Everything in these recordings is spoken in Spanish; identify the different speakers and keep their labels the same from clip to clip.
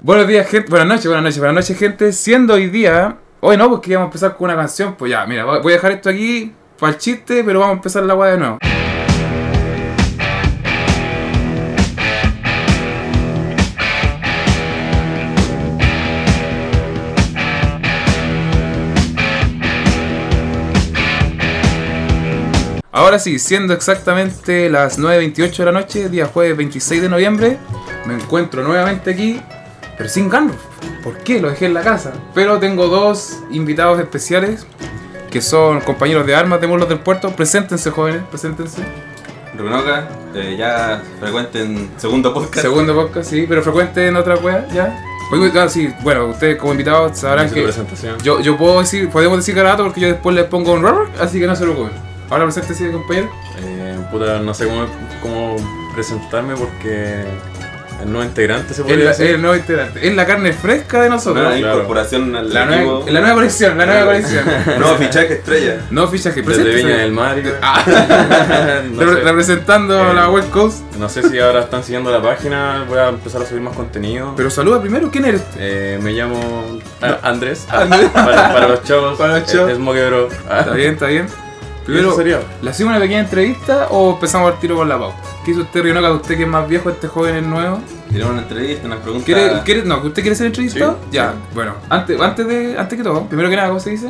Speaker 1: Buenos días, gente. Buenas noches, buenas noches, buenas noches, gente. Siendo hoy día. Hoy no, porque íbamos a empezar con una canción. Pues ya, mira, voy a dejar esto aquí para el chiste, pero vamos a empezar la weá de nuevo. Ahora sí, siendo exactamente las 9.28 de la noche, día jueves 26 de noviembre, me encuentro nuevamente aquí, pero sin Ganro. ¿Por qué? Lo dejé en la casa. Pero tengo dos invitados especiales, que son compañeros de armas de Mulos del Puerto. Preséntense, jóvenes, preséntense.
Speaker 2: Runoca, eh, ya frecuenten segundo podcast.
Speaker 1: Segundo podcast, sí, pero frecuente en otra wea, ya. Oye, ah, sí, bueno, ustedes como invitados sabrán
Speaker 3: Hice
Speaker 1: que...
Speaker 3: tu presentación.
Speaker 1: Yo, yo puedo decir, podemos decir garato porque yo después les pongo un rubber, así que no se preocupen. Ahora preséntese, compañero.
Speaker 3: Eh, puta, no sé cómo, cómo presentarme porque el nuevo integrante se
Speaker 1: Es
Speaker 3: podría
Speaker 1: la,
Speaker 3: decir.
Speaker 1: es el nuevo integrante. Es la carne fresca de nosotros.
Speaker 2: Nueva
Speaker 3: Claro.
Speaker 2: incorporación al
Speaker 1: la,
Speaker 2: equipo.
Speaker 1: nueva, la nueva colección, la nueva colección.
Speaker 2: Nuevo fichaje estrella.
Speaker 1: No fichaje,
Speaker 3: Desde
Speaker 1: preséntese.
Speaker 3: Viña del Mar. y-
Speaker 1: Ah,
Speaker 3: no,
Speaker 1: repre-
Speaker 3: sé, Eh,
Speaker 1: representando a la West Coast.
Speaker 3: no sé si ahora están siguiendo la página, voy a empezar a subir más contenido.
Speaker 1: Pero saluda primero, ¿quién eres?
Speaker 3: Eh, me llamo ah, Andrés, ah, para, para los chavos,
Speaker 1: Para los
Speaker 3: eh,
Speaker 1: chavos.
Speaker 3: es Moquebro. Ah,
Speaker 1: Está bien, está bien.
Speaker 3: ¿Eso
Speaker 1: Primero,
Speaker 3: sería?
Speaker 1: ¿le hacemos una pequeña entrevista o empezamos al tiro con la pauta? ¿Qué hizo usted, Rionoca? Usted que es más viejo, este joven es nuevo.
Speaker 2: Tenemos una entrevista, unas preguntas.
Speaker 1: ¿Quiere, quiere- no, ¿Usted quiere ser entrevistado?
Speaker 3: Ah. Sí,
Speaker 1: ya,
Speaker 3: sí.
Speaker 1: bueno. Antes, antes, de, antes que todo, primero que nada, ¿cómo se dice?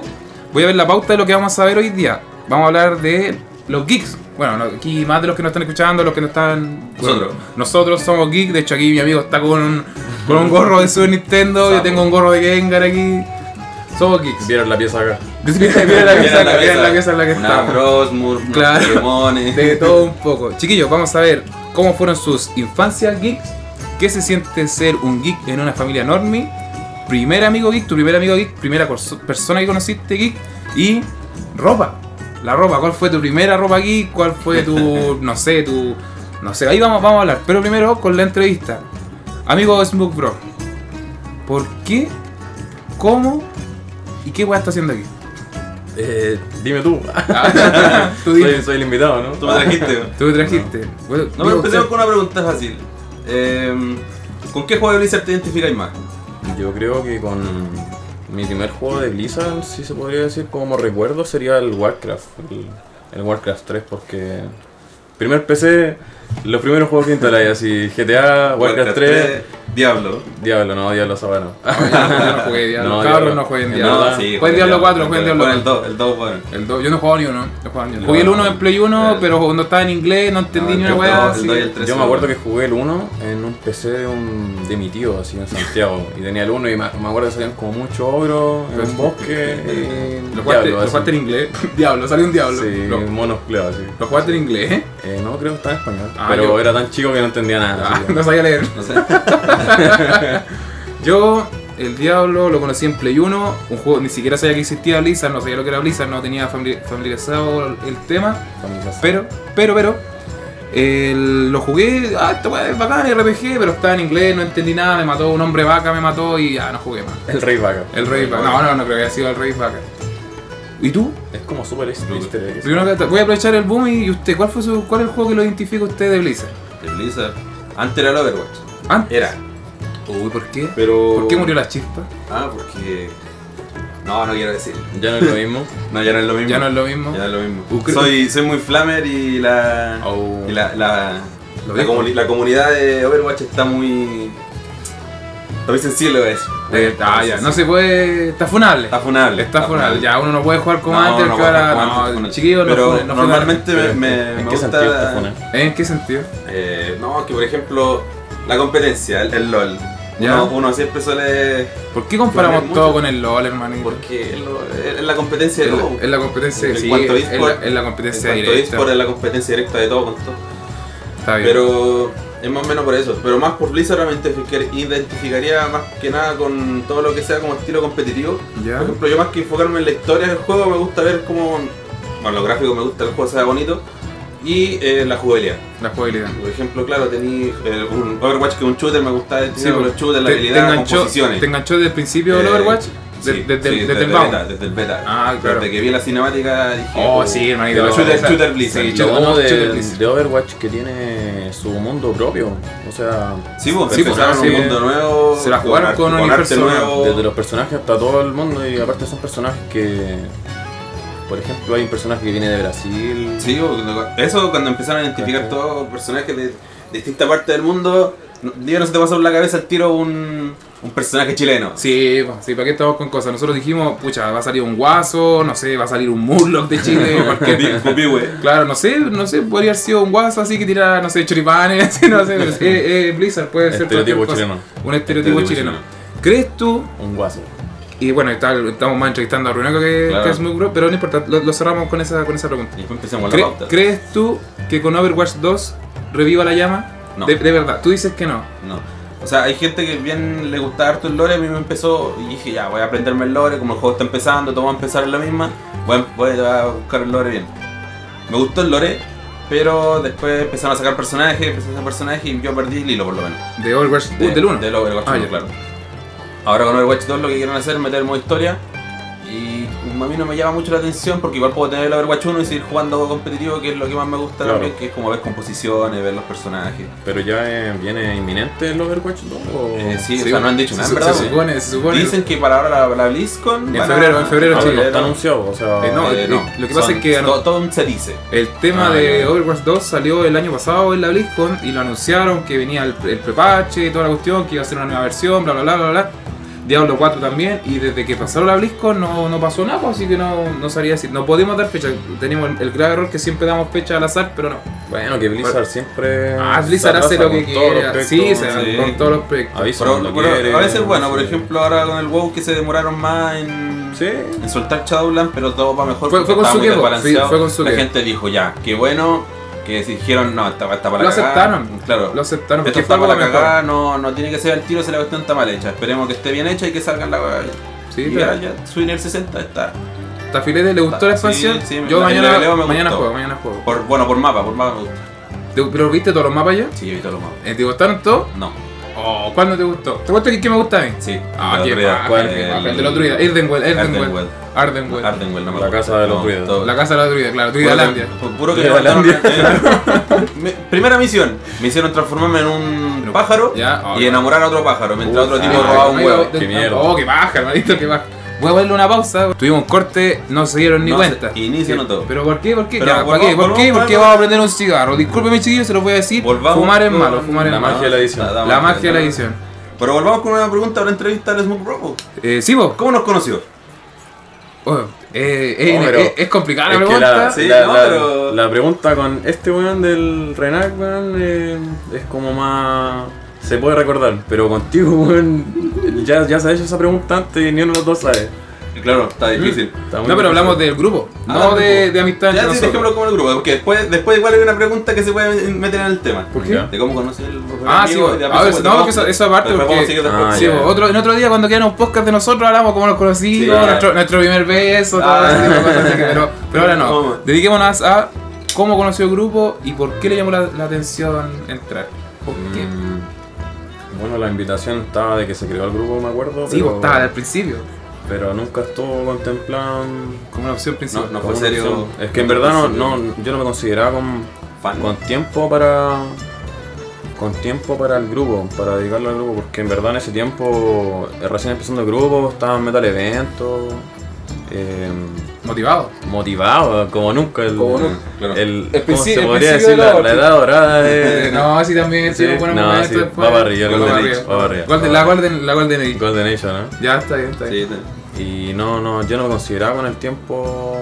Speaker 1: Voy a ver la pauta de lo que vamos a ver hoy día. Vamos a hablar de los geeks. Bueno, no, aquí más de los que nos están escuchando, los que no están... bueno,
Speaker 2: Nosotros.
Speaker 1: nosotros somos geeks. De hecho, aquí mi amigo está con un, con un gorro de Super Nintendo. Yo
Speaker 2: Sapo.
Speaker 1: tengo un gorro de Gengar aquí. Somos geeks.
Speaker 3: Vieron la pieza acá.
Speaker 1: Mira, mira la pieza,
Speaker 2: Mira
Speaker 1: mira la pieza en la que
Speaker 2: Una
Speaker 1: estamos.
Speaker 2: Frostmour, unos
Speaker 1: Claro.
Speaker 2: Pokémones.
Speaker 1: De todo un poco. Chiquillos, vamos a ver cómo fueron sus infancias geeks. ¿Qué se siente ser un geek en una familia enorme? Primer amigo geek, tu primer amigo geek, primera corso- persona que conociste geek. Y ropa. La ropa, ¿cuál fue tu primera ropa geek? ¿Cuál fue tu, no sé, tu... No sé, ahí vamos, vamos a hablar. Pero primero con la entrevista. Amigo Smoke Bro, ¿por qué? ¿Cómo? ¿Y qué weá está haciendo aquí?
Speaker 3: Eh, dime tú,
Speaker 1: Tú dime.
Speaker 3: soy, soy el invitado, ¿no?
Speaker 2: Tú me trajiste.
Speaker 1: Tú me trajiste. Bueno,
Speaker 2: No,
Speaker 1: digo
Speaker 2: pero empecemos
Speaker 1: usted.
Speaker 2: con una pregunta fácil. Eh, ¿Con qué juego de Blizzard te identificáis más?
Speaker 3: Ah, Yo creo que con mi primer juego de Blizzard, si se podría decir como recuerdo, sería el Warcraft, el, el Warcraft 3, porque primer PC, los primeros juegos que instalé, así GTA, Warcraft, 3,
Speaker 2: Diablo.
Speaker 3: Diablo, no, Diablo Sabana.
Speaker 1: Yo no jugué Diablo.
Speaker 3: No,
Speaker 1: cabros
Speaker 3: Diablo.
Speaker 1: no jueguen
Speaker 3: No,
Speaker 1: Diablo.
Speaker 3: sí,
Speaker 1: Jueguen Diablo 4, jueguen Diablo
Speaker 2: Bueno, el 2, el 2, bueno.
Speaker 1: El dos- yo no jugaba ni uno. no jugaba ni uno.
Speaker 3: No.
Speaker 1: Jugué el 1 en Play 1,
Speaker 2: El-
Speaker 1: pero cuando estaba en inglés no entendí
Speaker 2: No,
Speaker 1: ni
Speaker 2: Ah,
Speaker 1: una
Speaker 2: el dos,
Speaker 1: weá.
Speaker 2: el
Speaker 1: así
Speaker 2: dos y
Speaker 1: que-
Speaker 2: el tres.
Speaker 3: Yo me acuerdo que jugué el 1 en un PC de, un- de mi tío, así en Santiago, y tenía el 1 y me, me acuerdo que salían como muchos ogros en un bosque. y
Speaker 1: Eh, Lo jugaste,
Speaker 3: Diablo,
Speaker 1: lo
Speaker 3: así.
Speaker 1: jugaste en inglés. Diablo, salió un Diablo.
Speaker 3: Sí,
Speaker 1: Lo,
Speaker 3: monos clavados, sí.
Speaker 1: lo jugaste en inglés, ¿eh?
Speaker 3: Eh, no, creo que estaba en español.
Speaker 1: Ah,
Speaker 3: pero
Speaker 1: yo-
Speaker 3: era tan chico que no entendía nada.
Speaker 1: Ah,
Speaker 3: así que-
Speaker 1: no sabía leer.
Speaker 2: No sé.
Speaker 1: Yo, el Diablo, lo conocí en Play 1, un juego ni siquiera sabía que existía Blizzard, no sabía lo que era Blizzard, no tenía famili- familiarizado el tema. Pero, pero, pero, el- lo jugué, ah, esta weá es bacán, RPG, pero estaba en inglés, no entendí nada, me mató un hombre vaca, me mató y ya, no jugué más.
Speaker 3: El Rey Vaca.
Speaker 1: El rey vaca. No, no, no creo que haya sido el rey vaca. ¿Y tú?
Speaker 3: Es como super
Speaker 2: easter
Speaker 1: Primero que todo, voy a aprovechar el boom y y usted, ¿cuál fue su, cuál es el juego que lo identifica usted de Blizzard?
Speaker 2: El Blizzard. Antes era el Overwatch.
Speaker 1: Antes.
Speaker 2: Era.
Speaker 1: Uy, ¿por qué?
Speaker 2: Pero.
Speaker 1: ¿Por qué murió la chispa?
Speaker 2: Ah, porque. No, no quiero decir.
Speaker 3: Ya no es lo mismo.
Speaker 2: No, ya no es lo mismo.
Speaker 1: Ya no es lo mismo.
Speaker 2: Ya es lo mismo.
Speaker 1: Ucr-
Speaker 2: Soy, soy muy flamer y la.
Speaker 3: Oh.
Speaker 2: Y la. La,
Speaker 1: Lo
Speaker 2: la,
Speaker 1: dijo.
Speaker 2: comuni- la comunidad de Overwatch está muy. Está muy sensible a eso.
Speaker 1: Eh, ah, ya, no
Speaker 2: sé.
Speaker 1: se puede. Está funable.
Speaker 2: Está funable.
Speaker 1: Está funable. Ya, uno no puede jugar como
Speaker 2: No,
Speaker 1: antes,
Speaker 2: no
Speaker 1: que
Speaker 2: puedo
Speaker 1: ahora.
Speaker 2: jugar como
Speaker 1: No,
Speaker 2: antes, funable.
Speaker 1: chiquillos, no
Speaker 2: Pero
Speaker 1: funen, no funen.
Speaker 2: normalmente me, me,
Speaker 3: ¿En
Speaker 2: me
Speaker 3: qué sentido te
Speaker 2: gusta.
Speaker 3: funan?
Speaker 1: ¿En qué sentido?
Speaker 2: eh, no, que por ejemplo, la competencia, el, el LOL.
Speaker 1: Ya.
Speaker 2: Uno, uno siempre suele.
Speaker 1: ¿Por qué comparamos
Speaker 2: Funen
Speaker 1: todo
Speaker 2: mucho.
Speaker 1: con el LOL, hermanito?
Speaker 2: Porque el LOL es la competencia de
Speaker 1: Es
Speaker 2: todo.
Speaker 1: la, es la competencia,
Speaker 2: En
Speaker 1: sí,
Speaker 2: cuanto a
Speaker 1: es la,
Speaker 2: eSport-
Speaker 1: es la
Speaker 2: En
Speaker 1: competencia
Speaker 2: cuanto a
Speaker 1: directa.
Speaker 2: eSport, es la competencia directa de todo con todo.
Speaker 1: Está bien.
Speaker 2: Pero es más o menos por eso. Pero más por Blizzard realmente identificar- identificaría más que nada con todo lo que sea como estilo competitivo.
Speaker 1: ya.
Speaker 2: Por ejemplo, yo más que enfocarme en la historia del juego, me gusta ver cómo... Bueno, los gráficos me gusta, el juego sea bonito. Y eh, la jugabilidad.
Speaker 1: La jugabilidad.
Speaker 2: Por ejemplo, claro, tení eh, un Overwatch que es un shooter, me gusta el
Speaker 1: Sí,
Speaker 2: los
Speaker 1: porque
Speaker 2: shooters, la
Speaker 1: te-
Speaker 2: habilidad,
Speaker 1: te
Speaker 2: las
Speaker 1: enganchó,
Speaker 2: composiciones.
Speaker 1: te enganchó desde el principio el
Speaker 2: Eh,
Speaker 1: Overwatch De-
Speaker 2: Sí,
Speaker 1: desde,
Speaker 2: sí,
Speaker 1: el- desde el
Speaker 2: beta,
Speaker 1: bound.
Speaker 2: desde el beta.
Speaker 1: Ah, claro.
Speaker 2: Desde que vi la cinemática dije.
Speaker 1: Oh, sí, hermanito.
Speaker 2: Pero Shooter-
Speaker 1: Esa-
Speaker 2: Shooter Blizzard.
Speaker 1: Sí,
Speaker 2: Y
Speaker 3: Lo
Speaker 1: Shooter-
Speaker 3: bueno
Speaker 1: Shooter
Speaker 3: de,
Speaker 1: Blizzard.
Speaker 3: de Overwatch que tiene su mundo propio. O sea,
Speaker 2: Sí, pues,
Speaker 1: Sí, pues,
Speaker 2: empezaron
Speaker 1: ahora sí.
Speaker 2: un mundo nuevo.
Speaker 1: Se la jugaron
Speaker 2: arte-
Speaker 1: con un
Speaker 2: arte
Speaker 1: universo
Speaker 2: nuevo.
Speaker 3: desde los personajes hasta todo el mundo. Y aparte son personajes que. Por ejemplo, hay un personaje que viene de Brasil.
Speaker 2: Sí, cuando- eso cuando empezaron a identificar
Speaker 3: Ajá.
Speaker 2: todos personajes de distintas partes del mundo, no, digo, no se te pasó por la cabeza el tiro un, un personaje chileno.
Speaker 1: Sí, po, sí, ¿para qué estamos con cosas? Nosotros dijimos, pucha, va a salir un guaso, no sé, va a salir un Murloc de Chile, cualquier.
Speaker 2: Copi, güey.
Speaker 1: Claro, no sé, no sé, podría haber sido un guaso así que tira, no sé, choripanes, así, no sé, pero, eh, eh, Blizzard puede ser cualquier
Speaker 3: Estereotipo
Speaker 1: cosa.
Speaker 3: chileno.
Speaker 1: Un estereotipo
Speaker 2: Estereotipo
Speaker 1: chileno.
Speaker 2: chileno.
Speaker 1: ¿Crees tú?
Speaker 3: Un guaso.
Speaker 1: Y bueno, está- estamos más entrevistando a Runeco que,
Speaker 2: Claro.
Speaker 1: que es muy bro, pero no importa, lo, lo cerramos con esa, con esa pregunta.
Speaker 2: Y después empezamos la
Speaker 1: ¿Cre-
Speaker 2: pauta.
Speaker 1: ¿Crees tú que con Overwatch 2 reviva la llama?
Speaker 2: No.
Speaker 1: De, de verdad, tú dices que no.
Speaker 2: No. O sea, hay gente que bien le gustaba harto el lore, a mí me empezó y dije, ya, voy a aprenderme el lore, como el juego está empezando, todo va a empezar en la misma, voy a, voy a buscar el lore bien. Me gustó el lore, pero después empezaron a sacar personajes, empezaron a sacar personajes y yo perdí el hilo por lo menos.
Speaker 1: De Overwatch uh, del 1.
Speaker 2: Del Overwatch
Speaker 1: Ah,
Speaker 2: 1,
Speaker 1: ya.
Speaker 2: claro. Ahora con Overwatch 2 lo que quieren hacer es meter el modo historia. Y a mí no me llama mucho la atención porque igual puedo tener el Overwatch 1 y seguir jugando competitivo, que es lo que más me gusta
Speaker 3: Claro.
Speaker 2: también, que es como ver composiciones, ver los personajes.
Speaker 3: Pero ya eh, viene inminente el Overwatch 2. ¿o? Ah,
Speaker 2: Eh,
Speaker 1: Sí,
Speaker 2: sí, o sea,
Speaker 1: bueno,
Speaker 2: no han dicho nada,
Speaker 1: se,
Speaker 2: en
Speaker 1: se
Speaker 2: verdad.
Speaker 1: supone, se supone.
Speaker 2: Dicen que para ahora la, la BlizzCon.
Speaker 1: En
Speaker 2: van a-
Speaker 1: febrero, en febrero,
Speaker 3: Ahora
Speaker 1: sí,
Speaker 3: no está anunciado. O sea,
Speaker 1: Eh, no,
Speaker 2: Eh,
Speaker 1: eh,
Speaker 2: no,
Speaker 1: lo que pasa
Speaker 2: son-
Speaker 1: es que-
Speaker 2: Todo, todo se dice.
Speaker 1: El tema
Speaker 3: Ah,
Speaker 1: de
Speaker 3: ya.
Speaker 1: Overwatch 2 salió el año pasado en la BlizzCon y lo anunciaron que venía el, el prepache y toda la cuestión, que iba a ser una nueva versión, bla bla bla bla bla. Diablo 4 también, y desde que pasaron la BlizzCon no, no pasó nada, pues, así que no, no sabría decir. No podemos dar fecha, tenemos el, el grave error que siempre damos fecha al azar, pero no.
Speaker 3: Bueno, que Blizzard
Speaker 1: Bueno.
Speaker 3: siempre.
Speaker 1: Ah, Blizzard
Speaker 3: se
Speaker 1: hace
Speaker 3: atrasa
Speaker 1: lo que
Speaker 3: con todos los
Speaker 1: quiera.
Speaker 3: proyectos,
Speaker 1: sí, se
Speaker 2: sí.
Speaker 1: con todos los proyectos.
Speaker 3: Avisa
Speaker 2: Pero,
Speaker 3: cuando
Speaker 2: pero
Speaker 3: quiere,
Speaker 2: a veces, bueno, por
Speaker 3: sí.
Speaker 2: ejemplo, ahora con el WoW que se demoraron más en,
Speaker 3: Sí.
Speaker 2: en soltar Shadowlands, pero todo va mejor.
Speaker 1: Fue-
Speaker 2: porque
Speaker 1: fue con
Speaker 2: estaba muy
Speaker 1: Sukevo,
Speaker 2: desbalanceado.
Speaker 1: sí, fue con Sukevo.
Speaker 2: La gente dijo ya, qué bueno que se dijeron, no, está, está para
Speaker 1: Lo
Speaker 2: la cagada.
Speaker 1: aceptaron.
Speaker 2: Claro.
Speaker 1: Lo aceptaron,
Speaker 2: Esto
Speaker 1: que fue
Speaker 2: está
Speaker 1: algo
Speaker 2: para la
Speaker 1: mejor.
Speaker 2: cagada, no, no tiene que ser el tiro si la cuestión está mal hecha. Esperemos que esté bien hecha y que salga la hueá bien.
Speaker 1: Sí,
Speaker 2: y
Speaker 1: pero
Speaker 2: ya, ya, Swinner 60 está.
Speaker 1: hasta Filete le gustó la
Speaker 2: Sí,
Speaker 1: expansión.
Speaker 2: sí, me-
Speaker 1: Yo
Speaker 2: la-
Speaker 1: mañana,
Speaker 2: el LVO me
Speaker 1: mañana
Speaker 2: gustó.
Speaker 1: juego, mañana juego.
Speaker 2: Por, bueno, por mapa, por mapa me gusta.
Speaker 1: ¿Te- ¿Pero viste todos los mapas ya?
Speaker 2: Sí, yo he visto los mapas.
Speaker 1: Eh, ¿Te gustaron todos?
Speaker 2: No,
Speaker 1: Oh, ¿cuándo te gustó? Te cuento que, que me gusta a mí.
Speaker 2: sí.
Speaker 1: Ah,
Speaker 2: el
Speaker 1: qué
Speaker 2: otro día,
Speaker 1: paja,
Speaker 3: ¿cuál?
Speaker 1: qué
Speaker 2: el-
Speaker 1: paja, El del otro día. Eldenwell, Eldenwell.
Speaker 2: Ardenwell.
Speaker 1: Ardenwell.
Speaker 2: Ardenwell, no me
Speaker 3: La
Speaker 2: acuerdo.
Speaker 3: casa de los
Speaker 2: No,
Speaker 3: druidas.
Speaker 2: todo-
Speaker 1: La casa de la druida, claro, Druidalandia.
Speaker 2: Puro que- Puro que
Speaker 3: Druidalandia.
Speaker 2: levantaron- Me- Primera misión. Me hicieron transformarme en un pájaro
Speaker 1: Ya, oh,
Speaker 2: y enamorar a otro pájaro mientras
Speaker 3: Uh,
Speaker 2: otro tipo
Speaker 3: ah,
Speaker 2: robaba un
Speaker 1: ay,
Speaker 2: huevo.
Speaker 1: de-
Speaker 3: Qué mierda.
Speaker 1: Oh, qué baja, hermanito, qué baja. Voy a ponerle una pausa. Tuvimos un corte, no se dieron ni
Speaker 2: No se-
Speaker 1: cuenta.
Speaker 2: y ni se
Speaker 1: Sí,
Speaker 2: notó.
Speaker 1: ¿Pero por qué? ¿Por qué?
Speaker 2: Pero
Speaker 1: Ya, ¿Para
Speaker 2: volvamos,
Speaker 1: qué? ¿Por qué?
Speaker 2: volvamos,
Speaker 1: ¿Por qué
Speaker 2: volvamos.
Speaker 1: vamos a prender un cigarro? Disculpe, mis chiquillos, se los voy a decir.
Speaker 2: Volvamos
Speaker 1: fumar es
Speaker 2: con
Speaker 1: malo, fumar es
Speaker 3: la
Speaker 1: malo.
Speaker 3: magia de la edición.
Speaker 2: Nada,
Speaker 1: La
Speaker 2: vamos,
Speaker 1: magia de la
Speaker 2: nada.
Speaker 1: edición.
Speaker 2: Pero volvamos con una pregunta a la entrevista al Smoke Robo.
Speaker 1: Eh, sí, vos.
Speaker 2: ¿Cómo nos conoció?
Speaker 1: Oh, eh, eh, eh,
Speaker 3: No, pero
Speaker 1: eh, es complicada la
Speaker 3: Es que
Speaker 1: pregunta.
Speaker 3: la,
Speaker 2: Sí,
Speaker 3: la-
Speaker 2: no,
Speaker 3: la-
Speaker 2: pero-
Speaker 3: la pregunta con este weón del Renac, weón, eh, es como más. Se puede recordar, pero contigo, weón, ya, ya se ha hecho esa pregunta antes y ni uno de los dos sabe.
Speaker 2: Claro, está difícil.
Speaker 3: Está muy
Speaker 1: No, pero hablamos del grupo,
Speaker 2: Ah,
Speaker 1: no
Speaker 2: del
Speaker 1: de,
Speaker 2: grupo.
Speaker 1: de amistad entre
Speaker 2: Ya sí,
Speaker 1: nosotros.
Speaker 2: dejémoslo como el grupo, porque después, después igual hay una pregunta que se puede meter en el tema.
Speaker 1: ¿Por qué?
Speaker 3: Ya.
Speaker 2: De cómo conocer el
Speaker 1: Ah, sí,
Speaker 2: amigo, y de
Speaker 1: a ver,
Speaker 2: después
Speaker 1: no,
Speaker 2: vamos-
Speaker 1: que eso, eso aparte
Speaker 2: después vamos a seguir
Speaker 1: porque...
Speaker 2: después.
Speaker 3: Ah,
Speaker 1: sí,
Speaker 3: ya.
Speaker 1: pues, otro, en otro día cuando quedaron un podcast de nosotros hablamos cómo nos conocimos,
Speaker 2: Sí, ya.
Speaker 1: nuestro, nuestro primer beso, todo
Speaker 2: Ah.
Speaker 1: ese tipo de cosas, así que, pero, pero ahora no.
Speaker 2: Vamos.
Speaker 1: Dediquémonos a cómo conoció el grupo y por qué le llamó la, la atención entrar. ¿Por qué?
Speaker 3: Mm, Bueno, la invitación estaba de que se creó el grupo, me acuerdo.
Speaker 1: Sí, pues,
Speaker 3: pero,
Speaker 1: vos estabas al principio,
Speaker 3: pero nunca estuvo contemplado.
Speaker 1: como una opción principal.
Speaker 2: No,
Speaker 3: como
Speaker 2: fue
Speaker 3: una
Speaker 2: serio.
Speaker 3: opción. Es que en verdad no, no- yo no me consideraba con,
Speaker 2: Fan.
Speaker 3: con tiempo para. Con tiempo para el grupo, para dedicarlo al grupo, porque en verdad en ese tiempo, eh, recién empezando el grupo, estaba en Metal Eventos, eh,
Speaker 1: Motivado.
Speaker 3: motivado, como nunca. El,
Speaker 1: Como
Speaker 2: nunca, claro.
Speaker 3: el-
Speaker 1: El
Speaker 3: ¿cómo
Speaker 1: principio-
Speaker 3: se
Speaker 1: el
Speaker 3: podría
Speaker 1: principio
Speaker 3: decir?
Speaker 1: de la
Speaker 3: La, la
Speaker 1: otra.
Speaker 3: edad dorada
Speaker 1: Eh,
Speaker 3: de.
Speaker 1: no, sí también, sí,
Speaker 3: Sí,
Speaker 1: buenos
Speaker 3: no,
Speaker 1: momentos
Speaker 3: sí,
Speaker 1: después.
Speaker 3: va para arriba,
Speaker 1: Va
Speaker 3: Golden
Speaker 1: para
Speaker 3: Age,
Speaker 1: arriba.
Speaker 3: va para arriba. Ah.
Speaker 1: Golden- La Golden, la Golden Age.
Speaker 3: Golden Age, ¿no?
Speaker 1: Ya está bien, está bien.
Speaker 2: Sí, te-
Speaker 3: Y no, no, yo no me consideraba con el tiempo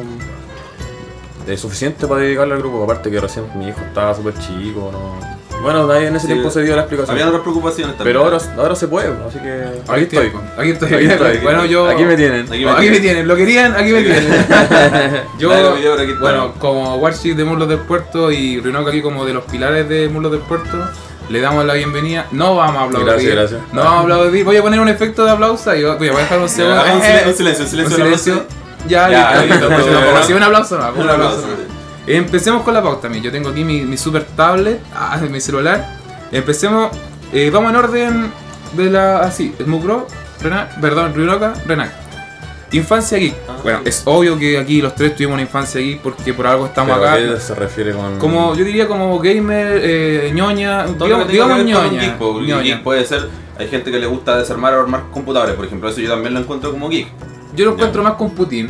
Speaker 3: eh, suficiente para dedicarle al grupo, aparte que recién mi hijo estaba súper chico, no. Bueno, ahí en ese
Speaker 2: Sí.
Speaker 3: tiempo se dio la
Speaker 2: Habían
Speaker 3: explicación.
Speaker 2: otras preocupaciones también.
Speaker 3: Pero ahora, ahora se puede, así que
Speaker 1: Aquí
Speaker 3: aquí estoy.
Speaker 1: estoy. Aquí estoy.
Speaker 3: Aquí estoy.
Speaker 1: pues. Bueno, yo.
Speaker 3: Aquí me tienen.
Speaker 2: Aquí
Speaker 1: Aquí me, tienen. lo querían, aquí me tienen.
Speaker 2: Nadie lo
Speaker 1: Yo,
Speaker 2: pidió, pero aquí está.
Speaker 1: bueno, como Warship de Murlos del Puerto y Rinoca aquí como de los pilares de Murlos del Puerto, le damos la bienvenida. No vamos a aplaudir.
Speaker 3: Gracias, gracias.
Speaker 1: No vamos a aplaudir. Voy a poner un efecto de aplauso y voy voy a dejar un segundo. Eh,
Speaker 2: Ah, un silencio, un silencio, un silencio.
Speaker 1: Un silencio. Ya,
Speaker 2: Ya,
Speaker 1: listo,
Speaker 2: listo,
Speaker 1: listo.
Speaker 2: pues,
Speaker 1: Pero
Speaker 2: ya.
Speaker 1: sí, un aplauso más,
Speaker 2: Un aplauso.
Speaker 1: más. Empecemos con la pauta, mira. Yo tengo aquí mi, mi super tablet, ah, mi celular. Empecemos, ah, eh, vamos en orden de la. así: Smugro, Renac, perdón, Ryuroka, Renac. Infancia geek.
Speaker 2: Ah.
Speaker 1: bueno, es obvio que aquí los tres tuvimos una infancia geek porque por algo estamos
Speaker 3: Pero
Speaker 1: acá.
Speaker 3: ¿a qué se refiere con.
Speaker 1: Como yo diría como gamer, eh, ñoña,
Speaker 2: Todo lo
Speaker 1: digamos,
Speaker 2: que tenga
Speaker 1: digamos
Speaker 2: que ver con
Speaker 1: ñoña.
Speaker 2: geek, po, porque
Speaker 1: ñoña.
Speaker 2: geek pues. puede ser. Hay gente que le gusta desarmar o armar computadores, por ejemplo. Eso yo también lo encuentro como geek.
Speaker 1: Yo lo encuentro más con Putin.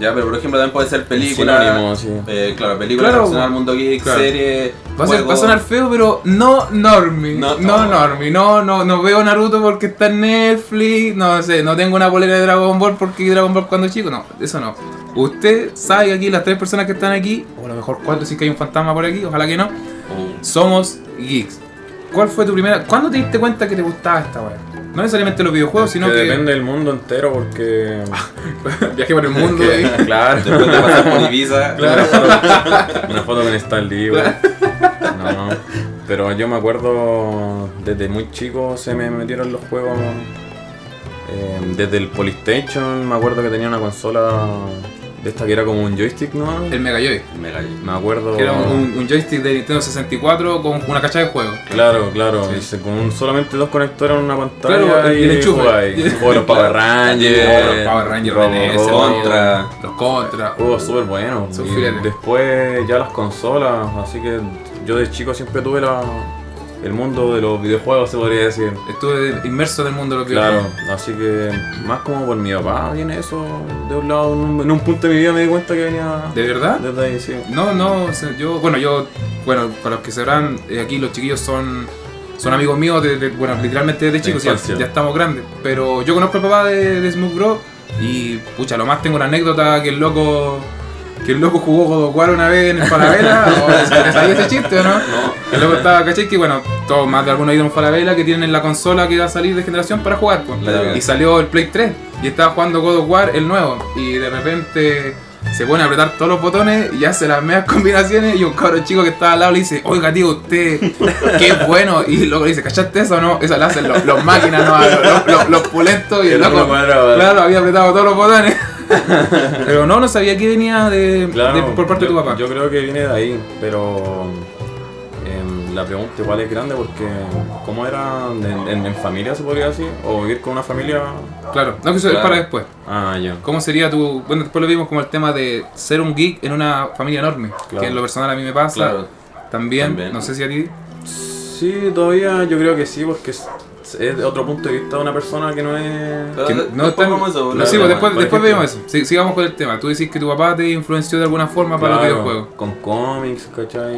Speaker 2: Ya, pero por ejemplo también puede ser
Speaker 3: Sinónimo,
Speaker 2: película.
Speaker 3: sí.
Speaker 2: eh, claro, película
Speaker 1: Claro,
Speaker 2: relacionada al mundo geek,
Speaker 1: claro.
Speaker 2: serie.
Speaker 1: Va a, ser-
Speaker 2: juego.
Speaker 1: va a sonar feo, pero no Normie. No,
Speaker 2: No,
Speaker 1: no
Speaker 2: no.
Speaker 1: Normie. No, no, no veo Naruto porque está en Netflix. No sé, no tengo una bolera de Dragon Ball porque Dragon Ball cuando chico. No, eso no. Usted sabe que aquí las tres personas que están aquí, o a lo mejor cuatro si es que hay un fantasma por aquí, ojalá que no,
Speaker 2: Oh.
Speaker 1: somos geeks. ¿Cuál fue tu primera? ¿Cuándo te diste cuenta que te gustaba esta weá? No necesariamente los videojuegos, sino
Speaker 3: que
Speaker 1: que,
Speaker 3: depende del mundo entero porque.
Speaker 1: viajé por el mundo.
Speaker 3: que-
Speaker 1: y-
Speaker 3: claro.
Speaker 2: Después de pasar por Ibiza.
Speaker 3: Claro. Una foto, una foto con Stanley, güey. No, pero yo me acuerdo desde muy chico se me metieron los juegos. eh, desde el Polystation me acuerdo que tenía una consola de esta que era como un joystick, ¿no?
Speaker 1: El Mega Joy.
Speaker 2: Mega geek.
Speaker 3: Me acuerdo.
Speaker 1: Que era un, un joystick de Nintendo 64 con una cacha de juegos.
Speaker 3: Claro, claro,
Speaker 1: Sí.
Speaker 3: y se- con un- solamente dos conectores en una pantalla
Speaker 1: Claro, y
Speaker 3: y,
Speaker 1: el enchufe.
Speaker 3: jugáis. Juego de los Power Rangers,
Speaker 1: Los Power Rangers
Speaker 3: Robo
Speaker 1: de NES,
Speaker 3: Robo,
Speaker 2: Contra.
Speaker 1: Los Contra.
Speaker 3: Juegos súper buenos.
Speaker 1: Son
Speaker 3: Y
Speaker 1: filetes.
Speaker 3: después ya las consolas, así que yo de chico siempre tuve la, el mundo de los videojuegos, se podría decir.
Speaker 1: Estuve inmerso en el mundo de lo que
Speaker 3: Claro, así que más como por mi papá viene eso de un lado, en un, en un punto de mi vida me di cuenta que venía
Speaker 1: ¿De verdad?
Speaker 3: desde ahí, sí.
Speaker 1: No, no, se- yo, bueno, yo, bueno, para los que sabrán, eh, aquí los chiquillos son, son amigos míos, de, de- bueno, literalmente desde chicos, ya,
Speaker 3: infancia.
Speaker 1: ya estamos grandes, pero yo conozco al papá de, de Smoke Bro y, pucha, lo más tengo una anécdota que el loco, que el loco jugó God of War una vez en el Falabella, o, ¿sabías ese chiste o no? El loco estaba, ¿cachai? Que bueno, todos, más de algunos han ido a un Falabella que tienen en la consola que va a salir de generación para jugar, pues.
Speaker 2: Claro.
Speaker 1: Y salió el Play 3 y estaba jugando God of War el nuevo. Y de repente se pone a apretar todos los botones y hace las medias combinaciones. Y un cabrón chico que estaba al lado le dice: Oiga, tío, usted, qué bueno. Y luego le dice: ¿Cachaste eso o no? Esa la hacen los, los máquinas, ¿no? los, los, los- los pulentos. Y el
Speaker 3: Era
Speaker 1: loco,
Speaker 3: una cuadra,
Speaker 1: claro, había apretado todos los botones. Pero no, no sabía que venía de,
Speaker 3: Claro,
Speaker 1: de- por parte de
Speaker 3: yo-
Speaker 1: tu papá.
Speaker 3: Yo creo que viene de ahí, pero em, la pregunta igual es grande porque ¿cómo era en, en- en familia se podría decir? ¿O vivir con una familia?
Speaker 1: claro, no, que eso es
Speaker 2: Claro.
Speaker 1: para después.
Speaker 3: Ah, ya.
Speaker 1: ¿Cómo sería tu.? Bueno, después lo vimos como el tema de ser un geek en una familia enorme.
Speaker 3: Claro. Eh,
Speaker 1: Que en lo personal a mí me pasa.
Speaker 2: Claro.
Speaker 1: También,
Speaker 2: También.
Speaker 1: no sé si a ti.
Speaker 3: Sí, todavía yo creo que sí, porque es, es de otro punto de vista de una persona que no es...
Speaker 1: Que
Speaker 2: Pero
Speaker 1: no
Speaker 2: después
Speaker 1: están-
Speaker 2: vamos a eso,
Speaker 1: no,
Speaker 2: la-
Speaker 1: sí,
Speaker 3: la-
Speaker 1: pues después,
Speaker 3: por
Speaker 1: después
Speaker 3: ejemplo.
Speaker 1: vemos eso. Sí, sigamos con el tema. Tú decís que tu papá te influenció de alguna forma para
Speaker 3: Claro,
Speaker 1: los videojuegos.
Speaker 3: Con cómics, ¿cachai?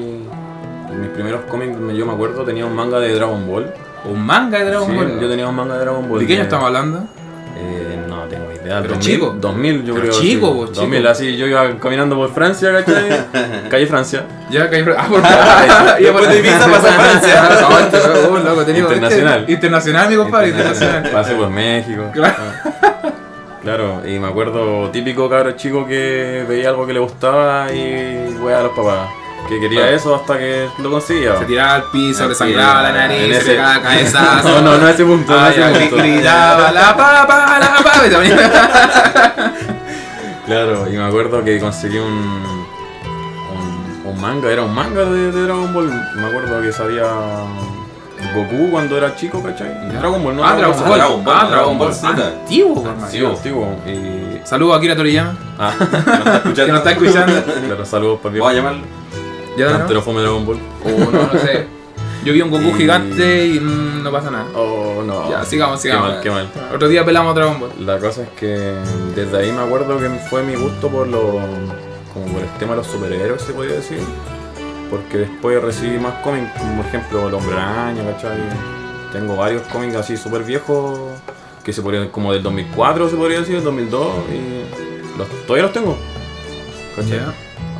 Speaker 3: En mis primeros cómics, me- yo me acuerdo, tenía un manga de Dragon Ball.
Speaker 1: Un manga de Dragon
Speaker 3: Sí,
Speaker 1: Ball.
Speaker 3: Yo tenía un manga de Dragon Ball.
Speaker 1: ¿De qué año
Speaker 3: de-
Speaker 1: estamos hablando?
Speaker 3: Eh, no tengo idea.
Speaker 1: Pero
Speaker 3: 2000,
Speaker 1: chico.
Speaker 3: 2000 yo
Speaker 1: Pero
Speaker 3: creo.
Speaker 1: chico,
Speaker 3: sí.
Speaker 1: vos, chico.
Speaker 3: 2000, así yo iba caminando por Francia, ¿cachai? Calle Francia.
Speaker 1: Ya caí. Ah, por favor. Ya por
Speaker 2: Después de Ibiza pasa a Francia.
Speaker 1: No, este loco, un loco, tenía-
Speaker 3: Internacional.
Speaker 1: este- internacional, mi compadre, internacional.
Speaker 3: Pasé por México.
Speaker 1: Claro.
Speaker 3: Ah. Claro, y me acuerdo, típico cabro chico que veía algo que le gustaba y wea a los papás. Que quería
Speaker 2: Claro.
Speaker 3: eso hasta que lo conseguía.
Speaker 1: Se tiraba al piso, le
Speaker 3: Sí,
Speaker 1: sangraba la
Speaker 3: en
Speaker 1: nariz, se
Speaker 3: ese-
Speaker 1: le cagaba cabezazo.
Speaker 3: No, no, no a ese punto. no a
Speaker 1: Ah,
Speaker 3: ese
Speaker 1: ya, gri-
Speaker 3: punto.
Speaker 1: gritaba la papa, la papa. y se ponía-
Speaker 3: Claro, y me acuerdo que conseguí un, un, un manga, era un manga de, de Dragon Ball. Me acuerdo que sabía Goku cuando era chico, ¿cachai?
Speaker 1: Ya.
Speaker 3: Dragon Ball, no
Speaker 1: Ah, Dragon Ball.
Speaker 2: Dragon Ball,
Speaker 1: Ah,
Speaker 2: Dragon Ball
Speaker 1: Ah,
Speaker 2: Z.
Speaker 1: Antiguo, hermano.
Speaker 3: Sí, antiguo. Y.
Speaker 1: Saludos a Akira Toriyama,
Speaker 3: Ah,
Speaker 1: que nos está escuchando.
Speaker 3: claro, saludos para
Speaker 2: Voy a llamarlo.
Speaker 1: Ya no.
Speaker 3: Te lo fome Dragon Ball.
Speaker 1: O no, no sé. Yo vi un Goku
Speaker 3: Y-
Speaker 1: gigante y mm, no pasa nada.
Speaker 3: Oh, no.
Speaker 1: Ya, sigamos,
Speaker 3: Qué
Speaker 1: sigamos.
Speaker 3: mal, qué mal.
Speaker 1: Otro día pelamos a Dragon Ball.
Speaker 3: La cosa es que desde ahí me acuerdo que fue mi gusto por los. como por el tema de los superhéroes, se podría decir. Porque después recibí más cómics, como por ejemplo El Hombre Araña, ¿cachai? Tengo varios cómics así súper viejos, que se podrían, como del 2004 se podría decir, del 2002, y los, todavía los tengo. ¿cachai?
Speaker 1: Ya.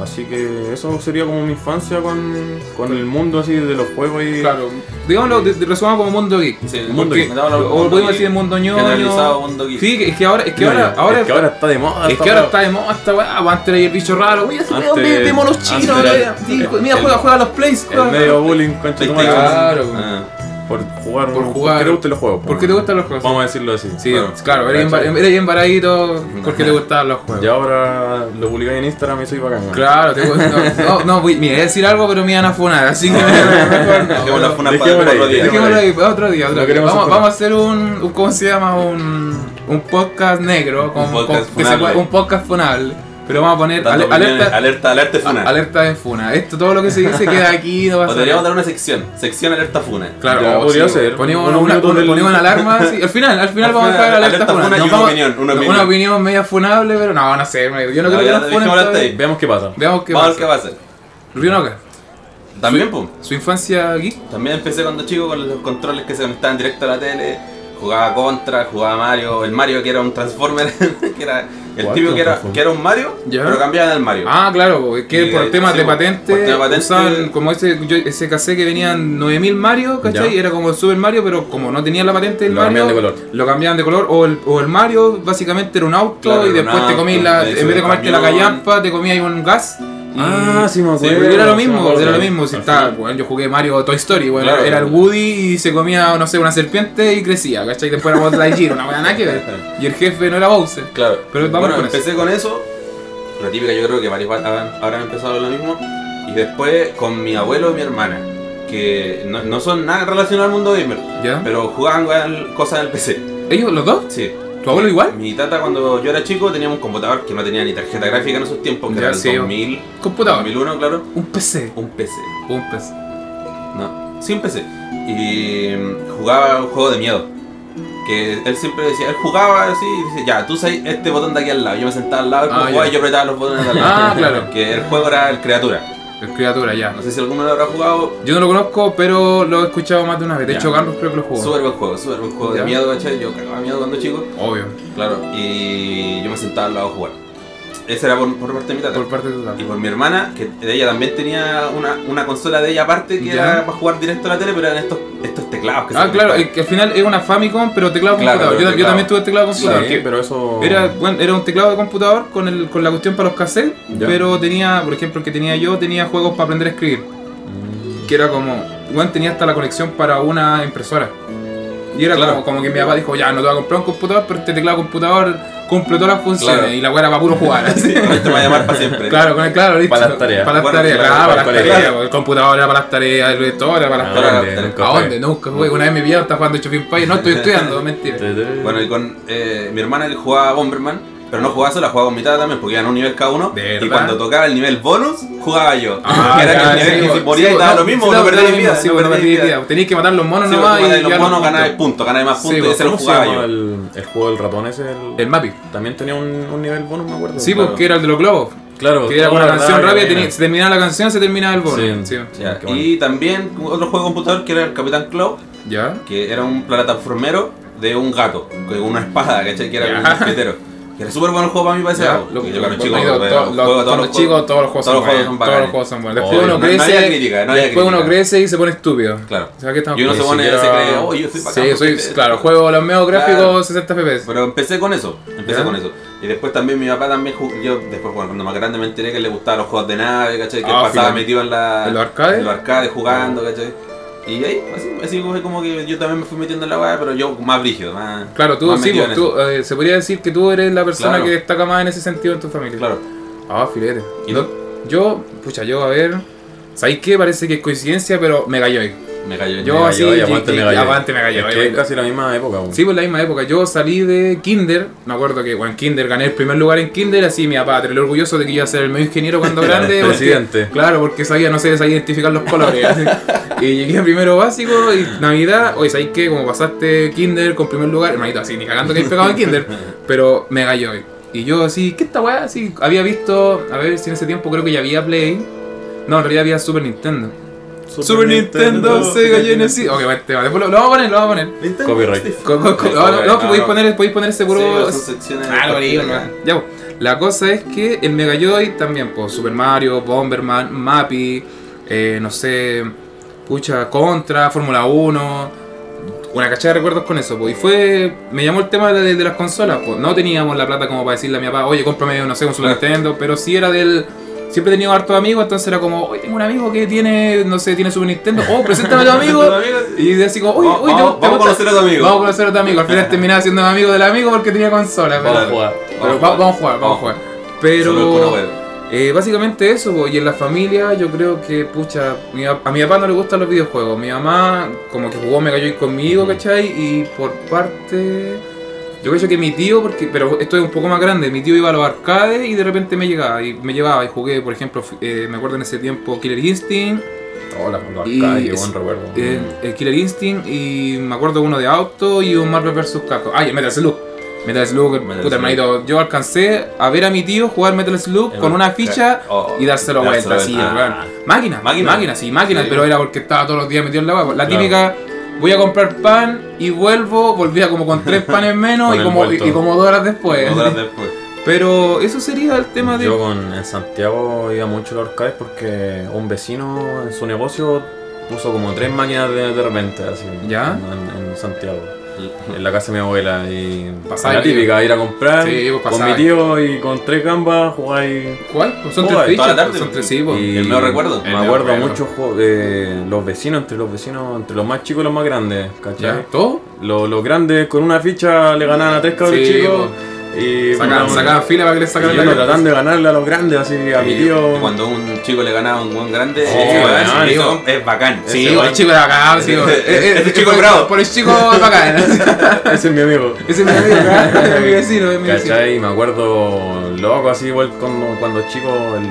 Speaker 3: Así que eso sería como mi infancia con, con el mundo así de los juegos y...
Speaker 1: Claro. Digámoslo, de- de- resumamos como mundo geek.
Speaker 2: Sí,
Speaker 1: Porque-
Speaker 3: mundo geek.
Speaker 1: O podemos decir el mundo
Speaker 2: Generalizado
Speaker 1: ñoño.
Speaker 2: mundo geek.
Speaker 1: Sí, que- es que ahora, es que
Speaker 3: Ñoño.
Speaker 1: ahora, ahora,
Speaker 3: es que ahora está de moda.
Speaker 1: es
Speaker 3: esta
Speaker 1: que ahora
Speaker 3: weá.
Speaker 1: está de moda esta weá. pues Antes era el bicho raro. Mira, ese
Speaker 3: Antes-
Speaker 1: weón de de monos chinos.
Speaker 3: antes era-
Speaker 1: weón. Sí, Mira,
Speaker 3: el-
Speaker 1: juega, juega a los plays.
Speaker 3: El
Speaker 1: juega.
Speaker 3: medio bullying, concha tu madre.
Speaker 1: Claro.
Speaker 2: Ah,
Speaker 3: por jugar.
Speaker 1: Por jugar.
Speaker 3: ¿Por qué te gustan los juegos?
Speaker 1: ¿Por qué te gustan los juegos?
Speaker 3: Vamos a decirlo así.
Speaker 1: Sí,
Speaker 2: Bueno,
Speaker 1: claro, eres
Speaker 3: ¿cachai?
Speaker 1: embar- eres embaradito porque te gustaban los juegos.
Speaker 3: Y ahora lo publicáis en Instagram y soy bacán. weón.
Speaker 1: Claro, te, no, no, no, voy- mira, iba a decir algo, pero me iban a funar, así que mejor no.
Speaker 2: Dejémoslo fue una
Speaker 3: Dejémoslo
Speaker 2: para
Speaker 3: ahí,
Speaker 2: otro día.
Speaker 1: Dejémoslo
Speaker 3: dejémoslo
Speaker 1: ahí, otro día, otro
Speaker 3: No
Speaker 1: día.
Speaker 3: queremos
Speaker 1: Vamos,
Speaker 3: aforar.
Speaker 1: vamos a hacer un, un- ¿cómo se llama? Un, un podcast negro, con-
Speaker 2: podcast
Speaker 1: con- que se
Speaker 2: funable.
Speaker 1: puede- un podcast funable, pero vamos a poner ale-
Speaker 2: Dando opiniones,
Speaker 1: alerta,
Speaker 2: alerta, alerta de funa.
Speaker 1: alerta de funa. Esto, todo lo que se dice queda aquí, no
Speaker 2: o
Speaker 1: pasa
Speaker 2: deberíamos
Speaker 1: nada.
Speaker 2: dar una sección, sección alerta funa.
Speaker 1: Claro,
Speaker 3: Ya,
Speaker 1: oh,
Speaker 3: podría ser.
Speaker 1: Ponemos una,
Speaker 3: Unos minutos
Speaker 1: una-
Speaker 3: del-
Speaker 1: ponemos una alarma, sí. Al final, al final
Speaker 2: Al
Speaker 1: vamos a
Speaker 2: final,
Speaker 1: dejar alerta,
Speaker 2: alerta
Speaker 1: funa.
Speaker 2: funa y
Speaker 1: Nos
Speaker 2: una
Speaker 1: vamos-
Speaker 2: opinión, una
Speaker 1: Una
Speaker 2: opinión.
Speaker 1: opinión media funable, pero no, no sé, yo no
Speaker 2: No,
Speaker 1: creo que
Speaker 2: ya
Speaker 1: nos funen.
Speaker 2: dejémosla hasta
Speaker 1: todavía.
Speaker 2: ahí.
Speaker 3: Veamos qué pasa.
Speaker 1: Veamos qué
Speaker 2: Vamos a ver qué
Speaker 1: pasa.
Speaker 2: va a hacer.
Speaker 1: Rionoka,
Speaker 2: También, pum.
Speaker 1: su infancia geek.
Speaker 2: También empecé cuando chico con los controles que se conectaban directo a la tele. Jugaba Contra, jugaba Mario. El Mario que era un Transformer. que era el
Speaker 3: ¿Cuál
Speaker 2: típico que era,
Speaker 3: Transformer?
Speaker 2: que era un Mario,
Speaker 1: Ya.
Speaker 2: pero cambiaban al Mario.
Speaker 1: Ah, claro, po, es que
Speaker 2: Y,
Speaker 1: por
Speaker 2: eh,
Speaker 1: temas
Speaker 2: sí,
Speaker 1: de
Speaker 2: po, por
Speaker 1: patente,
Speaker 2: tema de patente-
Speaker 1: usaban como ese, yo- ese cassette que venían 9000 Mario, ¿cachai?
Speaker 3: Ya.
Speaker 1: Era como el Super Mario, pero como no tenían la patente del
Speaker 3: Lo
Speaker 1: Mario,
Speaker 3: cambiaban de color.
Speaker 1: lo cambiaban de color. O el, o el Mario básicamente era un auto
Speaker 2: Claro,
Speaker 1: y
Speaker 2: era un
Speaker 1: después te
Speaker 2: auto,
Speaker 1: comías, la,
Speaker 2: de
Speaker 1: en
Speaker 2: ese
Speaker 1: vez de comerte la
Speaker 2: camión.
Speaker 1: callampa, te comías un gas. y-
Speaker 3: Ah, sí me acuerdo,
Speaker 1: porque era lo
Speaker 3: sí me
Speaker 1: mismo,
Speaker 3: acuerdo.
Speaker 1: era lo mismo. Si
Speaker 3: Al
Speaker 1: estaba,
Speaker 3: final.
Speaker 1: bueno, yo jugué Mario Toy Story, bueno,
Speaker 2: Claro.
Speaker 1: era el Woody y se comía, no sé, una serpiente y crecía, ¿cachai? Después era Buzz Lightyear, una buena nada que ver. Y el jefe no era Bowser.
Speaker 2: Claro.
Speaker 1: Pero vamos
Speaker 2: bueno,
Speaker 1: con
Speaker 2: empecé con eso. La típica, yo creo que varios habrán, habrán empezado lo mismo. Y después con mi abuelo y mi hermana. Que no, no son nada relacionados al mundo gamer.
Speaker 1: ¿Ya?
Speaker 2: Pero jugaban weón, cosas en el PC.
Speaker 1: ¿Ellos los dos?
Speaker 2: Sí.
Speaker 1: ¿Tu abuelo igual?
Speaker 2: Mi tata cuando yo era chico tenía un computador que no tenía ni tarjeta gráfica en esos tiempos, que
Speaker 1: Ya,
Speaker 2: era el
Speaker 1: sí, yo.
Speaker 2: 2000,
Speaker 1: Computador.
Speaker 2: 2001, claro.
Speaker 1: Un PC.
Speaker 2: Un PC.
Speaker 1: Un PC.
Speaker 2: No, sí, un PC. Y mm, jugaba un juego de miedo. Que él siempre decía, él jugaba así y dice, ya, tú sabes este botón de aquí al lado. Yo me sentaba al lado, él
Speaker 1: Ah,
Speaker 2: jugaba
Speaker 1: ya.
Speaker 2: y yo apretaba los botones de al lado.
Speaker 1: Ah, claro.
Speaker 2: Que el juego era el criatura.
Speaker 1: El criatura, ya.
Speaker 2: No sé si alguno lo habrá jugado.
Speaker 1: Yo no lo conozco, pero lo he escuchado más de una vez. De
Speaker 2: Ya.
Speaker 1: hecho, Carlos creo que lo jugó.
Speaker 2: Súper buen juego, súper buen juego
Speaker 1: Oh. Ya.
Speaker 2: de miedo, ¿cachai? Yo cagaba miedo cuando chico.
Speaker 1: Obvio.
Speaker 2: Claro. Y yo me sentaba al lado a jugar. Ese era por, por parte de mi tata.
Speaker 1: Por parte de tu
Speaker 2: Y
Speaker 1: tata.
Speaker 2: por mi hermana, que ella también tenía una, una consola de ella aparte que
Speaker 1: Ya.
Speaker 2: era para jugar directo a la tele, pero eran estos, estos teclados que se
Speaker 1: Ah, claro,
Speaker 2: conectaban.
Speaker 1: es que al final es una Famicom, pero teclado
Speaker 2: Claro,
Speaker 1: computador. Yo,
Speaker 2: pero
Speaker 1: yo
Speaker 2: teclado.
Speaker 1: también tuve teclado
Speaker 3: Sí,
Speaker 1: computador. que
Speaker 3: pero eso.
Speaker 1: Era, bueno, era un teclado de computador con, el, con la cuestión para los cassettes,
Speaker 3: Ya.
Speaker 1: pero tenía, por ejemplo, el que tenía yo, tenía juegos para aprender a escribir.
Speaker 3: Mm.
Speaker 1: Que era como, bueno, tenía hasta la conexión para una impresora. Y era
Speaker 2: Claro.
Speaker 1: como, como que mi papá dijo, ya, no te voy a comprar un computador, pero este teclado computador cumple todas las funciones.
Speaker 2: Claro.
Speaker 1: Y la weá era para puro jugar. así.
Speaker 2: Con esto me va a llamar para siempre.
Speaker 1: Claro, con el, claro, listo.
Speaker 3: Para las tareas.
Speaker 1: Para las
Speaker 2: Bueno,
Speaker 1: tareas,
Speaker 2: claro,
Speaker 1: claro, para
Speaker 3: para
Speaker 1: las
Speaker 3: el colegio.
Speaker 1: tareas. El computador era para las tareas, el lector era para las
Speaker 3: Ah,
Speaker 1: tareas.
Speaker 3: dónde,
Speaker 2: ¿A
Speaker 1: ¿A
Speaker 3: nunca fue.
Speaker 1: dónde? Nunca fue. Una vez me pillaron, está jugando Chopin Pie. No, estoy estudiando, mentira.
Speaker 2: Bueno, y con eh, mi hermana él jugaba Bomberman, pero no jugaba sola, jugaba con mi tata también, porque iban a un nivel cada uno.
Speaker 1: ¿De
Speaker 2: Y
Speaker 1: verdad?
Speaker 2: cuando tocaba el nivel bonus, jugaba yo.
Speaker 1: Ah,
Speaker 2: que era
Speaker 1: ya,
Speaker 2: que el nivel
Speaker 1: sí,
Speaker 2: que si
Speaker 1: sí,
Speaker 2: moría y
Speaker 1: sí,
Speaker 2: daba
Speaker 1: no,
Speaker 2: lo mismo,
Speaker 1: sí,
Speaker 2: no
Speaker 1: daba
Speaker 2: perdía
Speaker 1: lo mismo,
Speaker 2: vida.
Speaker 1: sí,
Speaker 2: no
Speaker 1: no
Speaker 2: perdí
Speaker 1: perdí
Speaker 2: vida.
Speaker 1: vida. Tenías que matar los monos
Speaker 2: Sí, pues,
Speaker 1: nomás
Speaker 2: jugaba
Speaker 1: y
Speaker 2: de los
Speaker 1: ya
Speaker 2: monos
Speaker 1: puntos.
Speaker 2: ganaba puntos, ganaba más
Speaker 1: Sí,
Speaker 2: puntos y
Speaker 1: pues,
Speaker 2: ese lo
Speaker 3: ¿Cómo se
Speaker 2: jugaba
Speaker 3: llama
Speaker 2: yo.
Speaker 3: el, el juego del ratón ese? El-
Speaker 1: El Mappy.
Speaker 3: También tenía un, un nivel bonus, me acuerdo.
Speaker 1: Sí,
Speaker 3: Claro.
Speaker 1: porque era el de los globos.
Speaker 3: Claro,
Speaker 1: Que era con
Speaker 3: toda
Speaker 1: una
Speaker 3: la
Speaker 1: canción
Speaker 3: rabia
Speaker 1: rápida,
Speaker 3: que
Speaker 1: tenía- se terminaba la canción, se terminaba el bono.
Speaker 3: Sí.
Speaker 1: Sí.
Speaker 2: Ya,
Speaker 3: Qué bueno.
Speaker 2: Y también otro juego de computador que era el Capitán Claw,
Speaker 1: ¿Ya?
Speaker 2: que era un plataformero de un gato, con una espada, ¿cachai? Que era
Speaker 1: Ya.
Speaker 2: un mosquetero. Que era súper buen juego para mí para ese
Speaker 1: Ya,
Speaker 2: lado.
Speaker 1: lo-
Speaker 2: Que Yo cuando
Speaker 1: lo-
Speaker 2: chico,
Speaker 1: lo-
Speaker 2: bueno,
Speaker 1: to-
Speaker 2: juego
Speaker 1: lo-
Speaker 2: todos
Speaker 1: cuando
Speaker 2: los
Speaker 1: chicos,
Speaker 2: juegos-
Speaker 1: todos los juegos
Speaker 2: todos
Speaker 1: son
Speaker 2: los juegos
Speaker 1: buenos. Todos los
Speaker 2: son bacanes.
Speaker 1: juegos son buenos. Después
Speaker 3: Obvio,
Speaker 1: uno
Speaker 2: no- no había
Speaker 1: crece.
Speaker 2: crítica, no había
Speaker 1: Después uno
Speaker 2: crítica.
Speaker 1: crece y se pone estúpido.
Speaker 2: Claro.
Speaker 1: O sea, que estamos
Speaker 2: Y uno se
Speaker 1: Ni
Speaker 2: pone,
Speaker 1: siquiera-
Speaker 2: se cree, oh, yo soy bacán
Speaker 1: Sí,
Speaker 2: porque
Speaker 1: soy,
Speaker 2: te-
Speaker 1: claro, juego los medios gráficos
Speaker 2: Claro.
Speaker 1: 60 FPS.
Speaker 2: Pero empecé con eso, empecé
Speaker 1: ¿Ya?
Speaker 2: con eso. Y después también mi papá también jugó, yo después bueno, cuando más grande me enteré que le gustaban los juegos de nave, ¿cachai? Que
Speaker 1: Ah,
Speaker 2: pasaba
Speaker 1: filo.
Speaker 2: metido en la...
Speaker 1: ¿En los arcades? Oh.
Speaker 2: en los arcades jugando, ¿cachai? Y ahí, así, así fue como que yo también me fui metiendo en la weá, pero yo más brígido, más...
Speaker 1: Claro, tú
Speaker 2: más
Speaker 1: sí,
Speaker 2: metido
Speaker 1: pues,
Speaker 2: en
Speaker 1: tú, eh, se podría decir que tú eres la persona
Speaker 2: Claro.
Speaker 1: que destaca más en ese sentido en tu familia.
Speaker 2: eso. Claro.
Speaker 1: Ah, filete.
Speaker 2: ¿Y
Speaker 1: No, yo, pucha, yo a ver. ¿Sabéis qué? Parece que es coincidencia, pero me cayó ahí.
Speaker 2: Me cayó.
Speaker 1: Yo
Speaker 3: Mega
Speaker 1: así,
Speaker 3: Drive,
Speaker 1: y-
Speaker 3: aguante
Speaker 1: y-
Speaker 3: Mega Drive.
Speaker 1: aguante Mega Drive.
Speaker 3: Es que es casi la misma época, weón.
Speaker 1: Sí, pues la misma época. Yo salí de Kinder, me acuerdo que bueno, en Kinder gané el primer lugar en Kinder, así mi papá, lo orgulloso de que iba a ser el medio ingeniero cuando grande. porque-
Speaker 3: presidente.
Speaker 1: claro, porque sabía, no sé, sabía identificar los colores. así. Y llegué a primero básico y Navidad, oye, ¿sabéis qué? Como pasaste Kinder con primer lugar, hermanito, así, ni cagando que hay pegado en Kinder, pero me gallo. Y yo así, ¿qué esta weá? Así, había visto, a ver si en ese tiempo creo que ya había Play. No, en realidad había Super Nintendo. Super, Nintendo, Sega Genesis. Ok, bueno, este va, después lo, lo vamos a poner, lo vamos a poner.
Speaker 2: Nintendo.
Speaker 3: Copyright.
Speaker 1: Co- co- co-
Speaker 2: Ah,
Speaker 1: no, no, que podéis
Speaker 2: no.
Speaker 1: poner, podéis poner ese puro.
Speaker 2: Sí, son secciones
Speaker 1: Ah, lo leí,
Speaker 2: acá.
Speaker 1: weón. Ya, po. la cosa es que el Mega Joy también, pues, Super Mario, Bomberman, Mappy, eh, no sé, pucha, Contra, Fórmula 1. Una cachada de recuerdos con eso, pues. Y fue. Me llamó el tema de, de las consolas, pues. No teníamos la plata como para decirle a mi papá, oye, cómprame, no sé, un Super
Speaker 2: Claro.
Speaker 1: Nintendo, pero sí era del. Si siempre he tenido hartos amigos, entonces era como, hoy tengo un amigo que tiene, no sé, tiene Super Nintendo, oh, preséntame a tu amigo. Y así como, uy,
Speaker 2: Vamos-
Speaker 1: uy, te-
Speaker 2: vamos-
Speaker 1: te
Speaker 2: vamos a
Speaker 1: gusta-
Speaker 2: conocer a tu amigo.
Speaker 1: Vamos a conocer a tu amigo. Al final terminaba siendo amigo del amigo porque tenía consola. Pero,
Speaker 3: Vamos a jugar.
Speaker 1: pero va- vamos a jugar, vamos a jugar. Pero eh, básicamente eso, po, y en la familia yo creo que, pucha, mi pap- a mi papá no le gustan los videojuegos. Mi mamá como que jugó Mega Joy conmigo,
Speaker 3: Ujú.
Speaker 1: ¿cachai? Y por parte... Yo creo que mi tío, porque pero esto es un poco más grande, mi tío iba a los arcades y de repente me llegaba y me llevaba y jugué, por ejemplo, f- eh, me acuerdo en ese tiempo Killer Instinct,
Speaker 3: Hola, los
Speaker 1: Y-
Speaker 3: arcades, qué buen recuerdo.
Speaker 1: eh, el Killer Instinct y me acuerdo uno de auto y un Marvel vs. Capcom. Ah, y el Metal Slug. Metal Slug,
Speaker 2: Metal
Speaker 1: puta
Speaker 2: Slug.
Speaker 1: hermanito, yo alcancé a ver a mi tío jugar Metal Slug
Speaker 2: El-
Speaker 1: con una ficha
Speaker 2: Oh,
Speaker 1: y dárselo vuelta, sí,
Speaker 2: vuelta. Ah.
Speaker 1: weón. Máquina, máquina,
Speaker 2: Máquina.
Speaker 1: sí, máquina,
Speaker 2: Sí.
Speaker 1: pero era porque estaba todos los días metido en la hueá. La
Speaker 3: Claro.
Speaker 1: típica, voy a comprar pan y vuelvo, volvía como con tres panes menos
Speaker 3: Con
Speaker 1: y
Speaker 3: el
Speaker 1: como, y,
Speaker 3: vuelto.
Speaker 1: y como dos horas después.
Speaker 2: Dos horas después.
Speaker 1: Pero eso sería el tema de...
Speaker 3: Yo con, en Santiago iba mucho a los arcades porque un vecino en su negocio puso como tres máquinas de, de repente, así.
Speaker 1: ¿Ya?
Speaker 3: En, en Santiago. En la casa de mi abuela y
Speaker 1: Pasaba
Speaker 3: la
Speaker 1: el tío.
Speaker 3: típica, ir a comprar
Speaker 1: Sí, pues,
Speaker 3: con
Speaker 1: pasaba.
Speaker 3: mi tío y con tres gambas jugáis
Speaker 1: ¿Cuál? Pues son
Speaker 3: Oh,
Speaker 1: tres
Speaker 3: eh,
Speaker 1: fichas,
Speaker 2: toda la
Speaker 1: pues,
Speaker 2: tarde.
Speaker 1: son tres, sí, pues.
Speaker 3: Y
Speaker 2: El mejor recuerdo.
Speaker 1: El
Speaker 3: Me
Speaker 1: mejor
Speaker 3: acuerdo
Speaker 1: recuerdo.
Speaker 3: mucho jo- eh, los vecinos, entre los vecinos, entre los más chicos y los más grandes,
Speaker 1: ¿Ya?
Speaker 3: ¿cachai?
Speaker 1: ¿Todo?
Speaker 3: Los, los grandes con una ficha le ganaban a tres cabros
Speaker 1: Sí, pues.
Speaker 3: chicos y
Speaker 1: Sacaban,
Speaker 3: puta,
Speaker 1: sacaban fila para que les
Speaker 3: y
Speaker 1: sacaran
Speaker 3: yo
Speaker 1: la carta.
Speaker 3: tratando de ganarle a los grandes, así a mi
Speaker 1: Sí,
Speaker 3: tío.
Speaker 2: Y Cuando un chico le ganaba a un buen grande,
Speaker 3: Sí,
Speaker 2: ese weón,
Speaker 3: weón,
Speaker 2: ese
Speaker 1: digo.
Speaker 2: weón es bacán.
Speaker 1: Sí,
Speaker 2: Ese
Speaker 1: el
Speaker 2: weón-
Speaker 1: chico de acá, sí, pues.
Speaker 2: Ese-
Speaker 1: Eh, eh,
Speaker 2: ese chico
Speaker 1: por-
Speaker 2: es bravo.
Speaker 1: Por el chico bacán.
Speaker 3: Ese es mi amigo.
Speaker 1: Ese es mi amigo, acá, es mi vecino, es mi vecino.
Speaker 3: ¿Cachai? Me acuerdo loco, así igual cuando, cuando chico, el,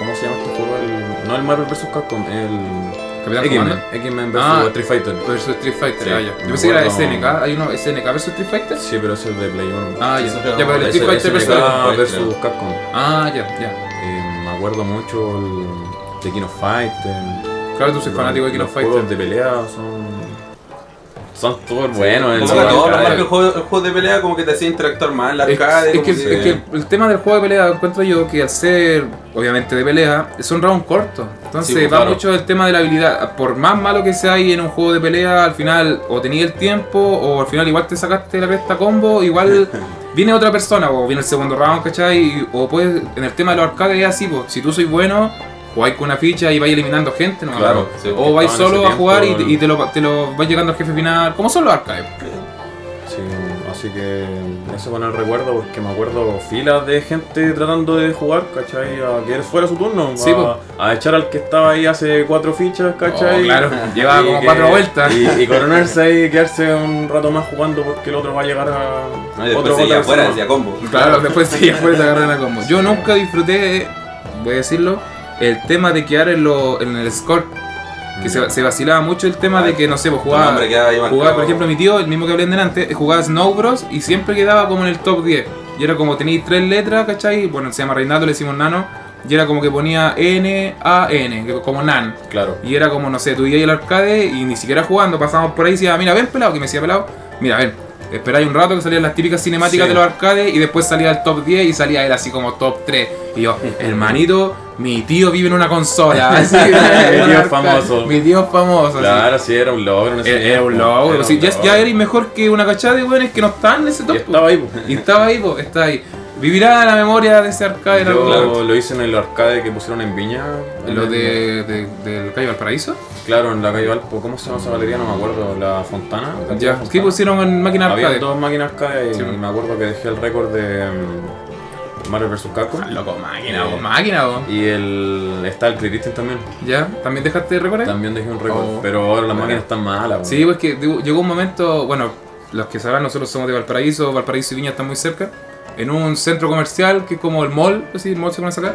Speaker 3: ¿cómo se llama este juego? El- no el Marvel vs. Capcom, el
Speaker 1: Capitán
Speaker 3: X-Men,
Speaker 1: Comando.
Speaker 3: X-Men vs.
Speaker 1: Ah.
Speaker 3: Street Fighter.
Speaker 1: Versus Street Fighter,
Speaker 3: Sí,
Speaker 1: ah, ya. Yo
Speaker 3: me
Speaker 1: pensé que era
Speaker 3: acuerdo.
Speaker 1: SNK, hay uno SNK versus Street Fighter.
Speaker 3: Sí, pero ese es de Play 1.
Speaker 1: Ah, ya.
Speaker 2: Sí, eso
Speaker 1: Ya,
Speaker 2: era-
Speaker 1: pero el
Speaker 2: ese-
Speaker 1: Street Fighter versus.
Speaker 2: ese era-
Speaker 1: Capcom.
Speaker 3: SNK
Speaker 2: Capcom.
Speaker 3: versus Capcom.
Speaker 1: Ah, ya, ya.
Speaker 3: Eh, me acuerdo mucho el The King of Fighter.
Speaker 1: Claro, tú soy fanático de King of
Speaker 3: Los juegos
Speaker 1: Fighter.
Speaker 3: de pelea son. Son súper buenos en
Speaker 2: Como
Speaker 3: su
Speaker 2: que todo,
Speaker 3: arcade.
Speaker 2: nomás que el juego, el juego de pelea como que te hacía interactuar más, el
Speaker 1: Es,
Speaker 2: arcade.
Speaker 1: es que,
Speaker 2: como
Speaker 1: el- es que el, el tema del juego de pelea encuentro yo que al ser obviamente de pelea son rounds cortos entonces
Speaker 2: Sí, pues,
Speaker 1: va
Speaker 2: claro.
Speaker 1: mucho el tema de la habilidad por más malo que sea ahí en un juego de pelea al final o tenías el tiempo o al final igual te sacaste la cresta combo igual viene otra persona o viene el segundo round ¿cachai? Y- o puedes en el tema de los arcades es así pues, si tú sois bueno jugáis con una ficha y vais eliminando gente ¿no?
Speaker 3: Claro,
Speaker 2: sí,
Speaker 1: o vais
Speaker 3: estaba en
Speaker 1: solo
Speaker 3: ese
Speaker 1: a jugar y,
Speaker 3: tiempo,
Speaker 1: y te lo, te lo vais llegando al jefe final como son los arcades
Speaker 3: Sí, así que eso con el recuerdo porque me acuerdo filas de gente tratando de jugar, ¿cachai? A que fuera su turno,
Speaker 1: Sí,
Speaker 3: a,
Speaker 1: po.
Speaker 3: a echar al que estaba ahí hace cuatro fichas, ¿cachai?
Speaker 1: Oh, claro llevaba
Speaker 3: Y
Speaker 1: como
Speaker 3: que-
Speaker 1: cuatro vueltas
Speaker 3: Y, y coronarse ahí y quedarse un rato más jugando porque el otro va a llegar a
Speaker 2: No,
Speaker 1: Ah,
Speaker 2: y después
Speaker 3: otro
Speaker 2: seguía
Speaker 3: otra
Speaker 2: afuera,
Speaker 3: persona.
Speaker 2: decía combo.
Speaker 1: Claro, después sí, después se agarran a combo. Yo nunca disfruté, eh, voy a decirlo, el tema de quedar en, lo- en el score. Que se, se vacilaba mucho el tema de que, no sé, pues
Speaker 2: Tu
Speaker 1: jugaba,
Speaker 2: nombre quedaba ahí
Speaker 1: jugaba,
Speaker 2: marcado.
Speaker 1: por ejemplo, mi tío, el mismo que hablé en delante, eh, jugaba Snow Bros y siempre quedaba como en el top 10. Y era como tenéis tres letras, ¿cachai? Bueno, se llama Reinato, le decimos nano. Y era como que ponía N, A, N, que- como nan.
Speaker 3: Claro.
Speaker 1: Y era como, no sé, tú ibas al arcade y ni siquiera jugando, pasábamos por ahí y decía, "Ah, mira, ven pelado, que me decía pelado, mira, ven, esperáis un rato que salían las típicas cinemáticas de
Speaker 3: Sí.
Speaker 1: los arcades y después salía el top 10 y salía él así como top 3. Y yo, hermanito, mi tío vive en una consola. Así, en un
Speaker 3: tío
Speaker 1: arcade.
Speaker 3: famoso.
Speaker 1: Mi tío famoso. así.
Speaker 3: Claro, sí, era un logro. en ese
Speaker 1: Era, era un
Speaker 3: tiempo.
Speaker 1: logro.
Speaker 3: Era
Speaker 1: sí,
Speaker 3: un
Speaker 1: ya,
Speaker 3: logro.
Speaker 1: ya eres mejor que una cachada de weones que no están en ese
Speaker 3: Y
Speaker 1: top.
Speaker 3: estaba ahí, po.
Speaker 1: Y estaba ahí, po, está ahí. Vivirá la memoria de ese arcade. en
Speaker 3: Yo
Speaker 1: algún lado.
Speaker 3: lo hice en el arcade que pusieron en Viña. en
Speaker 1: Lo
Speaker 3: el-
Speaker 1: de, de- del Calle Valparaíso.
Speaker 3: Claro, en la calle Valpo, ¿cómo se llama esa galería? No me acuerdo, la Fontana. ¿Calle
Speaker 1: Ya, pues,
Speaker 3: Fontana?
Speaker 1: ¿Qué pusieron en máquina
Speaker 3: Había
Speaker 1: arcade?
Speaker 3: dos máquinas arcade y
Speaker 1: Sí.
Speaker 3: me acuerdo que dejé el récord de mm, Mario vs. Capcom.
Speaker 1: Ah, Loco, máquina,
Speaker 3: Eh.
Speaker 1: vos, máquina, vos.
Speaker 3: Y el, está el Clear Instinct también.
Speaker 1: ¿Ya? ¿También dejaste récord ahí?
Speaker 3: También dejé un récord,
Speaker 1: Oh.
Speaker 3: pero ahora las
Speaker 1: Bueno.
Speaker 3: máquinas están malas.
Speaker 1: Sí, pues que digo, llegó un momento, bueno, los que sabrán, nosotros somos de Valparaíso, Valparaíso y Viña están muy cerca, en un centro comercial que es como el mall, así, el mall se conoce acá.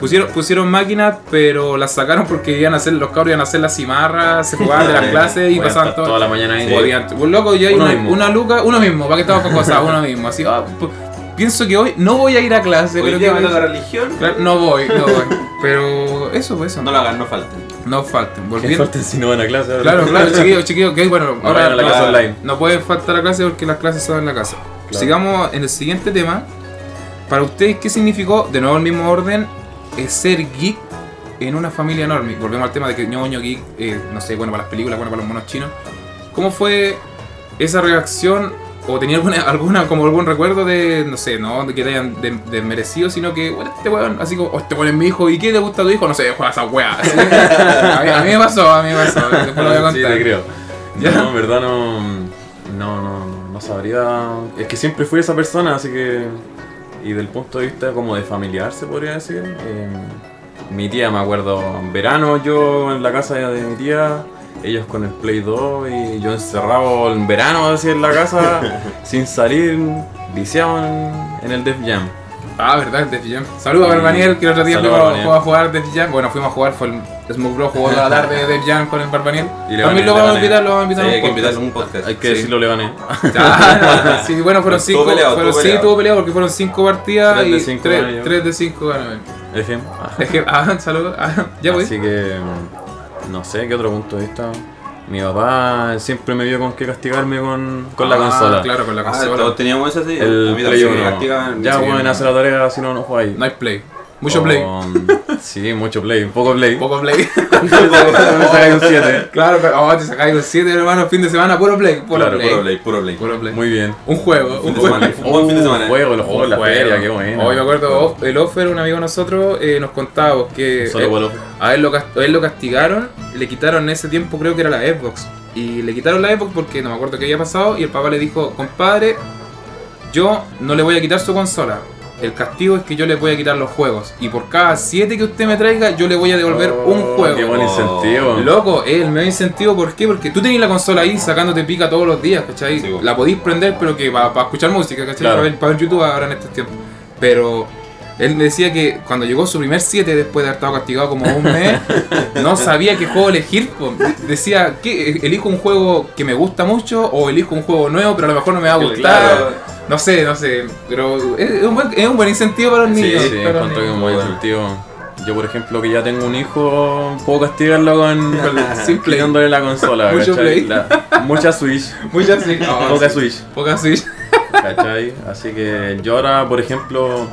Speaker 1: Pusieron, pusieron máquinas, pero las sacaron porque iban a hacer, los cabros iban a hacer las cimarras, se jugaban de las clases y pasaban todo.
Speaker 3: toda la mañana ahí.
Speaker 1: Sí. Podían- un loco, yo hay
Speaker 3: Uno
Speaker 1: una,
Speaker 3: mismo.
Speaker 1: una luca, uno mismo, para que estamos con cosas, uno mismo. Así, ah, pu- pienso que hoy no voy a ir a clase,
Speaker 2: Hoy
Speaker 1: pero
Speaker 2: día
Speaker 1: que
Speaker 2: me
Speaker 1: voy a-
Speaker 2: toca religión.
Speaker 1: Claro, no voy, no voy. Pero eso, pues eso.
Speaker 2: No
Speaker 1: No,
Speaker 2: lo hagan, no falten.
Speaker 1: falten,
Speaker 3: ¿Qué
Speaker 1: volviendo.
Speaker 3: falta si no van a clase? ahora?
Speaker 1: Claro, claro, chiquillos, chiquillos, que bueno,
Speaker 3: No
Speaker 1: ahora
Speaker 3: vayan a la
Speaker 1: no,
Speaker 3: clase online.
Speaker 1: no puede faltar a clase porque las clases son en la casa.
Speaker 3: Claro.
Speaker 1: Sigamos en el siguiente tema. Para ustedes, ¿qué significó, de nuevo el mismo orden, eh, ser geek en una familia enorme? Volvemos al tema de que ñoño, geek, eh, no sé, bueno para las películas, bueno para los monos chinos. ¿Cómo fue esa reacción o tenía alguna, alguna como algún recuerdo de, no sé, no de que te hayan de- desmerecido, sino que, bueno, este weón, así como, oh, este weón es mi hijo, ¿y qué le gusta a tu hijo? No sé, juega a esa weá. a, mí, a mí me pasó, a mí me pasó, después lo voy a contar.
Speaker 3: Sí, te creo.
Speaker 1: ¿Ya?
Speaker 3: No, en verdad no, no, no, no, no sabría. Es que siempre fui esa persona, así que. Y del punto de vista como de familiar, se podría decir. eh, mi tía, me acuerdo, en verano yo en la casa de mi tía, ellos con el Play 2 y yo encerrado en verano así en la casa, sin salir, viciado en, en el Def Jam.
Speaker 1: Ah, verdad, Def Jam. Saludos a Barbaniel, que el otro día fuimos
Speaker 3: Saludos, Barbaniel.
Speaker 1: fuimos a jugar Def Jam. Bueno, fuimos a jugar, fue el Smoke Bro, jugó toda la tarde Def Jam con el Barbaniel.
Speaker 3: Y le gané,
Speaker 1: También lo
Speaker 3: le
Speaker 1: vamos a
Speaker 3: gané.
Speaker 1: invitar, lo vamos a invitar. a un
Speaker 2: hay que
Speaker 1: podcast.
Speaker 2: invitarlo a un podcast.
Speaker 3: Hay que
Speaker 1: Sí.
Speaker 3: decirlo, le gané.
Speaker 1: Ah, no, sí, bueno, fueron
Speaker 2: Estuvo
Speaker 1: cinco,
Speaker 2: peleado,
Speaker 1: fueron,
Speaker 2: estuvo
Speaker 1: sí,
Speaker 2: peleado.
Speaker 1: estuvo peleado porque fueron cinco partidas
Speaker 3: Tres de
Speaker 1: y
Speaker 3: cinco
Speaker 1: tres,
Speaker 3: gané yo.
Speaker 1: tres de cinco ganaron.
Speaker 3: FM. Ah.
Speaker 1: Es que, ah, saludos, ah, ya voy.
Speaker 3: Así que mm, no sé qué otro punto de vista. Mi papá siempre me vio con qué castigarme con, con la
Speaker 1: Ah,
Speaker 3: consola.
Speaker 1: Claro, con la
Speaker 2: Ah,
Speaker 1: consola.
Speaker 2: todos teníamos esa, sí.
Speaker 3: El
Speaker 2: a mí
Speaker 3: Play
Speaker 2: también me
Speaker 3: 1.
Speaker 2: castigaban.
Speaker 3: Ya
Speaker 2: Sí.
Speaker 3: pueden hacer la tarea si no no jugáis.
Speaker 1: Nice play. Mucho
Speaker 3: O,
Speaker 1: play.
Speaker 3: mm, Sí, mucho play, poco play.
Speaker 1: Poco play.
Speaker 3: me sacáis un 7.
Speaker 1: claro, pero oh, te sacáis los 7 hermano, fin de semana, puro play. Puro
Speaker 3: Claro,
Speaker 1: play.
Speaker 2: Puro Play, puro Play.
Speaker 1: Puro play.
Speaker 3: Muy bien.
Speaker 1: Un juego, un
Speaker 2: Fin de
Speaker 1: juego.
Speaker 2: semana. Un buen fin de semana.
Speaker 3: Uh, juego, los juegos de la
Speaker 1: ¿eh? Juego.
Speaker 3: feria, qué bueno.
Speaker 1: Hoy me acuerdo, Off- el Offer, un amigo de nosotros, eh, nos contaba que
Speaker 3: Solo
Speaker 1: eh,
Speaker 3: por los-
Speaker 1: a, él lo, cas- a él lo castigaron, le quitaron en ese tiempo, creo que era la Xbox. Y le quitaron la Xbox porque no me acuerdo qué había pasado. Y el papá le dijo, compadre, yo no le voy a quitar su consola. El castigo es que yo le voy a quitar los juegos. Y por cada 7 que usted me traiga, yo le voy a devolver un
Speaker 3: Oh,
Speaker 1: juego. Oh,
Speaker 3: Qué buen incentivo.
Speaker 1: Loco, es el medio incentivo, ¿por qué? Porque tú tenés la consola ahí sacándote pica todos los días, ¿cachai?
Speaker 2: Sí, po.
Speaker 1: la podís prender, pero que para escuchar música, ¿cachai?
Speaker 3: Claro.
Speaker 1: Para, ver, para ver YouTube ahora en estos tiempos. Pero él me decía que cuando llegó su primer 7 después de haber estado castigado como un mes, no sabía qué juego elegir. po. Decía, ¿qué? ¿Elijo un juego que me gusta mucho o elijo un juego nuevo, pero a lo mejor no me va a gustar?
Speaker 2: Claro.
Speaker 1: No sé, no sé. Pero es es un buen, es un buen incentivo para los
Speaker 3: Sí,
Speaker 1: niños.
Speaker 3: sí,
Speaker 1: para los
Speaker 3: encuentro que
Speaker 1: niños.
Speaker 3: es un buen incentivo. Yo, por ejemplo, que ya tengo un hijo, puedo castigarlo con.
Speaker 1: Sin play.
Speaker 3: quitándole la consola,
Speaker 1: Mucho play.
Speaker 3: ¿cachai? La- mucha Switch,
Speaker 1: Muchas sí. no,
Speaker 3: poca
Speaker 1: Ah, sí.
Speaker 3: Switch,
Speaker 1: Poca Switch.
Speaker 3: ¿cachai? Así que yo ahora, por ejemplo,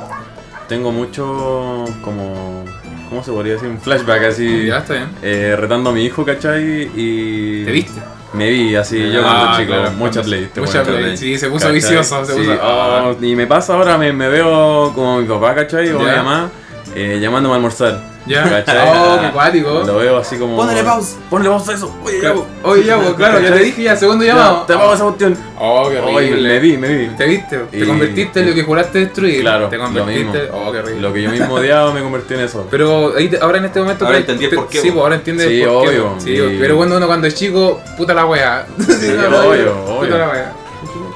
Speaker 3: tengo mucho como. ¿Cómo se podría decir? Un flashback así.
Speaker 1: Ya está bien.
Speaker 3: eh, retando a mi hijo, ¿cachai? Y.
Speaker 1: ¿Te viste?
Speaker 3: Me vi así, yo
Speaker 1: Ah,
Speaker 3: cuando chico,
Speaker 1: claro,
Speaker 3: mucha
Speaker 1: cuando-
Speaker 3: play. te
Speaker 1: Mucha
Speaker 3: cuento.
Speaker 1: play,
Speaker 2: play.
Speaker 1: sí, se puso
Speaker 3: ¿Cachai?
Speaker 1: vicioso, se
Speaker 3: Sí,
Speaker 1: puso.
Speaker 3: ah, y me pasa ahora, me, me veo como mi papá, ¿cachai? O mi
Speaker 1: Ya.
Speaker 3: mamá eh, llamándome a almorzar.
Speaker 1: ya.
Speaker 3: ¿Cachai? Ah,
Speaker 1: Oh, qué cuático.
Speaker 3: Lo veo así como.
Speaker 2: Ponle pausa.
Speaker 3: Ponle pausa a eso. Oye, ya,
Speaker 1: Claro, Oye, ya, pues, claro, ya te dije ya, segundo
Speaker 3: ya,
Speaker 1: llamado.
Speaker 3: Te pago esa cuestión.
Speaker 1: Oh, qué
Speaker 3: Oye, me
Speaker 1: horrible.
Speaker 3: vi, me vi.
Speaker 1: Te viste, pues, te
Speaker 3: Y-
Speaker 1: convertiste en lo que juraste destruir.
Speaker 3: Claro,
Speaker 1: te
Speaker 3: lo
Speaker 1: convertiste.
Speaker 3: mismo.
Speaker 1: Oh, qué horrible.
Speaker 3: Lo que yo mismo odiaba me convertí en eso.
Speaker 1: Pero ahí, te- ahora en este momento.
Speaker 2: Ahora
Speaker 1: te-
Speaker 2: entendí el
Speaker 1: te-
Speaker 2: porqué,
Speaker 1: Sí,
Speaker 2: vos.
Speaker 1: pues ahora entiendes
Speaker 3: Sí,
Speaker 1: el porqué.
Speaker 3: obvio,
Speaker 1: pues. Sí,
Speaker 3: y-
Speaker 1: Pero cuando uno cuando es chico, puta la wea.
Speaker 3: Sí, obvio,
Speaker 1: Puta
Speaker 3: obvio.
Speaker 1: la wea.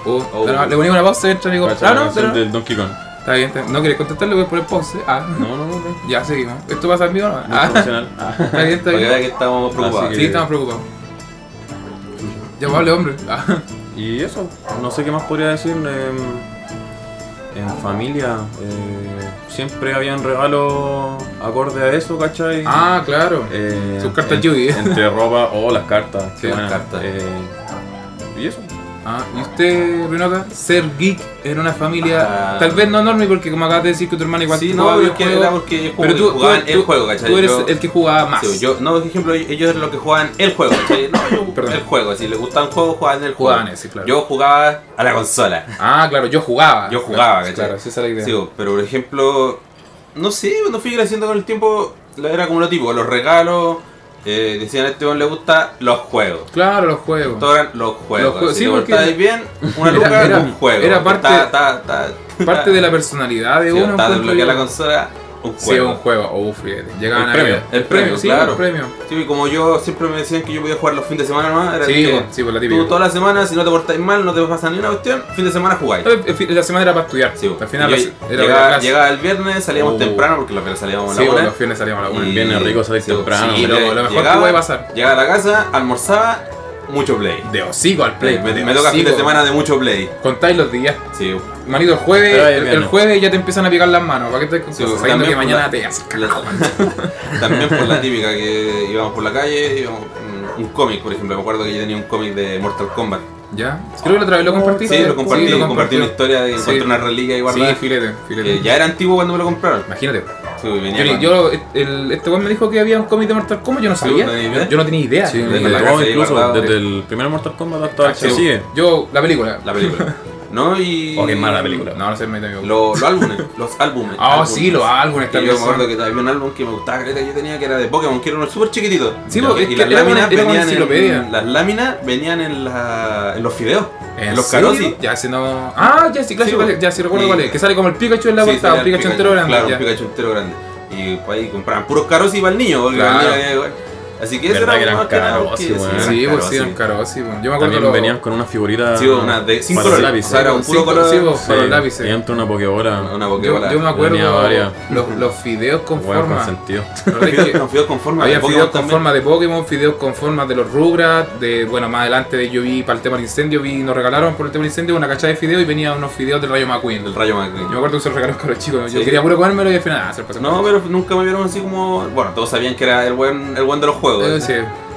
Speaker 1: Uh,
Speaker 2: Oh.
Speaker 1: no, no, Le ponemos una pausa dentro, amigo.
Speaker 3: ¿Cachai?
Speaker 1: Ah,
Speaker 3: La
Speaker 1: no,
Speaker 3: canción
Speaker 1: pero-
Speaker 3: del Donkey Kong.
Speaker 1: Está bien, está bien. No querés contestarle, voy a poner pause. Ah,
Speaker 3: No, no, no. no.
Speaker 1: ya seguimos. ¿Esto pasa en vivo o no?
Speaker 3: Muy
Speaker 1: Ah,
Speaker 3: profesional. Ah.
Speaker 1: está bien, está
Speaker 2: Para que
Speaker 1: bien.
Speaker 2: vea que estamos preocupados.
Speaker 3: Así
Speaker 1: Sí, estamos preocupados. Ya vale, hombre. Ah,
Speaker 3: Y eso, no sé qué más podría decir. em, en familia, eh, siempre habían regalos acorde a eso, ¿cachai?
Speaker 1: Ah, claro.
Speaker 3: Eh,
Speaker 1: Sus cartas
Speaker 3: en-
Speaker 1: Yugi.
Speaker 3: Entre ropa o las cartas.
Speaker 1: Sí,
Speaker 3: qué
Speaker 1: las
Speaker 3: buena.
Speaker 2: cartas.
Speaker 3: Eh, y eso.
Speaker 1: Ah, ¿Y usted, Renata? Ser geek en una familia.
Speaker 2: Ah.
Speaker 1: Tal vez no enorme, porque como acabas de decir que tu hermano igual
Speaker 2: Sí,
Speaker 1: jugaba
Speaker 2: no, pero es que
Speaker 1: videojuegos,
Speaker 2: era porque ellos
Speaker 1: Pero tú, tú,
Speaker 2: jugaban el
Speaker 1: tú-
Speaker 2: juego, ¿cachai?
Speaker 1: tú eres
Speaker 2: Yo-
Speaker 1: el que jugaba más.
Speaker 2: Sí, yo, no, por ejemplo, ellos eran los que jugaban el juego, ¿cachai? No, yo
Speaker 1: Perdón.
Speaker 2: el juego, si les gustaban juegos, jugaban el juego.
Speaker 1: Jugaban ese, claro.
Speaker 2: Yo jugaba a la consola.
Speaker 1: Ah, claro, yo jugaba.
Speaker 2: Yo jugaba,
Speaker 1: claro.
Speaker 2: ¿cachai?
Speaker 1: Claro, esa es la idea.
Speaker 2: Sí, bo, pero por ejemplo, no sé, cuando fui creciendo con el tiempo, la- era como lo tipo, los regalos, eh, decían a este hombre le gusta los juegos.
Speaker 1: Claro, los juegos.
Speaker 2: Todos eran los juegos.
Speaker 1: Los juegos,
Speaker 2: Si
Speaker 1: sí,
Speaker 2: te
Speaker 1: porque-
Speaker 2: portabas bien, una
Speaker 1: Era-
Speaker 2: luca,
Speaker 1: era-
Speaker 2: un juego.
Speaker 1: era
Speaker 2: Porque
Speaker 1: parte-
Speaker 2: ta- ta- ta-
Speaker 1: Parte de la personalidad de
Speaker 2: Sí,
Speaker 1: uno.
Speaker 2: ta-
Speaker 1: encuentro
Speaker 2: desbloquear
Speaker 1: yo.
Speaker 2: la consola, un
Speaker 1: Sí, es
Speaker 2: juego.
Speaker 1: un juego. Oh, fíjate. Llegaban
Speaker 3: El
Speaker 1: a-
Speaker 3: premio.
Speaker 2: El premio,
Speaker 1: sí,
Speaker 2: claro.
Speaker 1: el premio.
Speaker 2: Sí, y como yo siempre me decían que yo podía jugar los fines de semana nomás, era
Speaker 1: Sí,
Speaker 2: tipo,
Speaker 1: sí, por la
Speaker 2: tú
Speaker 1: típica.
Speaker 2: todas las semanas, si no te portáis mal, no te pasa ni una cuestión, fin de semana jugáis.
Speaker 1: Eh, eh, La semana era para estudiar.
Speaker 2: Sí,
Speaker 1: Al final
Speaker 2: yo-
Speaker 1: la- era para la
Speaker 2: llegaba,
Speaker 1: clase. Uh.
Speaker 2: llegaba el viernes, salíamos
Speaker 3: Oh.
Speaker 2: temprano porque los viernes salíamos a
Speaker 1: Sí,
Speaker 2: la
Speaker 1: bueno,
Speaker 2: hora.
Speaker 1: los fines salíamos a la una.
Speaker 2: Y-
Speaker 3: Viene rico salir temprano.
Speaker 1: Sí, loco, lo mejor que puede pasar.
Speaker 2: Llegaba a la casa, almorzaba, mucho play.
Speaker 1: De hocico al play.
Speaker 2: me,
Speaker 1: de
Speaker 2: me toca fin de
Speaker 1: hocico.
Speaker 2: semana de mucho play.
Speaker 1: Contáis los días.
Speaker 2: Sí.
Speaker 1: Manito, el jueves,
Speaker 2: eh,
Speaker 3: Pero ahí
Speaker 1: el,
Speaker 3: viene.
Speaker 1: el jueves ya te empiezan a picar las manos. ¿Para qué te
Speaker 2: Sí,
Speaker 1: sabiendo
Speaker 2: también
Speaker 1: que
Speaker 2: por
Speaker 1: mañana
Speaker 2: la-
Speaker 1: te haces
Speaker 2: la- también por la típica que íbamos por la calle, íbamos mm, un cómic, por ejemplo. Me acuerdo que yo tenía un cómic de Mortal Kombat.
Speaker 1: ¿Ya? Creo que la otra vez lo compartiste.
Speaker 2: Ah. Sí, lo compartí,
Speaker 1: Sí, lo
Speaker 2: compartí una historia de que
Speaker 1: Sí.
Speaker 2: encontré una reliquia y
Speaker 1: Sí,
Speaker 2: guardada. Eh,
Speaker 1: filete, filete.
Speaker 2: que ya era antiguo cuando me lo compraron.
Speaker 1: Imagínate.
Speaker 2: Sí, güey, venía
Speaker 1: Yo,
Speaker 2: con-
Speaker 1: yo- el- este weón me dijo que había un cómic de Mortal Kombat, yo no
Speaker 2: Sí,
Speaker 1: sabía.
Speaker 2: no tenía idea.
Speaker 1: yo no tenía idea.
Speaker 3: Sí,
Speaker 1: Yo-
Speaker 2: desde
Speaker 3: desde,
Speaker 2: la
Speaker 3: el
Speaker 2: casa
Speaker 3: dos
Speaker 2: ahí
Speaker 3: incluso,
Speaker 2: guardado.
Speaker 3: desde el primer Mortal Kombat hasta
Speaker 2: Ah,
Speaker 3: el
Speaker 2: sí.
Speaker 3: que sigue.
Speaker 1: Yo, la película.
Speaker 2: la película. No, y.
Speaker 3: Oh, qué mala película.
Speaker 1: No, no sé, me tengo.
Speaker 2: Lo- Los álbumes. Los álbumes.
Speaker 1: Ah,
Speaker 2: álbumes.
Speaker 1: sí, los álbumes
Speaker 2: Que
Speaker 1: también.
Speaker 2: yo me acuerdo
Speaker 1: son-
Speaker 2: que había un álbum que me gustaba creta que yo tenía que era de Pokémon, que era uno súper chiquitito.
Speaker 1: Sí,
Speaker 2: Y-
Speaker 1: po, es
Speaker 2: y
Speaker 1: que
Speaker 2: las
Speaker 1: era como-
Speaker 2: láminas
Speaker 1: era como
Speaker 2: venían
Speaker 1: enciclopedia.
Speaker 2: en, las láminas venían en, la, en los fideos, en los
Speaker 1: serio?
Speaker 2: carosis.
Speaker 1: Ya, si no. Ah, ya, sí, claro,
Speaker 2: Sí,
Speaker 1: cuál es,
Speaker 2: po.
Speaker 1: ya, sí, recuerdo
Speaker 2: Sí.
Speaker 1: cuál es. Que sale como el Pikachu en la
Speaker 2: Sí,
Speaker 1: portada,
Speaker 2: salía
Speaker 1: un
Speaker 2: el
Speaker 1: Pikachu entero grande.
Speaker 2: Claro,
Speaker 1: ya.
Speaker 2: un Pikachu entero grande. Y pues, ahí compraban puros caros y para el niño, porque
Speaker 1: Claro.
Speaker 2: el niño había igual. Así que eso
Speaker 3: Verdad
Speaker 2: era
Speaker 3: que eran
Speaker 2: más que nada
Speaker 3: caros,
Speaker 2: porque-
Speaker 3: sí, weón.
Speaker 2: eran
Speaker 1: Sí, pues
Speaker 2: caros,
Speaker 1: sí, un
Speaker 2: sí.
Speaker 1: caro, sí, po. Yo me acuerdo.
Speaker 3: También
Speaker 1: lo-
Speaker 3: venían con una figurita.
Speaker 2: Sí, una de cinco
Speaker 3: para los
Speaker 2: colores,
Speaker 3: lápices.
Speaker 2: o sea, era un
Speaker 1: con
Speaker 2: puro
Speaker 1: cinco,
Speaker 2: color.
Speaker 1: sí, po,
Speaker 3: Sí,
Speaker 1: para los
Speaker 3: Y
Speaker 1: lápices.
Speaker 3: entra una pokebola.
Speaker 2: Una
Speaker 1: Yo,
Speaker 2: pokebola.
Speaker 1: yo me
Speaker 3: Tenía
Speaker 1: acuerdo
Speaker 3: varias.
Speaker 1: los, los fideos con
Speaker 3: Bueno, con
Speaker 1: forma.
Speaker 3: sentido.
Speaker 1: La verdad es que-
Speaker 2: Nos fideos con forma de
Speaker 1: Había
Speaker 2: Pokémon
Speaker 1: fideos con
Speaker 2: también.
Speaker 1: forma de Pokémon, fideos con forma de los Rugrats, de bueno, más adelante de yo vi para el tema del incendio, vi nos regalaron por el tema del incendio una cacha de fideos y venían unos fideos del Rayo McQueen.
Speaker 2: El
Speaker 1: Yo
Speaker 2: rayo McQueen.
Speaker 1: me acuerdo que se los regalaron con los chicos, yo
Speaker 2: Sí.
Speaker 1: quería puro comérmelo y al final, ah, se lo pasé.
Speaker 2: No, pero nunca me vieron así como. Bueno, todos sabían que era el buen, el buen de los juegos.
Speaker 1: Eh,
Speaker 2: ¿eh?
Speaker 1: sí.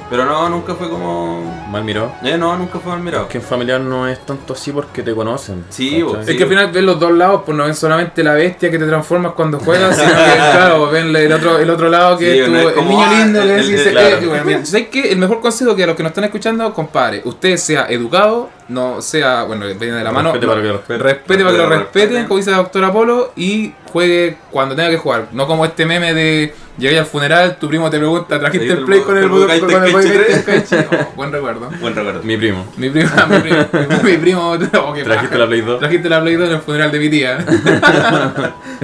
Speaker 2: Pero no, nunca fue como.
Speaker 3: Mal mirado.
Speaker 2: Eh, no, nunca fue mal mirado.
Speaker 3: Que en familiar no es tanto así porque te conocen.
Speaker 2: Sí,
Speaker 3: ¿cachai?
Speaker 2: vos.
Speaker 1: Es que al final ven los dos lados, pues no ven solamente la bestia que te transformas cuando juegas, sino que claro, ven el otro, el otro lado que
Speaker 2: Sí,
Speaker 1: es tu-
Speaker 2: no es
Speaker 1: el
Speaker 2: como,
Speaker 1: niño
Speaker 2: ah,
Speaker 1: lindo que
Speaker 2: el-
Speaker 1: dice,
Speaker 2: el-
Speaker 1: eh,
Speaker 2: claro.
Speaker 1: bueno, mira, ¿sabes qué? El mejor consejo que a los que nos están escuchando, compadre, usted sea educado, no sea, bueno, viene de la mano,
Speaker 3: Respete
Speaker 1: no-
Speaker 3: para que lo respete.
Speaker 1: Respete para que lo
Speaker 2: Pero
Speaker 1: respeten,
Speaker 2: respeten.
Speaker 1: como dice la doctora Polo, y juegue cuando tenga que jugar. No como este meme de llegué al funeral, tu primo te pregunta, ¿trajiste
Speaker 2: Ahí
Speaker 1: el
Speaker 2: el
Speaker 1: play
Speaker 2: bo-
Speaker 1: con el
Speaker 2: el
Speaker 1: botón
Speaker 2: Budokai
Speaker 1: con el
Speaker 2: Tenkaichi
Speaker 1: Budokai Tenkaichi? Oh, Buen recuerdo.
Speaker 2: Buen recuerdo.
Speaker 3: Mi primo.
Speaker 1: Mi prima, mi primo, mi primo, oh, qué
Speaker 3: ¿Trajiste
Speaker 1: paja.
Speaker 3: la Play 2?
Speaker 1: Trajiste la Play 2 en el funeral de mi tía.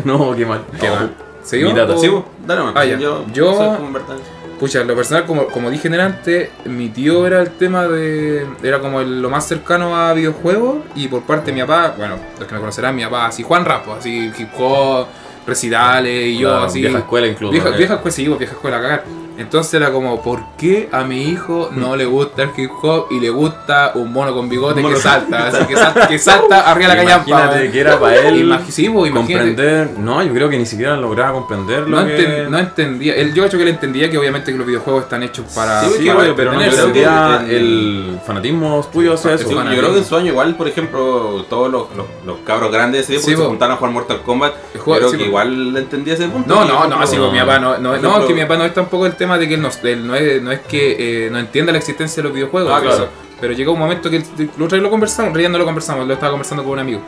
Speaker 3: No, qué mal.
Speaker 1: Qué
Speaker 3: Oh.
Speaker 1: mal. ¿Seguimos?
Speaker 3: Mi data.
Speaker 1: ¿O-
Speaker 2: Sí, vos. Dale, man.
Speaker 1: Ah, ya.
Speaker 2: Yo.
Speaker 1: Yo-
Speaker 2: soy como Bertán.
Speaker 1: Pucha, en lo personal, como, como dije antes, mi tío era el tema de. Era como el- lo más cercano a videojuegos. Y por parte de mi papá, bueno, los que me conocerán, mi papá, así Juan Rapo, así hip hop, recitales, y yo
Speaker 3: Claro,
Speaker 1: así.
Speaker 3: Vieja escuela incluso.
Speaker 1: Vieja,
Speaker 3: eh.
Speaker 1: vieja escuela, sí, pues, vieja escuela a cagar. Entonces era como, ¿por qué a mi hijo
Speaker 3: Mm.
Speaker 1: no le gusta el hip hop y le gusta un mono con bigote
Speaker 2: Un mono
Speaker 1: que
Speaker 2: con-
Speaker 1: salta? así que salta, que salta arriba de la cañampa.
Speaker 3: Imagínate que era para él
Speaker 1: Imag- sí, pues, imagínate.
Speaker 3: comprender. No, yo creo que ni siquiera lograba comprender lo
Speaker 1: No,
Speaker 3: que.
Speaker 1: enten- no entendía, él, yo creo que él entendía que obviamente que los videojuegos están hechos para.
Speaker 2: Sí,
Speaker 3: Ah, Sí,
Speaker 2: para
Speaker 3: güey, pero no
Speaker 2: tener-
Speaker 1: entretenerse,
Speaker 3: creo
Speaker 2: creo
Speaker 3: que
Speaker 2: que
Speaker 3: ya
Speaker 2: en-
Speaker 3: el fanatismo tuyo sea
Speaker 2: Sí,
Speaker 3: eso.
Speaker 2: yo
Speaker 1: Juan
Speaker 2: creo
Speaker 1: Andrés.
Speaker 2: que en su año, igual, por ejemplo, todos los, los, los cabros grandes de ese tiempo
Speaker 1: Sí,
Speaker 2: que se
Speaker 1: vos.
Speaker 2: juntaron a jugar Mortal Kombat.
Speaker 1: El juego-
Speaker 2: creo
Speaker 1: sí,
Speaker 2: que
Speaker 1: vos.
Speaker 2: igual entendía ese punto.
Speaker 1: No, no,
Speaker 2: Y, por
Speaker 1: no,
Speaker 2: ejemplo,
Speaker 1: así
Speaker 3: no.
Speaker 1: mi papá no, no,
Speaker 2: Por
Speaker 1: no,
Speaker 2: ejemplo-
Speaker 1: que mi papá no es tampoco el tema de que él no, él no, es, no es que eh, no entienda la existencia de los videojuegos.
Speaker 3: Ah,
Speaker 1: eso.
Speaker 3: claro.
Speaker 1: Pero llegó un momento que el- la otra vez lo conversamos, en realidad no lo conversamos, lo estaba conversando con un amigo.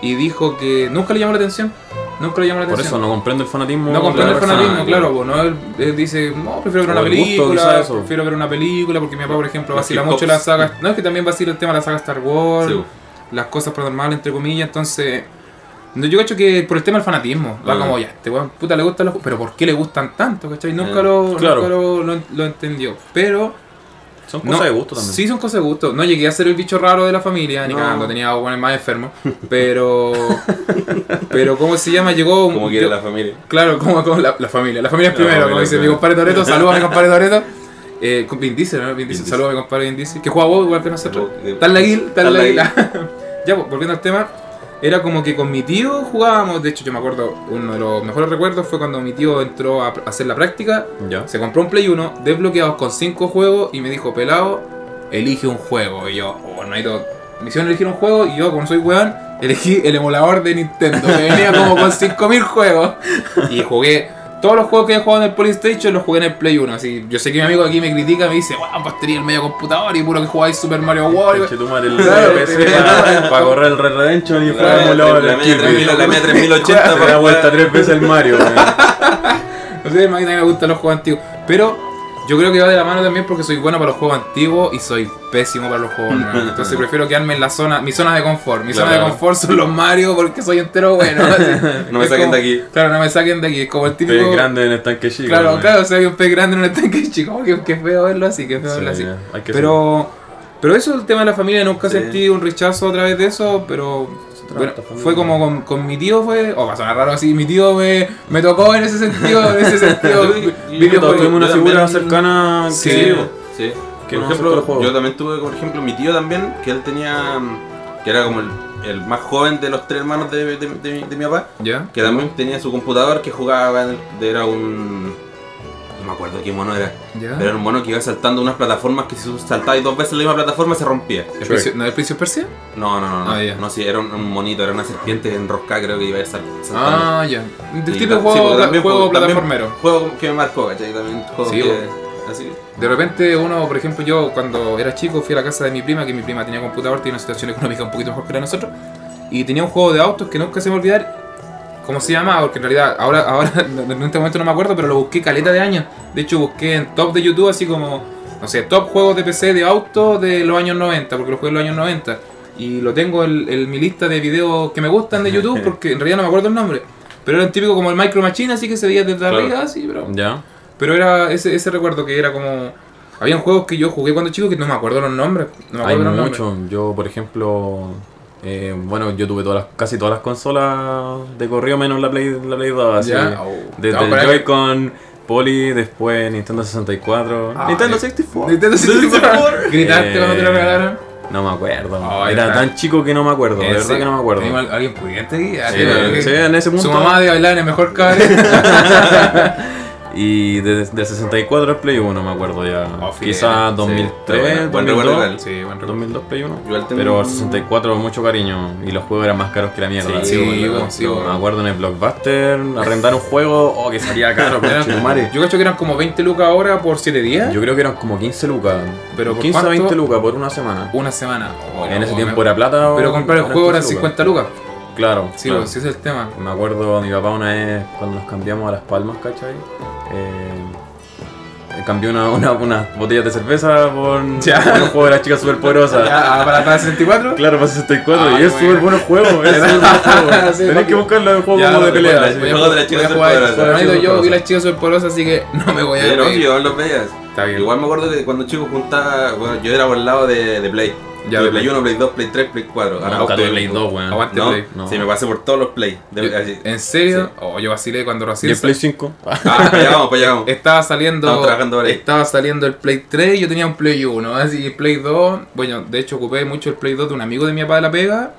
Speaker 1: Y dijo que nunca le llamó la atención, nunca le llamó la
Speaker 3: Por eso
Speaker 1: atención.
Speaker 3: no comprendo el fanatismo.
Speaker 1: no comprende
Speaker 3: de
Speaker 1: el
Speaker 3: la persona,
Speaker 1: fanatismo, claro, pues, no, él, él dice, no, prefiero ver una
Speaker 3: O el gusto,
Speaker 1: película,
Speaker 3: quizás, eso.
Speaker 1: prefiero ver una película, porque mi papá, por ejemplo,
Speaker 2: Los
Speaker 1: vacila
Speaker 2: hip
Speaker 1: mucho
Speaker 2: hops.
Speaker 1: la saga, no, es que también vacila el tema de la saga Star Wars,
Speaker 2: Sí, vos.
Speaker 1: las cosas paranormales, entre comillas. Entonces, no, yo cacho que por el tema del fanatismo, va
Speaker 2: Mm.
Speaker 1: como ya, este weón puta le gustan los. ju- Pero ¿por qué le gustan tanto, cachai? Nunca,
Speaker 2: Mm,
Speaker 1: lo,
Speaker 3: Eh, claro.
Speaker 1: nunca lo, lo- lo entendió. Pero.
Speaker 3: Son
Speaker 1: no-
Speaker 3: cosas de gusto también.
Speaker 1: Sí, son cosas de gusto. No llegué a ser el bicho raro de la familia, ni
Speaker 2: No.
Speaker 1: cagando, tenía weones más enfermos. Pero. pero, ¿cómo se llama? Llegó un.
Speaker 2: Como
Speaker 1: yo-
Speaker 2: quiere la familia.
Speaker 1: Claro, como, como la, la familia. La familia es primero,
Speaker 3: La familia
Speaker 1: como dice mi
Speaker 3: primero.
Speaker 1: compadre Toreto. Saludos a mi compadre Toreto. Eh, con Vin Diesel, ¿no? Vin Diesel.
Speaker 2: Diesel.
Speaker 1: Saludos a mi compadre Vin Diesel. Que juega vos igual que nosotros.
Speaker 2: De-
Speaker 1: Está en la guil, está en la
Speaker 2: Está en
Speaker 1: guil.
Speaker 2: la
Speaker 1: ya, pues, volviendo al tema. Era como que con mi tío jugábamos. De hecho, yo me acuerdo, uno de los mejores recuerdos fue cuando mi tío entró a pr- a hacer la práctica.
Speaker 3: Ya.
Speaker 1: Se compró un Play 1, desbloqueados con 5 juegos y me dijo, pelado, elige un juego. Y yo, oh, no hay todo. Me hicieron elegir un juego y yo, como soy weón, elegí el emulador de Nintendo, que venía como con 5000 juegos. Y jugué todos los juegos que he jugado en el PlayStation, los jugué en el Play 1. Así, yo sé que mi amigo aquí me critica, me dice, wow, pastería el medio computador y puro que jugáis Super Mario World.
Speaker 3: Conche tu madre, el
Speaker 1: Claro,
Speaker 3: PC
Speaker 1: pero-
Speaker 3: para, para correr el Red Redemption y fue
Speaker 2: La media
Speaker 3: emulado en
Speaker 2: la
Speaker 3: el
Speaker 2: media
Speaker 3: Kirby.
Speaker 2: 3000, la media 3080.
Speaker 3: Se da
Speaker 2: para-
Speaker 3: vuelta tres veces el Mario. güey.
Speaker 1: No sé, imagina que me gustan los juegos antiguos. Pero yo creo que va de la mano también porque soy bueno para los juegos antiguos y soy pésimo para los juegos nuevos. Entonces prefiero quedarme en la zona, mi zona de confort. Mi zona de
Speaker 3: Claro.
Speaker 1: confort son los Mario porque soy entero bueno. así.
Speaker 2: No me
Speaker 1: Es
Speaker 2: saquen
Speaker 1: como-
Speaker 2: de aquí.
Speaker 1: Claro, no me saquen de aquí. Es como el típico.
Speaker 3: Pez grande en el tanque chico.
Speaker 1: claro,
Speaker 3: güey.
Speaker 1: claro, o sea, hay un pez grande en un estanque chico. Qué, qué feo verlo así, qué feo
Speaker 3: Sí,
Speaker 1: verlo así.
Speaker 3: hay que
Speaker 1: Pero. Pero eso, el tema de la familia, nunca
Speaker 2: Sí.
Speaker 1: sentí un rechazo a través de eso, pero
Speaker 3: trata,
Speaker 1: bueno,
Speaker 3: familia.
Speaker 1: fue como con, con mi tío, fue, o oh, va a sonar raro así, mi tío me, me tocó en ese sentido, en ese sentido.
Speaker 2: Yo- yo-
Speaker 1: videojuegos.
Speaker 3: Todos tuvimos una
Speaker 2: Yo
Speaker 3: figura
Speaker 2: también-
Speaker 3: cercana
Speaker 1: Sí,
Speaker 2: Sí,
Speaker 3: que,
Speaker 2: vos. sí.
Speaker 3: que
Speaker 2: por
Speaker 3: no aceptó
Speaker 2: ejemplo,
Speaker 3: el juego.
Speaker 2: yo también tuve, por ejemplo, mi tío también, que él tenía, mm, que era como el, el más joven de los tres hermanos de, de- de mi- de mi papá,
Speaker 1: ¿Ya?
Speaker 2: que también tenía su computador que jugaba, en el- era un, no me acuerdo qué mono era.
Speaker 1: ¿Ya?
Speaker 2: Pero era un mono que iba saltando unas plataformas que si saltabas dos veces la misma plataforma se rompía.
Speaker 1: ¿El príncipe- ¿No es el príncipe Persia?
Speaker 2: No, no, no, no.
Speaker 1: Ah, ya.
Speaker 2: No, sí, era un, un monito, era una serpiente enroscada, creo que iba a ir sal- saltando.
Speaker 1: Ah, ya. Del
Speaker 2: Y
Speaker 1: tipo
Speaker 2: ta- sí,
Speaker 1: juego,
Speaker 2: porque también
Speaker 1: juego
Speaker 2: juego- también
Speaker 1: plataformero.
Speaker 2: Juego que me marcó, ¿cachai? También juego
Speaker 1: Sí, pues.
Speaker 2: que. Así.
Speaker 1: De repente uno, por ejemplo, yo cuando era chico fui a la casa de mi prima, que mi prima tenía computador, tenía una situación económica un poquito mejor que la de nosotros, y tenía un juego de autos que nunca se me va a olvidar cómo se llamaba, porque en realidad ahora, ahora en este momento no me acuerdo, pero lo busqué caleta de años. De hecho, busqué en top de YouTube así como, no sé, top juegos de PC de autos de los años 90, porque lo jugué en los años 90. Y lo tengo en, en mi lista de videos que me gustan de YouTube, porque en realidad no me acuerdo el nombre. Pero era un típico como el Micro Machine, así que se veía desde
Speaker 3: Claro.
Speaker 1: arriba, así, pero...
Speaker 3: Ya.
Speaker 1: Pero era ese, ese recuerdo que era como. Habían juegos que yo jugué cuando chico que no me acuerdo los nombres. No me
Speaker 3: Hay
Speaker 1: acuerdo los nombres.
Speaker 3: mucho. Yo, por ejemplo, eh, bueno, yo tuve todas las- casi todas las consolas de correo menos la Play, la Play 2. así.
Speaker 1: Ya. Oh.
Speaker 3: Desde
Speaker 1: Ah,
Speaker 3: el
Speaker 1: pero-
Speaker 3: Joy-Con, Poly, después Nintendo 64.
Speaker 1: Ah,
Speaker 3: Nintendo
Speaker 1: eh.
Speaker 3: 64.
Speaker 1: Nintendo 64. Gritaste
Speaker 3: Eh,
Speaker 1: cuando te lo regalaron.
Speaker 3: No me acuerdo.
Speaker 1: Ay, Eh,
Speaker 3: Era
Speaker 1: verdad.
Speaker 3: tan chico que no me acuerdo. De verdad
Speaker 1: Ese-
Speaker 3: que no me acuerdo.
Speaker 1: ¿Tenía al- alguien pudiente aquí? Ah,
Speaker 3: Sí,
Speaker 1: que-
Speaker 3: sí, en ese punto.
Speaker 1: Su mamá de bailar en el mejor cabaret.
Speaker 3: Y desde del 64 al Play 1 me acuerdo ya.
Speaker 1: Oh, fidel,
Speaker 3: Quizás
Speaker 1: sí.
Speaker 3: 2003,
Speaker 2: Buen- buen recuerdo
Speaker 3: 2002,
Speaker 2: igual.
Speaker 1: sí, buen recuerdo.
Speaker 3: 2002 Play 1.
Speaker 2: Igual tengo-
Speaker 3: Pero el 64 mucho cariño y los juegos eran más caros que la mierda.
Speaker 1: Sí,
Speaker 3: Así,
Speaker 1: bueno,
Speaker 3: bueno,
Speaker 1: sí,
Speaker 3: yo
Speaker 1: bueno.
Speaker 3: Me acuerdo en el Blockbuster, arrendar un juego, oh que salía caro,
Speaker 1: Eran-
Speaker 3: conchetumare.
Speaker 1: Yo cacho que eran como 20 lucas ahora por 7 días.
Speaker 3: Yo creo que eran como 15 lucas.
Speaker 1: ¿Eh? Pero ¿por
Speaker 3: 15 a 20
Speaker 1: cuánto?
Speaker 3: lucas por una semana.
Speaker 1: Una semana. Oh,
Speaker 3: en ese
Speaker 1: no,
Speaker 3: tiempo
Speaker 1: me-
Speaker 3: era plata. o-
Speaker 1: Pero comprar el
Speaker 3: eran
Speaker 1: juego eran
Speaker 3: 15 lucas.
Speaker 1: 50 lucas.
Speaker 3: Claro.
Speaker 1: Sí,
Speaker 3: claro.
Speaker 1: pues, sí, ese es el tema.
Speaker 3: Me acuerdo, mi papá una vez, cuando nos cambiamos a Las Palmas, ¿cachai? Eh, cambió una, una, unas botellas de cerveza por,
Speaker 1: Ya.
Speaker 3: por un juego de las chicas superpoderosas.
Speaker 1: Ya, ah, para la 64.
Speaker 3: Claro, para 64,
Speaker 1: Ah,
Speaker 3: y es
Speaker 1: bueno.
Speaker 3: súper bueno el juego, es súper bueno el juego.
Speaker 1: Sí,
Speaker 3: Tenés
Speaker 1: papi.
Speaker 3: que buscarlo en el juego
Speaker 1: Ya, pues,
Speaker 3: como de
Speaker 1: voy a-
Speaker 3: pelea.
Speaker 1: voy a
Speaker 3: sí.
Speaker 2: El juego de las chicas
Speaker 1: voy a jugar-
Speaker 2: superpoderosas.
Speaker 1: Bueno,
Speaker 3: Las chicas
Speaker 1: Yo vi
Speaker 3: superpoderosas.
Speaker 1: las chicas superpoderosas, así que no me voy a
Speaker 2: Pero
Speaker 1: reír.
Speaker 2: yo los veías.
Speaker 1: Está bien.
Speaker 2: Igual me acuerdo que cuando chicos juntaba. Bueno, yo era por el lado de, de Play.
Speaker 1: Ya,
Speaker 2: Ya, de
Speaker 1: de
Speaker 2: Play
Speaker 1: Play.
Speaker 2: 1, Play 2, Play 3, Play 4.
Speaker 3: No, nunca tuve Play 2, weón.
Speaker 1: Aguante
Speaker 2: No,
Speaker 1: Play.
Speaker 3: No.
Speaker 2: sí, me pasé por todos los Play. De-
Speaker 1: Yo-
Speaker 2: así.
Speaker 1: ¿En serio? Oh, yo vacilé cuando
Speaker 3: ¿Y
Speaker 1: recién
Speaker 3: el Play 5?
Speaker 2: Ah, para allá vamos, para allá vamos.
Speaker 1: estaba saliendo
Speaker 2: Estamos trabajando ahora ahí.
Speaker 1: estaba saliendo el Play 3 y yo tenía un Play 1, así que Play 2, bueno, de hecho ocupé mucho el Play 2 de un amigo de mi papá de la pega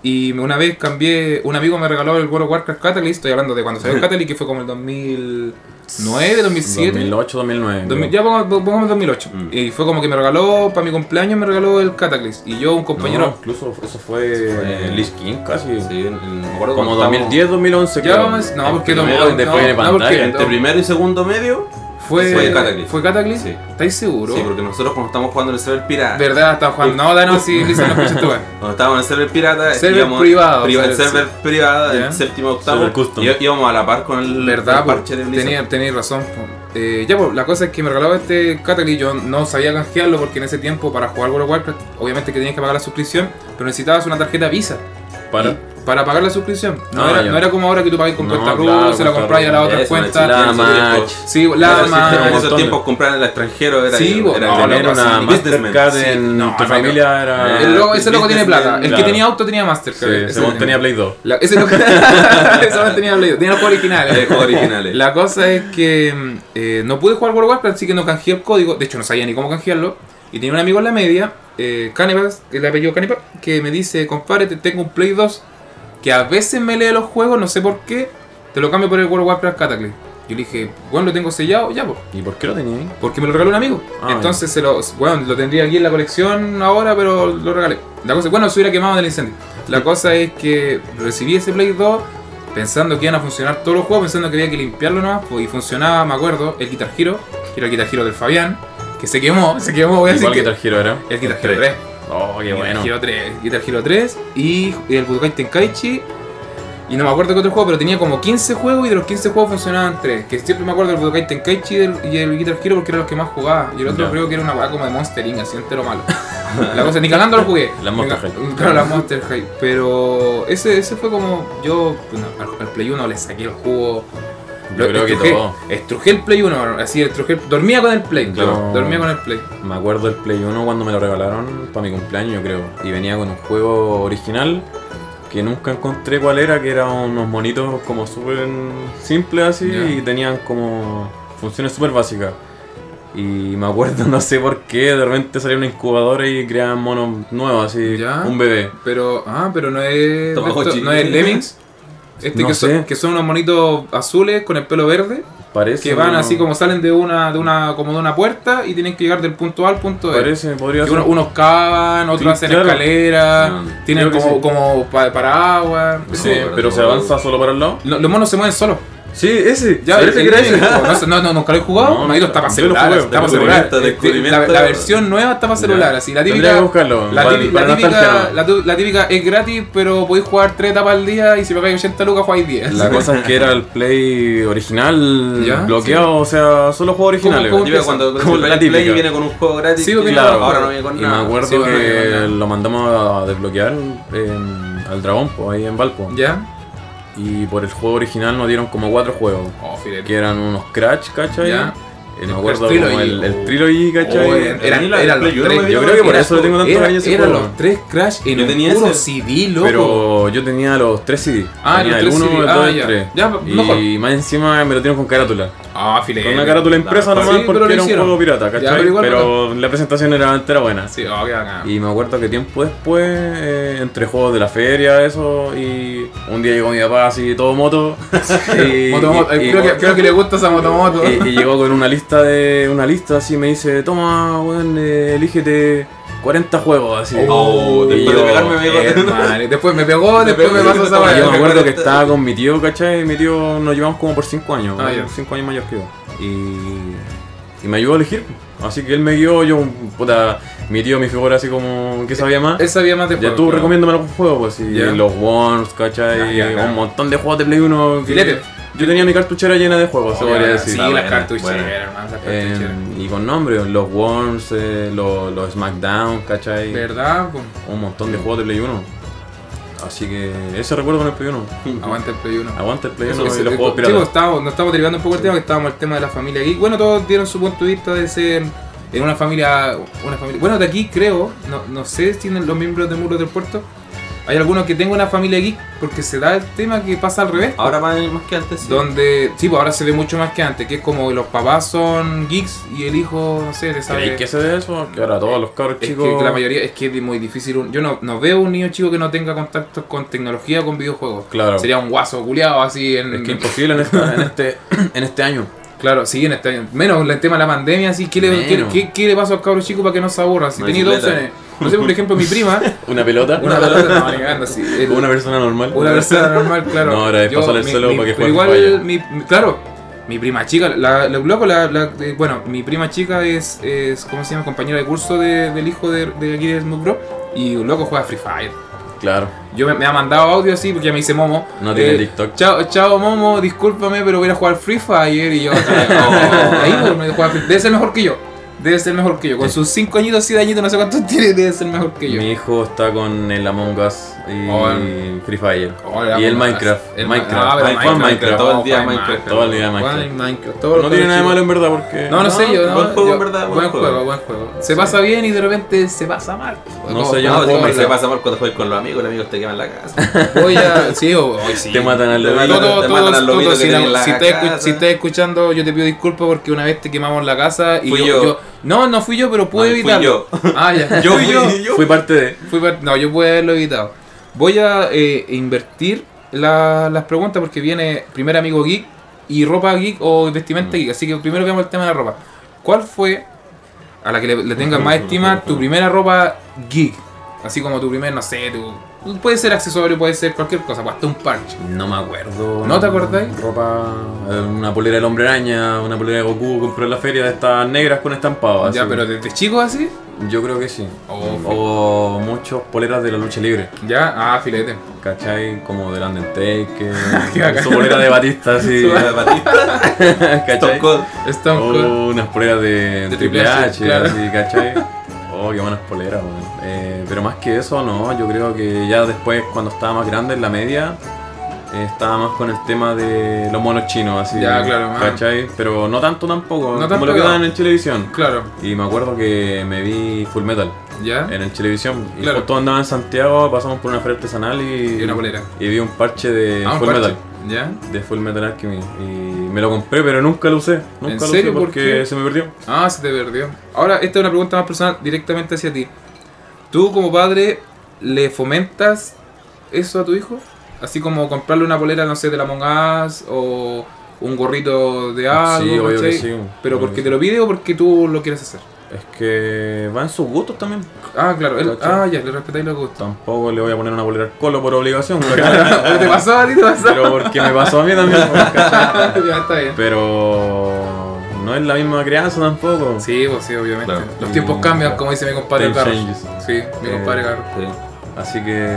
Speaker 1: y una vez cambié, un amigo me regaló el World of Warcraft Catalyst, estoy hablando de cuando salió el Catalyst que fue como el 2009, 2007.
Speaker 3: 2008, 2009.
Speaker 1: Dos mil- ya
Speaker 3: creo.
Speaker 1: pues, pongamos pongamos 2008.
Speaker 2: Mm.
Speaker 1: Y fue como que me regaló, para mi cumpleaños me regaló el Cataclysm. Y yo, un compañero,
Speaker 3: No, incluso eso fue
Speaker 2: fue-
Speaker 3: eh, Lich King casi.
Speaker 2: Sí, me acuerdo
Speaker 3: Como
Speaker 2: cuando estábamos-
Speaker 3: 2010, 2011.
Speaker 1: Ya
Speaker 3: creo.
Speaker 1: vamos- no,
Speaker 3: El
Speaker 1: porque no-
Speaker 3: primero,
Speaker 1: no,
Speaker 3: después de
Speaker 1: no,
Speaker 3: pantalla.
Speaker 1: porque-
Speaker 2: Entre primero y segundo medio.
Speaker 1: fue,
Speaker 2: Fue Cataclysm.
Speaker 1: ¿Fue Cataclysm?
Speaker 2: Sí.
Speaker 1: ¿Estáis seguros?
Speaker 2: Sí, porque nosotros cuando estamos jugando en el server pirata.
Speaker 1: ¿Verdad? Estaba jugando. No, Dano, sí, Lisa, no escuchas tú. eh.
Speaker 2: Cuando estábamos en el server pirata,
Speaker 1: Server
Speaker 2: íbamos-
Speaker 1: privado,
Speaker 2: priva- el
Speaker 1: server-
Speaker 2: server privado,
Speaker 1: Ya.
Speaker 2: el séptimo octavo,
Speaker 3: Server custom.
Speaker 2: y- íbamos a la par con el,
Speaker 1: ¿Verdad? Pues,
Speaker 2: el parche de Blizzard.
Speaker 1: Tenía, tenéis razón. po. Eh, ya, pues, la cosa es que me regalaba este Cataclysm. Yo no sabía canjearlo porque en ese tiempo, para jugar World of Warcraft, obviamente que tenías que pagar la suscripción, pero necesitabas una tarjeta Visa.
Speaker 3: Para.
Speaker 1: Y- Para pagar la suscripción. No,
Speaker 3: Ah,
Speaker 1: era,
Speaker 3: ya.
Speaker 1: no era como ahora que tú pagáis con
Speaker 3: No,
Speaker 1: cuenta
Speaker 3: claro,
Speaker 1: RU, se la
Speaker 3: cuenta
Speaker 1: compráis a
Speaker 3: RU.
Speaker 1: la otra
Speaker 2: Eso, una
Speaker 1: cuenta.
Speaker 2: chilada,
Speaker 3: La
Speaker 2: en esos
Speaker 3: match.
Speaker 2: tiempos.
Speaker 1: Sí,
Speaker 2: Claro,
Speaker 1: la
Speaker 2: sí,
Speaker 1: más-
Speaker 2: pero en
Speaker 3: montón
Speaker 2: esos
Speaker 3: de-
Speaker 2: tiempos comprar en el extranjero era,
Speaker 1: Sí, vos,
Speaker 2: era
Speaker 1: no,
Speaker 2: tener
Speaker 1: loco,
Speaker 2: una
Speaker 3: una
Speaker 1: sí,
Speaker 2: businessman.
Speaker 3: Mastercard
Speaker 1: Sí,
Speaker 3: en
Speaker 1: no, eh,
Speaker 3: tu
Speaker 1: no,
Speaker 3: familia era.
Speaker 1: El loco- ese loco tiene
Speaker 2: businessman,
Speaker 1: plata. El
Speaker 3: claro.
Speaker 1: que tenía auto tenía Mastercard.
Speaker 3: Sí,
Speaker 1: Ese
Speaker 3: Simón
Speaker 1: tenía.
Speaker 3: tenía Play 2.
Speaker 1: La- ese no, ese no tenía Play, tenía los juegos originales.
Speaker 2: Eh, juegos originales.
Speaker 1: La cosa es que mm, eh, no pude jugar World of Warcraft, así que no canjeé el código. De hecho, no sabía ni cómo canjearlo. Y tenía un amigo en la media, eh, Canibas, el apellido Canipa, que me dice: Compadre, te tengo un Play 2 que a veces me lee los juegos, no sé por qué. Te lo cambio por el World of Warcraft Cataclysm. Yo le dije: Bueno, lo tengo sellado, ya, pues.
Speaker 3: ¿Y por qué lo tenía ahí?
Speaker 1: Porque me lo regaló un amigo.
Speaker 3: Ah,
Speaker 1: Entonces, se lo, bueno, lo tendría aquí en la colección ahora, pero lo regalé. La cosa, bueno, se hubiera quemado en el incendio. La cosa es que recibí ese Play 2 pensando que iban a funcionar todos los juegos, pensando que había que limpiarlo nomás. pues, y funcionaba, me acuerdo, el Guitar Hero, que era el Guitar Hero del Fabián, que se quemó, se quemó, voy a
Speaker 3: ¿Y
Speaker 1: decir
Speaker 3: cuál
Speaker 1: que...
Speaker 3: Guitar Hero era?
Speaker 1: El Guitar Hero 3.
Speaker 3: Oh, qué
Speaker 1: Guitar
Speaker 3: bueno.
Speaker 1: Hero 3, Guitar Hero 3 y el Budokai Tenkaichi. Y no me acuerdo qué otro juego, pero tenía como 15 juegos y de los 15 juegos funcionaban 3. Que siempre me acuerdo del Budokai Tenkaichi y del- y el Guitar Hero porque eran los que más jugaba. Y el otro
Speaker 3: Ya.
Speaker 1: creo que era una weá como de Monster Inc, así entero malo. la cosa, ni cagando lo jugué.
Speaker 3: La Monster
Speaker 1: Ni ca-
Speaker 3: High.
Speaker 1: Claro, la Monster High. Pero ese, ese fue como yo bueno, al, al Play 1 le saqué el jugo.
Speaker 3: Yo
Speaker 1: Lo-
Speaker 3: creo que
Speaker 1: estrujé-
Speaker 3: todo.
Speaker 1: Estrujé el Play 1, así estrujé. Dormía con el Play,
Speaker 3: Yo-
Speaker 1: dormía con el Play.
Speaker 3: Me acuerdo del Play 1 cuando me lo regalaron para mi cumpleaños, yo creo. Y venía con un juego original que nunca encontré cuál era, que eran unos monitos como súper simples así
Speaker 1: Ya.
Speaker 3: y tenían como funciones súper básicas. Y me acuerdo, no sé por qué, de repente salió una incubadora y creaban monos nuevos, así,
Speaker 1: Ya.
Speaker 3: un bebé.
Speaker 1: Pero, ah, pero no es.
Speaker 2: Tamagotchi.
Speaker 1: esto- no es Lemmings. Este
Speaker 3: No
Speaker 1: que,
Speaker 3: sé.
Speaker 1: son, que son unos monitos azules con el pelo verde.
Speaker 3: Parece
Speaker 1: Que van
Speaker 3: uno-
Speaker 1: así como salen de una, de una, como de una puerta y tienen que llegar del punto A al punto B.
Speaker 3: Parece, podría
Speaker 1: Que
Speaker 3: ser.
Speaker 1: uno- unos cavan, otros
Speaker 3: Sí,
Speaker 1: hacen
Speaker 3: claro.
Speaker 1: escaleras,
Speaker 3: Ah,
Speaker 2: Mm,
Speaker 1: tienen
Speaker 3: creo que
Speaker 1: como,
Speaker 3: sí.
Speaker 1: como pa- paraguas.
Speaker 3: Sí,
Speaker 2: No,
Speaker 3: pero se
Speaker 2: no.
Speaker 3: avanza solo para el lado.
Speaker 1: Lo- los monos se mueven solos.
Speaker 3: Sí, ese.
Speaker 1: Ya,
Speaker 3: parece que era
Speaker 1: el-
Speaker 3: ese.
Speaker 1: no, no, no, nunca lo he jugado.
Speaker 3: No,
Speaker 1: Maguito está para
Speaker 3: yo
Speaker 1: celular.
Speaker 3: lo jugué,
Speaker 1: está para celular. Este,
Speaker 2: descubrimiento, descubrimiento.
Speaker 1: La, la versión nueva está para celular,
Speaker 3: Ya.
Speaker 1: así. La
Speaker 3: Tendría
Speaker 1: típica.
Speaker 3: que buscarlo,
Speaker 1: La
Speaker 3: para-
Speaker 1: típica,
Speaker 3: para
Speaker 1: la, típica,
Speaker 3: nostalgia,
Speaker 1: la tu- la típica es gratis, pero podéis jugar 3 etapas al día y si pagáis 80 lucas jugáis 10.
Speaker 3: La cosa es que era el play original
Speaker 1: Ya,
Speaker 3: bloqueado, o sea, solo juegos originales.
Speaker 1: ¿Cómo-
Speaker 2: Típica cuando
Speaker 3: Como
Speaker 2: el
Speaker 3: la
Speaker 2: Play
Speaker 3: típica.
Speaker 2: viene con un juego gratis.
Speaker 1: Sí, porque
Speaker 2: y
Speaker 1: claro,
Speaker 2: ahora no viene con
Speaker 3: Y
Speaker 2: nada.
Speaker 3: me acuerdo
Speaker 1: sí, bueno,
Speaker 3: que
Speaker 1: bueno.
Speaker 3: lo mandamos a desbloquear en- al dragón, pues, ahí en Valpo.
Speaker 1: ¿Ya?
Speaker 3: Y por el juego original nos dieron como cuatro juegos.
Speaker 1: Oh, filete.
Speaker 3: Que eran unos Crash, ¿cachai?
Speaker 1: Ya.
Speaker 3: Eh,
Speaker 1: El
Speaker 3: me acuerdo
Speaker 1: Crash
Speaker 3: como
Speaker 1: Trilogy.
Speaker 3: el, el Trilogy, ¿cachai?
Speaker 1: Oh,
Speaker 2: era-
Speaker 1: eran-
Speaker 2: Tenía la
Speaker 1: eran
Speaker 2: Play
Speaker 1: los
Speaker 2: Uno,
Speaker 1: tres.
Speaker 2: me
Speaker 3: Yo
Speaker 2: dio
Speaker 3: creo que por
Speaker 1: Era-
Speaker 3: eso le tengo tanto
Speaker 1: era-
Speaker 3: cariño a ese
Speaker 1: Eran
Speaker 3: juego.
Speaker 1: los tres Crash en
Speaker 2: Yo
Speaker 1: un
Speaker 2: tenía
Speaker 1: puro
Speaker 2: ese.
Speaker 1: CD, loco.
Speaker 3: Pero yo tenía los tres CD.
Speaker 1: Ah,
Speaker 3: tenía
Speaker 1: los tres
Speaker 3: el 1,
Speaker 1: CD.
Speaker 3: el
Speaker 1: Ah,
Speaker 3: 2, el
Speaker 1: ya.
Speaker 3: 3.
Speaker 1: Ya,
Speaker 3: y
Speaker 1: mejor.
Speaker 3: más encima me lo dieron con carátula.
Speaker 1: Ah, filete.
Speaker 3: Con una carátula impresa
Speaker 1: ah, sí,
Speaker 3: nomás
Speaker 1: pero lo
Speaker 3: porque era un
Speaker 1: hicieron.
Speaker 3: juego pirata,
Speaker 1: Ya,
Speaker 3: ¿cachai?
Speaker 1: pero
Speaker 3: pero
Speaker 1: igual
Speaker 3: la presentación era, era buena.
Speaker 1: Sí, oh, qué bacán.
Speaker 3: Y me acuerdo que tiempo después, eh, entre juegos de la feria, eso, y un día llegó mi papá así, todo moto. y,
Speaker 1: Motomoto,
Speaker 3: y-
Speaker 1: eh,
Speaker 3: y-
Speaker 1: creo, que, creo que le gusta esa motomoto.
Speaker 3: y- y llegó con una lista de. Una lista así, me dice, toma, weón, eh, elígete 40 juegos así.
Speaker 2: Oh,
Speaker 3: Y
Speaker 2: después de
Speaker 3: yo,
Speaker 2: pegarme me pegó.
Speaker 1: Hermano, y después me pegó, después me pasó esa
Speaker 3: Y
Speaker 1: weá.
Speaker 3: yo me acuerdo que
Speaker 2: Cuarenta.
Speaker 3: estaba con mi tío, ¿cachai? Mi tío nos llevamos como por 5 años,
Speaker 1: Ah, ya.
Speaker 3: 5 años mayor que yo. Y, y me ayudó a elegir. pues. Así que él me guió, yo, puta, mi tío, mi figura así como, ¿qué sabía más?
Speaker 1: Él sabía más de
Speaker 3: Ya
Speaker 1: juegos,
Speaker 3: tú
Speaker 1: claro.
Speaker 3: recomiéndame algún juego, pues, y
Speaker 1: Ya.
Speaker 3: los Worms, ¿cachai?
Speaker 1: Ya, ya, claro.
Speaker 3: Un montón de juegos de Play 1. que-
Speaker 1: Filete. Oh,
Speaker 3: Yo tenía mi cartuchera llena de juegos, se podría decir. Ah,
Speaker 1: Sí,
Speaker 2: Está
Speaker 1: las
Speaker 2: buena,
Speaker 1: cartucheras,
Speaker 2: buena.
Speaker 1: hermano, las
Speaker 3: Eh,
Speaker 1: cartucheras.
Speaker 3: y con nombres, los Worms, eh, los, los SmackDown, ¿cachai?
Speaker 1: ¿Verdad? po?
Speaker 3: Un montón de juegos de Play 1. Así que ese recuerdo con el Play 1.
Speaker 1: Aguanta el Play 1.
Speaker 3: Aguanta el Play
Speaker 1: Eso,
Speaker 3: 1 y
Speaker 1: sí,
Speaker 3: los
Speaker 1: chicos,
Speaker 3: juegos piratas.
Speaker 1: estábamos- nos estamos derivando un poco el tema, que estábamos el tema de la familia geek. Bueno, todos dieron su punto de vista de ser en una familia, una familia. Bueno, de aquí creo, no, no sé si en los miembros de Muros del Puerto hay algunos que tengan una familia geek, porque se da el tema que pasa al revés.
Speaker 2: Ahora más, más que antes. sí.
Speaker 1: Donde, sí, pues ahora se ve mucho más que antes, que es como los papás son geeks y el hijo, no sé, le sabe.
Speaker 3: ¿Creéis que se ve eso? Que ahora todos los cabros
Speaker 1: Es
Speaker 3: chicos.
Speaker 1: que la mayoría es que es muy difícil. un- yo no, no veo un niño chico que no tenga contacto con tecnología o con videojuegos.
Speaker 3: Claro.
Speaker 1: Sería un guaso culiado así en.
Speaker 3: Es que imposible en, esta- en este, en este año.
Speaker 1: Claro, sí, en este año. Menos el tema de la pandemia, así. ¿Qué le, qué,
Speaker 3: Menos.
Speaker 1: qué- qué le pasa a los cabros chicos para que no se aburran? Si
Speaker 2: Una
Speaker 1: tenía dos opciones.
Speaker 2: bicicleta.
Speaker 1: No sé, por ejemplo, mi prima.
Speaker 3: ¿Una pelota?
Speaker 1: Una persona, no, ni cagando, sí, el-
Speaker 3: Una persona normal.
Speaker 1: una persona normal, claro.
Speaker 3: No, ahora es pasarle el
Speaker 1: mi-
Speaker 3: celo
Speaker 1: mi-
Speaker 3: para que
Speaker 1: pero
Speaker 3: juegue
Speaker 1: Igual,
Speaker 3: falla.
Speaker 1: mi, mi- claro, mi prima chica, la, la- loco, la- la- eh, bueno, mi prima chica es, es, ¿cómo se llama? Compañera de curso de- del hijo de, de aquí de Snoop Bro. Y loco juega Free Fire.
Speaker 3: Claro.
Speaker 1: Yo me, me ha mandado audio así porque ya me dice Momo. Eh,
Speaker 3: No tiene TikTok.
Speaker 1: Chao, chao Momo, discúlpame, pero voy a ir a jugar Free Fire y yo. así, "Oh". Ahí pues, me juega Free- Debe ser mejor que yo. Debe ser mejor que yo. Con sus 5 añitos, 7 añitos, no sé cuántos tiene, debe ser mejor que yo.
Speaker 3: Mi hijo está con el Among Us y
Speaker 1: Oh,
Speaker 3: Free Fire.
Speaker 1: Oh, la
Speaker 3: y el
Speaker 1: Among Us.
Speaker 3: Minecraft.
Speaker 1: El Ma- ah,
Speaker 3: Minecraft.
Speaker 1: pero
Speaker 3: Ay,
Speaker 2: Juan
Speaker 3: Juan
Speaker 1: Minecraft,
Speaker 3: Minecraft.
Speaker 2: todo el día
Speaker 1: Juan
Speaker 2: Minecraft.
Speaker 3: Todo el día de
Speaker 1: Juan
Speaker 3: Minecraft.
Speaker 1: Minecraft, todos los
Speaker 3: No tiene nada de malo
Speaker 1: cabros
Speaker 3: en verdad porque.
Speaker 1: chicos. No, no sé, yo no.
Speaker 2: buen juego,
Speaker 1: yo-
Speaker 2: en verdad,
Speaker 1: Buen
Speaker 2: buen
Speaker 1: juego,
Speaker 2: juego.
Speaker 1: buen juego. Se pasa bien y de repente se pasa mal. Ah,
Speaker 3: No
Speaker 1: Como-
Speaker 3: sé, yo
Speaker 1: como
Speaker 2: No,
Speaker 3: juego
Speaker 1: todo,
Speaker 2: siempre se
Speaker 1: ¿verdad?
Speaker 2: pasa mal cuando juegas con los amigos, los amigos te queman la casa.
Speaker 1: Voy a. Sí, o- hoy sí.
Speaker 3: Te matan al
Speaker 2: Te
Speaker 3: dedo.
Speaker 2: matan
Speaker 1: Todo,
Speaker 2: al
Speaker 1: todo,
Speaker 2: te matan al
Speaker 1: todo,
Speaker 2: lobito
Speaker 1: si,
Speaker 2: que
Speaker 1: no-
Speaker 2: tenés en la
Speaker 1: si estás escu-
Speaker 2: casa.
Speaker 1: si estás escuchando, yo te pido disculpas porque una vez te quemamos la casa y
Speaker 2: Fui
Speaker 1: yo,
Speaker 2: yo.
Speaker 1: No, no fui yo, pero pude
Speaker 2: No, fui
Speaker 1: evitarlo. Ah, ya.
Speaker 2: Yo
Speaker 1: Fui
Speaker 2: fui- yo.
Speaker 3: Fui parte de.
Speaker 1: Fui par- no, yo pude haberlo evitado. Voy a eh, invertir la- las preguntas porque viene primer amigo geek y ropa geek o vestimenta
Speaker 2: Mm.
Speaker 1: geek. Así que primero veamos el tema de la ropa. ¿Cuál fue, a la que le, le tengas más estima, tu primera ropa geek? Así como tu primer, no sé, tu, puede ser accesorio, puede ser cualquier cosa, pues, hasta un parche.
Speaker 3: No me acuerdo.
Speaker 1: ¿No te acordáis?
Speaker 3: Ropa. eh, Una polera del hombre araña, una polera de Goku, compré en la feria de estas negras con estampado. así.
Speaker 1: Ya, pero desde chico así.
Speaker 3: Yo creo que sí.
Speaker 1: Oh,
Speaker 3: O muchos poleras de la lucha libre.
Speaker 1: Ya, ah, filete.
Speaker 3: ¿Cachai? Como del
Speaker 1: Qué bacán.
Speaker 3: Undertaker. su polera de Batista, así.
Speaker 2: De Batista, Stone
Speaker 3: ¿Cachai?
Speaker 2: Cold.
Speaker 1: Stone
Speaker 3: Oh.
Speaker 1: Cold.
Speaker 3: O unas poleras de,
Speaker 1: De
Speaker 3: Triple
Speaker 1: Triple H,
Speaker 3: H,
Speaker 1: claro.
Speaker 3: así, ¿cachai? Oh, qué buenas poleras, weón. Eh, pero más que eso, no, yo creo que ya después, cuando estaba más grande, en la media, eh, estaba más con el tema de los monos chinos, así.
Speaker 1: Ya, claro, más.
Speaker 3: ¿cachai? Pero no tanto tampoco,
Speaker 1: No
Speaker 3: como
Speaker 1: tanto,
Speaker 3: lo que
Speaker 1: claro.
Speaker 3: daban en televisión.
Speaker 1: Claro,
Speaker 3: Y me acuerdo que me vi Full Metal
Speaker 1: ya.
Speaker 3: en el televisión. Y
Speaker 1: Claro.
Speaker 3: justo andaba en Santiago, pasamos por una feria artesanal y.
Speaker 1: Y una polera.
Speaker 3: y vi un parche de
Speaker 1: Ah, un
Speaker 3: Full
Speaker 1: parche.
Speaker 3: Metal
Speaker 1: Ya.
Speaker 3: de Full Metal Alchemy y me lo compré pero nunca lo usé nunca
Speaker 1: ¿En
Speaker 3: lo
Speaker 1: serio?
Speaker 3: usé
Speaker 1: ¿Por
Speaker 3: porque
Speaker 1: qué?
Speaker 3: se me perdió
Speaker 1: Ah, se te perdió. Ahora, esta es una pregunta más personal directamente hacia ti. ¿Tú como padre le fomentas eso a tu hijo? Así como comprarle una polera, no sé, de la Among Us o, un gorrito de algo,
Speaker 3: Sí, obvio que
Speaker 1: ¿cachai?
Speaker 3: sí,
Speaker 1: pero
Speaker 3: obvio
Speaker 1: porque
Speaker 3: que
Speaker 1: te lo pide o porque tú lo quieres hacer.
Speaker 3: Es que van sus gustos también.
Speaker 1: Ah, claro, él-
Speaker 3: ¿Cachai?
Speaker 1: ah, ya, le respetáis los gustos.
Speaker 3: Tampoco le voy a poner una bolera al colo por obligación,
Speaker 1: ¿Qué
Speaker 3: pero-
Speaker 1: te pasó a ti? ¿Te pasó?
Speaker 3: pero porque me pasó a mí también. ¿cachai?
Speaker 1: ya está bien.
Speaker 3: Pero no es la misma crianza tampoco.
Speaker 1: Sí, pues sí, obviamente.
Speaker 2: Claro.
Speaker 1: Los tiempos
Speaker 3: Y-
Speaker 1: cambian, como dice mi compadre
Speaker 3: Time
Speaker 1: Carlos.
Speaker 3: changes.
Speaker 1: Sí, mi
Speaker 3: Eh,
Speaker 1: compadre Carlos.
Speaker 3: Así que